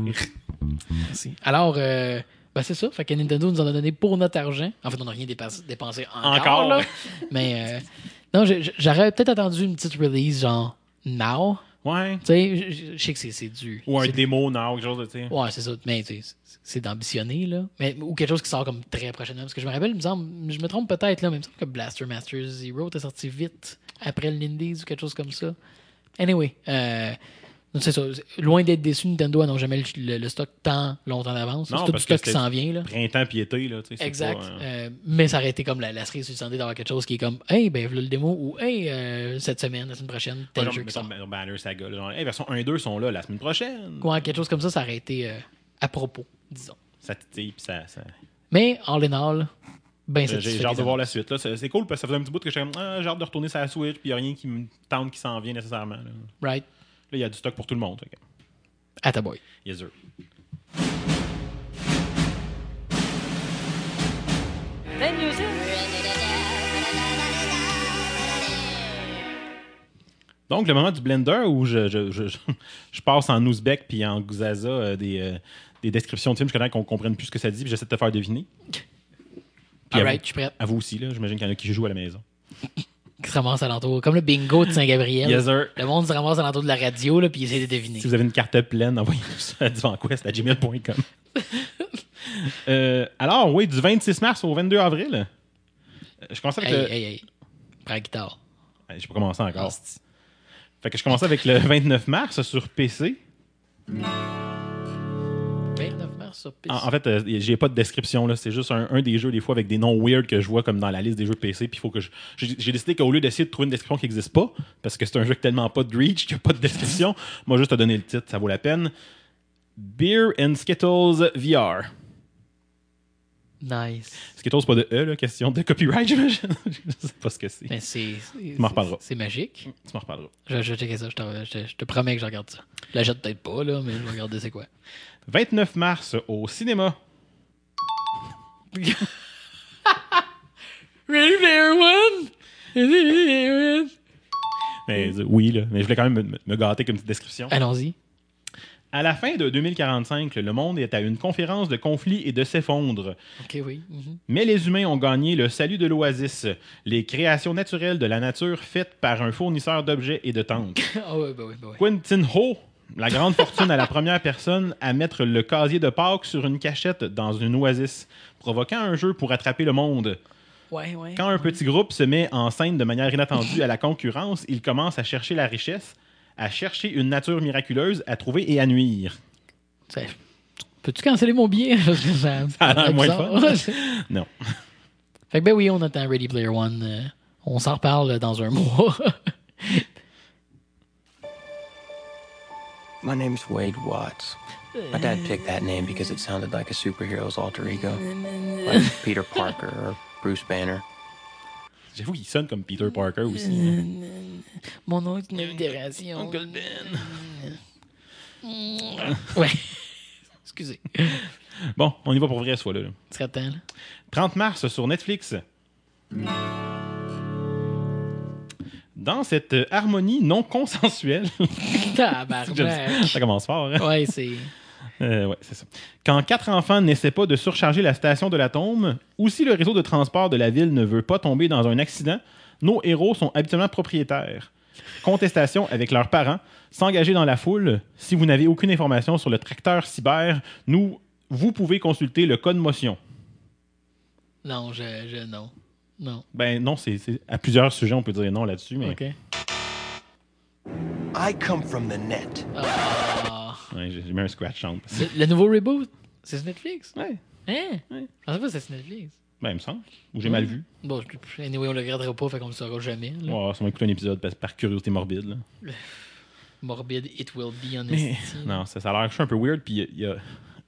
S1: Alors, euh, ben c'est ça. Fait que Nintendo nous en a donné pour notre argent. En fait, on n'a rien dépassé- dépensé encore.
S2: Encore.
S1: là. [LAUGHS] Mais euh, non, je- je- j'aurais peut-être attendu une petite release genre now.
S2: Ouais.
S1: Tu sais, je- je je sais que c'est- c'est du.
S2: Ou un
S1: c'est- Oh,
S2: démo, non, quelque chose de, tu sais.
S1: Ouais, c'est ça. Mais tu sais, c'est- c'est d'ambitionner, là. Mais, ou quelque chose qui sort comme très prochainement. Parce que je me rappelle, il me semble, je me trompe peut-être, là, mais il me semble que Blaster Master Zero était sorti vite après le Nindies ou quelque chose comme ça. Anyway, euh, donc c'est ça. Loin d'être déçu, Nintendo n'a jamais le, le- le stock tant longtemps d'avance.
S2: Non,
S1: C'est tout du
S2: parce
S1: stock
S2: que
S1: qui
S2: c'était-
S1: s'en vient, là.
S2: Printemps puis été, là, tu sais. c'est
S1: Exact.
S2: pas, euh,
S1: Euh, mais ça aurait été comme la, la cerise sur le sandwich d'avoir quelque chose qui est comme Hey, ben, voilà le démo ou Hey, euh, cette semaine, la semaine prochaine, tel
S2: genre,
S1: jeu qui
S2: mettons,
S1: sort.
S2: Banner- Banner Saga, là, genre, hey, version 1-2 sont là la semaine prochaine.
S1: Ouais, quelque chose comme ça, ça aurait été euh, à propos, disons.
S2: Ça titille, puis ça. ça-
S1: Mais, all in all, ben
S2: J'ai-
S1: satisfait.
S2: J'ai
S1: des
S2: hâte de
S1: annonces.
S2: voir la suite. là. C'est c'est cool parce que ça faisait un petit bout que j'étais comme, ah, j'ai hâte de retourner sur la Switch, puis il a rien qui me tente qui s'en vient nécessairement. Là, Là,
S1: Right.
S2: il y a du stock pour tout le monde. fait que-
S1: À ta boy.
S2: Yes, sir.
S4: Then you do.
S2: Donc, le moment du Blender où je, je, je, [LAUGHS] je- je passe en ouzbek puis en gouzaza euh, des, euh, des descriptions de films jusqu'à temps qu'on comprenne plus ce que ça dit, puis j'essaie de te faire deviner. Puis à,
S1: Alright, je
S2: vous,
S1: suis prête.
S2: à vous aussi, là, j'imagine qu'il y en a qui jouent à la maison.
S1: Qui se ramasse alentour. Comme le bingo de Saint-Gabriel.
S2: [LAUGHS] Yes, sir.
S1: Le monde se ramasse alentour de la radio, là, puis essaie de deviner.
S2: Si vous avez une carte pleine, envoyez-nous ça à
S1: [LAUGHS]
S2: divanquest.gmail.com. Euh, alors, oui, du 26 mars au 22 avril. Euh, Je commençais avec
S1: Hey,
S2: le...
S1: hey, hey. Prends la guitare.
S2: Hey, J'ai pas commencé encore.
S1: Hostie.
S2: Fait que je commençais avec le 29 mars sur PC.
S1: 29 mars sur PC.
S2: En, en fait, euh, j'ai pas de description. là. C'est juste un, un des jeux, des fois, avec des noms weird que je vois comme dans la liste des jeux PC. Puis il faut que je- J'ai j'ai décidé qu'au lieu d'essayer de trouver une description qui n'existe pas, parce que c'est un jeu qui a tellement pas de reach qu'il n'y a pas de description, [LAUGHS] moi, juste te donner le titre, ça vaut la peine. Beer and Skittles VR.
S1: Nice.
S2: Skittles, pas de E, là, question de copyright, [LAUGHS] j'imagine. je sais pas ce que c'est.
S1: Mais c'est. Tu
S2: m'en reparleras.
S1: C'est magique.
S2: Tu m'en reparleras.
S1: Je, je vais checker ça. Je, t'en- je te- je te promets que je regarde ça. Je la jette peut-être pas, là, mais je vais regarder c'est quoi.
S2: 29 mars au cinéma.
S1: Ready Player One! Ready Player One!
S2: Mais
S1: Mm.
S2: euh, oui, là. Mais je voulais quand même me, me gâter comme petite description.
S1: Allons-y.
S2: À la fin de 2045, le monde est à une conférence de conflits et de s'effondre.
S1: Ok, oui. Mhm.
S2: Mais les humains ont gagné le salut de l'oasis, les créations naturelles de la nature faites par un fournisseur d'objets et de tentes.
S1: [LAUGHS] Ah, ouais, bah, ouais, bah, ouais.
S2: Quentin Ho, la grande fortune à la première personne à mettre le casier de Pâques sur une cachette dans une oasis, provoquant un jeu pour attraper le monde.
S1: Ouais, ouais.
S2: Quand un petit groupe se met en scène de manière inattendue à la concurrence, il commence à chercher la richesse, à chercher une nature miraculeuse, à trouver et à nuire.
S1: Ça- Peux-tu canceller mon billet? [LAUGHS] Parce que ça,
S2: a l'air moins
S1: bizarre.
S2: le Non.
S1: [LAUGHS] fait que ben oui, on attend Ready Player One. Euh, on s'en reparle euh, dans un [LAUGHS] mois.
S7: My name's Wade Watts. My dad picked that name because it sounded like a superhero's alter ego, like Peter Parker or Bruce Banner.
S2: J'avoue, il sonne comme Peter Parker aussi.
S1: Mon nom est une allitération. Uncle Ben. [LAUGHS] Ouais. Excusez.
S2: Bon, on y va pour vrai, ce fois-là. là.
S1: Tu seras temps, là.
S2: [LAUGHS] 30 mars sur Netflix. Dans cette euh, harmonie non consensuelle, [LAUGHS]
S1: Tabarnak.
S2: ça commence fort. hein?
S1: Ouais, c'est.
S2: Euh, ouais, c'est ça. Quand quatre enfants n'essaient pas de surcharger la station de l'atome, ou si le réseau de transport de la ville ne veut pas tomber dans un accident, nos héros sont habituellement propriétaires. Contestation avec leurs parents, s'engager dans la foule. Si vous n'avez aucune information sur le tracteur cyber, nous, vous pouvez consulter le code motion.
S1: Non, je, je. Non. Non.
S2: Ben non, c'est c'est- à plusieurs sujets, on peut dire non là-dessus, mais
S1: Ok.
S7: I come from the net.
S1: Ah.
S2: ouais, j'ai j'ai mis un scratch sound.
S1: Le, le nouveau reboot, c'est sur Netflix?
S2: Ouais,
S1: Hein?
S2: Ouais.
S1: Je pensais pas que c'était sur Netflix.
S2: ben il me semble. Ou j'ai mal vu.
S1: Bon, je- anyway, on le regardera pas, fait qu'on le saura jamais. là.
S2: Ouais, ça m'a écouté un épisode parce- par curiosité morbide.
S1: [LAUGHS]
S2: là.
S1: Morbid, it will be on
S2: Mais
S1: esti.
S2: non, ça, ça a l'air je suis un peu weird, puis il y a,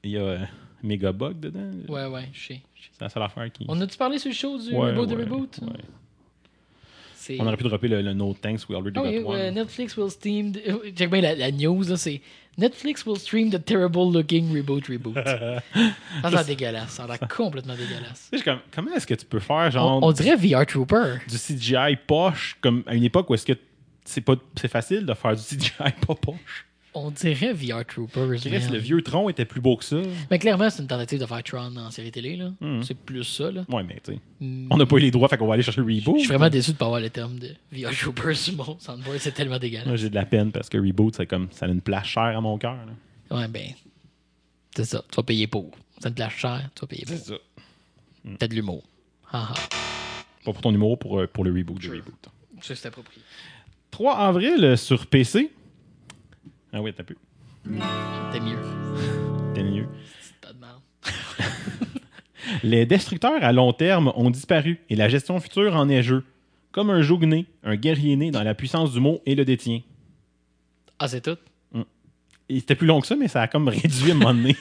S2: il y a, euh, Megabug dedans.
S1: Ouais, ouais, je sais. je sais.
S2: Ça, ça a l'affaire qui.
S1: On a-tu parlé sur le show du
S2: Ouais,
S1: reboot de
S2: ouais,
S1: reboot?
S2: ouais.
S1: C'est...
S2: On aurait pu dropper le, le No Thanks, We Already
S1: Ah oui,
S2: Got One.
S1: euh, Netflix will stream... the- euh, Check bien la, la news, là, c'est... Netflix will stream the terrible looking reboot
S2: [LAUGHS]
S1: reboot. ça a l'air dégueulasse. Ça a l'air complètement dégueulasse.
S2: Tu sais, je suis comme, comment est-ce que tu peux faire genre
S1: On, on dirait VR Trooper.
S2: du CGI poche comme à une époque où est-ce que c'est pas c'est facile de faire du CGI pas poche.
S1: On dirait VR Trooper.
S2: Chris, le vieux tronc était plus beau que ça.
S1: Mais clairement, c'est une tentative de faire Tron en série télé. Là.
S2: Hmm.
S1: C'est plus ça. Là.
S2: Ouais, mais tu sais, on n'a pas eu les droits, fait qu'on va aller chercher Reboot.
S1: Hmm. Je suis vraiment déçu de pas avoir le terme de VR Trooper [LAUGHS] sur mon soundboard. C'est tellement dégueulasse.
S2: Moi, j'ai de la peine parce que Reboot, c'est comme ça a une place chère à mon cœur. là.
S1: Ouais, ben, c'est ça. Tu vas payer pour. Ça te lâche cher, tu vas payer pour.
S2: ça. Hmm.
S1: T'as de l'humour. Ah ah.
S2: Pas pour ton humour, pour, euh, pour le reboot du reboot.
S1: Ça, c'est approprié.
S2: 3 avril euh, sur PC. Ah oui, t'as pu.
S1: T'es mieux.
S2: T'es mieux.
S1: C'est pas de merde.
S2: Les destructeurs à long terme ont disparu et la gestion future en est jeu. Comme un jougné, un guerrier né dans la puissance du mot et le détient.
S1: Ah, c'est tout?
S2: Et c'était plus long que ça, mais ça a comme [LAUGHS] réduit à un
S1: [LAUGHS]
S2: moment donné.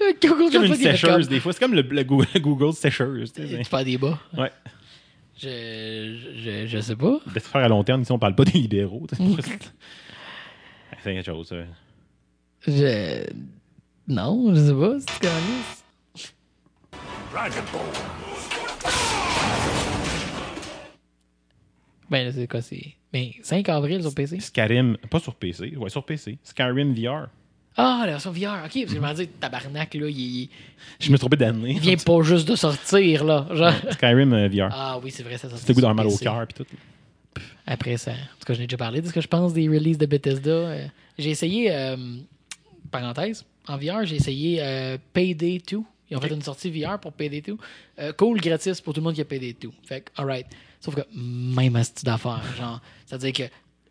S1: Euh,
S2: C'est comme une sécheuse des fois. C'est comme le, le Google, le Google sécheuse. tu sais,
S1: Tu
S2: mais-
S1: fais des bas.
S2: Ouais.
S1: Je, je, je sais pas.
S2: Les destructeurs à long terme, ici, on parle pas [LAUGHS] des libéraux. tu
S1: Mm.
S2: sais. C'est quelque chose. hein. ça.
S1: Je... Non, je sais pas. C'est caliste. Ben là, c'est quoi, c'est... Ben, 5 avril sur PC.
S2: Skyrim, pas sur PC, ouais, sur PC. Skyrim VR.
S1: Ah, la version VR. OK, parce que je m'en dis, tabarnak, là, il,
S2: Je me trompais d'année.
S1: il vient pas juste de sortir, là. Genre...
S2: [LAUGHS] Skyrim euh, VR.
S1: Ah oui, c'est vrai, ça sort.
S2: C'était goût d'un mal au
S1: PC.
S2: cœur puis tout.
S1: Ah, Après ça. En tout cas, je n'ai déjà parlé de ce que je pense des releases de Bethesda. Euh, j'ai essayé, euh, parenthèse, en VR, j'ai essayé euh, Payday 2. Ils ont fait une sortie VR pour Payday 2. Euh, cool, gratis pour tout le monde qui a Payday 2. Fait que, alright. Sauf que, même astuce d'affaires, genre, c'est-à-dire que,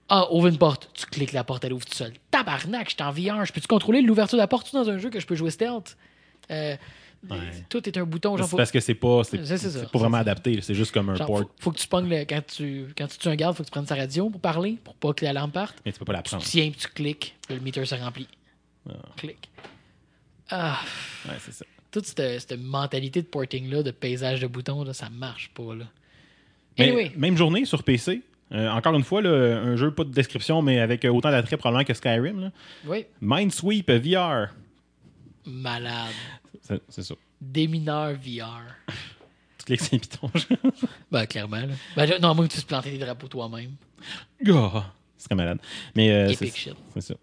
S1: ah, ouvre une porte, tu cliques la porte, elle ouvre toute seule. Tabarnak, je suis en VR, je peux-tu contrôler l'ouverture de la porte tout dans un jeu que je peux jouer stealth? Euh, Tout est un bouton, genre,
S2: C'est
S1: faut-
S2: parce que c'est pas, c'est,
S1: C'est- c'est ça.
S2: c'est pas vraiment adapté. là. C'est juste comme un
S1: Genre,
S2: port.
S1: faut, faut que tu pognes le- quand tu quand tu tues un garde, faut que tu prennes sa radio pour parler, pour pas que la lampe parte.
S2: Mais tu peux pas la
S1: Tu [LAUGHS]
S2: prendre.
S1: tiens, puis tu cliques, puis le meter se remplit. Clic. Ah,
S2: Ouais, c'est ça.
S1: toute cette, cette mentalité de porting-là, de paysage de boutons, là, ça marche pas. Là.
S2: Mais
S1: Anyway,
S2: Même journée sur PC. euh, encore une fois, là, un jeu pas de description, mais avec euh, autant d'attrait probablement que Skyrim. là.
S1: oui,
S2: Minesweep VR.
S1: malade.
S2: C'est, c'est ça.
S1: Démineur VR.
S2: Tu cliques sur les [LAUGHS] pitons.
S1: Ben, clairement. Là. Ben, je- non, moi, tu te planter des drapeaux toi-même.
S2: Gah! c'est très malade. Mais, euh,
S1: Epic
S2: c'est,
S1: shit.
S2: c'est ça.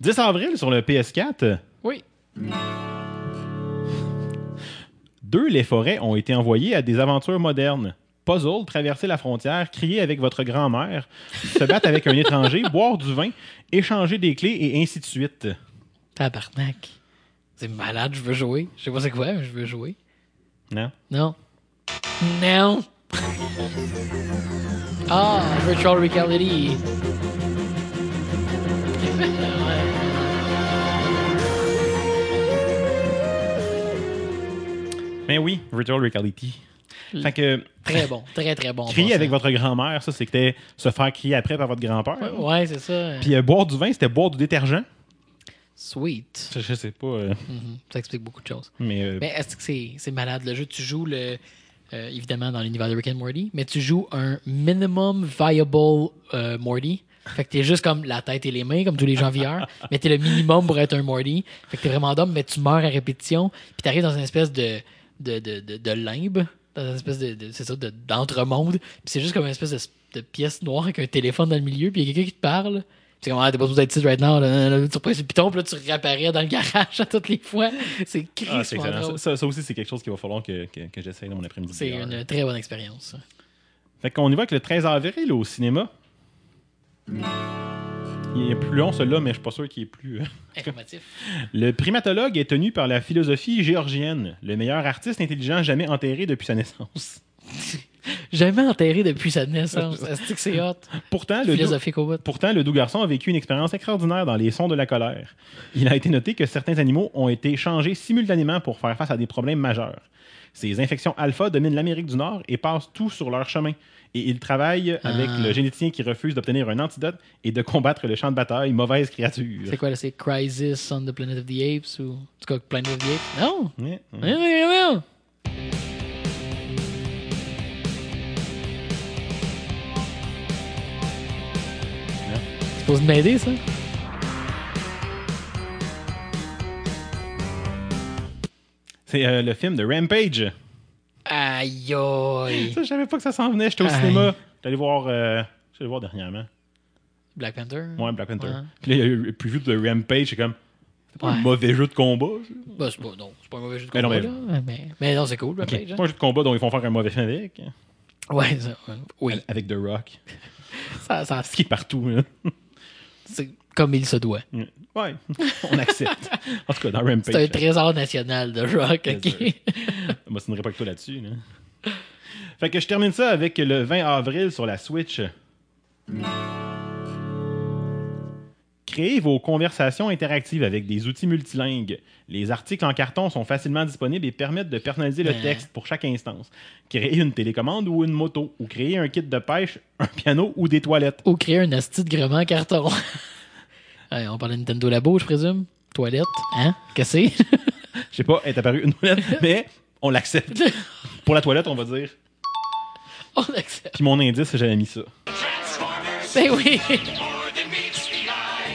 S2: 10 avril sur le PS4, euh,
S1: Oui.
S2: deux les forêts ont été envoyés à des aventures modernes. Puzzle, traverser la frontière, crier avec votre grand-mère, se battre avec un étranger, [LAUGHS] boire du vin, échanger des clés et ainsi de suite.
S1: Tabarnak. C'est malade, je veux jouer. Je sais pas c'est quoi, mais je veux jouer.
S2: Non?
S1: Non. Non. Ah, virtual reality.
S2: Ben oui, Virtual Reality. Fait que
S1: Très bon, très très bon.
S2: crier
S1: Pensez.
S2: avec votre grand-mère, ça c'était se faire crier après par votre grand-père.
S1: Ouais, c'est ça.
S2: Puis euh, boire du vin, c'était boire du détergent.
S1: Sweet.
S2: Je, je sais pas, euh,
S1: Mhm. Ça explique beaucoup de choses.
S2: mais euh,
S1: Mais est-ce que c'est c'est malade le jeu? Tu joues le. euh, évidemment dans l'univers de Rick and Morty, mais tu joues un minimum viable euh, Morty. Fait que t'es juste comme la tête et les mains, comme tous les gens VR, mais t'es le minimum pour être un Morty. Fait que t'es vraiment d'homme, mais tu meurs à répétition. Puis t'arrives dans une espèce de, de, de, de, de limbe, dans une espèce de, de- c'est ça, de- d'entremonde. Puis c'est juste comme une espèce de, de pièce noire avec un téléphone dans le milieu, puis il y a quelqu'un qui te parle. C'est comme, ah, t'es pas supposé être ici right now. là, là, là, Tu reprends sur le piton, puis là, tu réapparais dans le garage [LAUGHS] à toutes les fois. C'est
S2: Ah, c'est
S1: crissement
S2: excellent.
S1: drôle.
S2: Ça, ça- ça aussi, c'est quelque chose qu'il va falloir que, que, que j'essaye dans mon après-midi.
S1: C'est
S2: VR.
S1: une très bonne expérience.
S2: Fait qu'on y va avec le 13 avril au cinéma. Il est plus long celui-là, mais je suis pas sûr qu'il est plus. euh.
S1: [LAUGHS] Informatif.
S2: [LAUGHS] Le primatologue est tenu par la philosophie géorgienne, le meilleur artiste intelligent jamais enterré depuis sa naissance.
S1: Jamais enterré depuis sa
S2: [LAUGHS]
S1: naissance. Est-ce que c'est hot?
S2: Pourtant, le, doux,
S1: Philosophique au bout.
S2: pourtant, le doux garçon a vécu une expérience extraordinaire dans les sons de la colère. Il a été noté que certains animaux ont été changés simultanément pour faire face à des problèmes majeurs. Ces infections alpha dominent l'Amérique du Nord et passent tout sur leur chemin. Et ils travaillent avec
S1: Ah.
S2: le généticien qui refuse d'obtenir un antidote et de combattre le champ de bataille, mauvaise créature.
S1: C'est quoi, là? C'est Crisis on the Planet of the Apes ou. En tout cas, Planet of the Apes? Non!
S2: Ouais, ouais.
S1: Non, non, non! C'est supposé m'aider, ça?
S2: C'est euh, le film de Rampage.
S1: Aïe, aïe!
S2: Ça, je savais pas que ça s'en venait. J'étais au
S1: Aïe.
S2: cinéma. J'étais allé voir, euh, j'étais allé voir dernièrement.
S1: Black Panther?
S2: Ouais, Black Panther.
S1: Ouais.
S2: Puis là, il y a eu le preview de Rampage. C'est comme. C'est pas
S1: Ouais.
S2: un mauvais jeu de combat. ça.
S1: Bah, c'est pas, non, c'est pas un mauvais jeu de
S2: Mais
S1: combat, mais
S2: non, mais-
S1: non, mais... Mais, non, c'est cool, Black
S2: C'est
S1: Page. hein.
S2: pas un jeu de combat dont ils font faire un mauvais film avec. hein.
S1: Ouais, ça, ouais.
S2: [LAUGHS]
S1: oui.
S2: Avec The Rock.
S1: Ça, ça,
S2: Ce qui est partout. hein. là.
S1: c'est comme il se doit.
S2: [LAUGHS] Ouais, [LAUGHS] on accepte. en tout cas, dans Rampage.
S1: C'est un trésor national de rock,
S2: sûr.
S1: ok?
S2: Je m'obstinerai pas avec toi là-dessus. là. Fait que je termine ça avec le 20 avril sur la Switch. Créez vos conversations interactives avec des outils multilingues. Les articles en carton sont facilement disponibles et permettent de personnaliser le
S1: Ben.
S2: texte pour chaque instance. Créez une télécommande ou une moto, ou créer un kit de pêche, un piano ou des toilettes.
S1: [LAUGHS] Ou créer un asti de gréement en carton. [LAUGHS] Ouais, on parlait de Nintendo Labo, je présume. Toilette, hein? Qu'est-ce que c'est? [LAUGHS]
S2: Je sais pas, est apparue une toilette, mais on l'accepte. Pour la toilette, on va dire.
S1: On accepte.
S2: Puis mon indice, j'avais mis ça.
S1: Ben oui!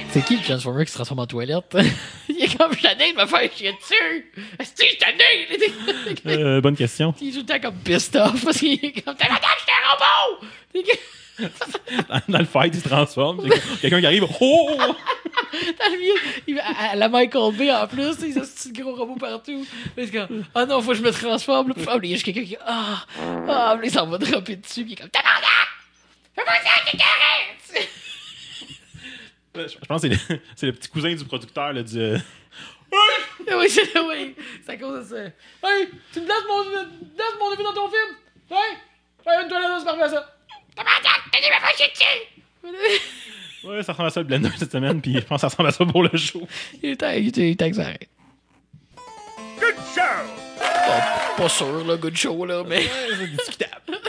S1: C'est qui le Transformer qui se transforme en toilette? [LAUGHS] Il est comme, je suis tanné de me faire chier dessus! Est-ce que je suis tanné? [LAUGHS]
S2: Euh, bonne question.
S1: Il est tout le temps comme pissed off parce qu'il est comme, t'as la tâche, t'es un robot!
S2: dans, dans le fight, il se transforme. C'est comme- Quelqu'un qui arrive, oh!
S1: Dans le milieu, il- à, à la Michael Bay en plus, il y a ce petit gros robot partout. Là, c'est comme, ah non, faut que je me transforme. là. Puis, ah, mais il y a juste quelqu'un qui, ah, ah, puis là, il s'en va dropper dessus. Puis il est comme, tabarnak! Fais pas ça, t'es carré!
S2: Je je pense que c'est le, c'est le petit cousin du producteur là, du. euh,
S1: [LAUGHS] Oui, c'est oui, c'est à cause de ça. Hey, tu me laisses mon, laisses mon début dans ton film! Hey! Hey, une toilette, c'est parfait à ça! Tabarnak! T'as dit, mais chier dessus!
S2: Ouais, ça ressemble à ça le blender cette semaine, puis je pense que ça ressemble à ça pour le show.
S1: [LAUGHS] Il était, il était, il était que ça arrête. Pas sûr, là, good show, là, mais.
S2: C'est discutable.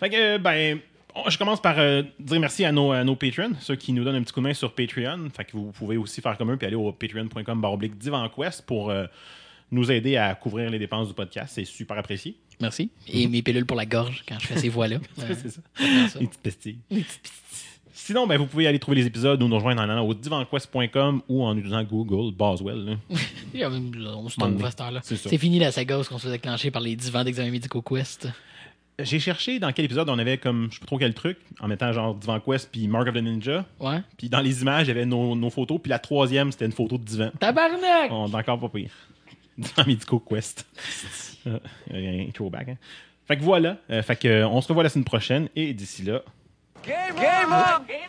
S2: Fait que, euh, ben. on- Je commence par euh, dire merci à nos, à nos patrons, ceux qui nous donnent un petit coup de main sur Patreon. Fait que vous pouvez aussi faire comme eux puis aller au patreon.com baroblique divanquest pour euh, nous aider à couvrir les dépenses du podcast. C'est super apprécié.
S1: Merci. Et mes pilules pour la gorge quand je fais ces [LAUGHS] voix-là. Euh,
S2: C'est ça.
S1: ça.
S2: Les petites pastilles. Sinon, ben, vous pouvez aller trouver les épisodes ou nous rejoindre en allant au divanquest.com ou en utilisant Google Boswell. [LAUGHS] là.
S1: on se tombe à cette heure-là.
S2: C'est ça.
S1: C'est fini la saga où on se faisait clencher par les divans d'examen médicaux Quest.
S2: J'ai cherché dans quel épisode on avait comme, je sais pas trop quel truc, en mettant genre Divan Quest puis Mark of the Ninja.
S1: Ouais.
S2: Puis dans les images, il y avait nos, nos photos. Puis la troisième, c'était une photo de Divan.
S1: Tabarnak!
S2: On est encore pas pire. [LAUGHS] Divan Medico [LAUGHS] Quest. Euh, un throwback. hein. Fait que voilà. Euh, fait que, euh, on se revoit la semaine prochaine. Et d'ici là.
S3: Game on!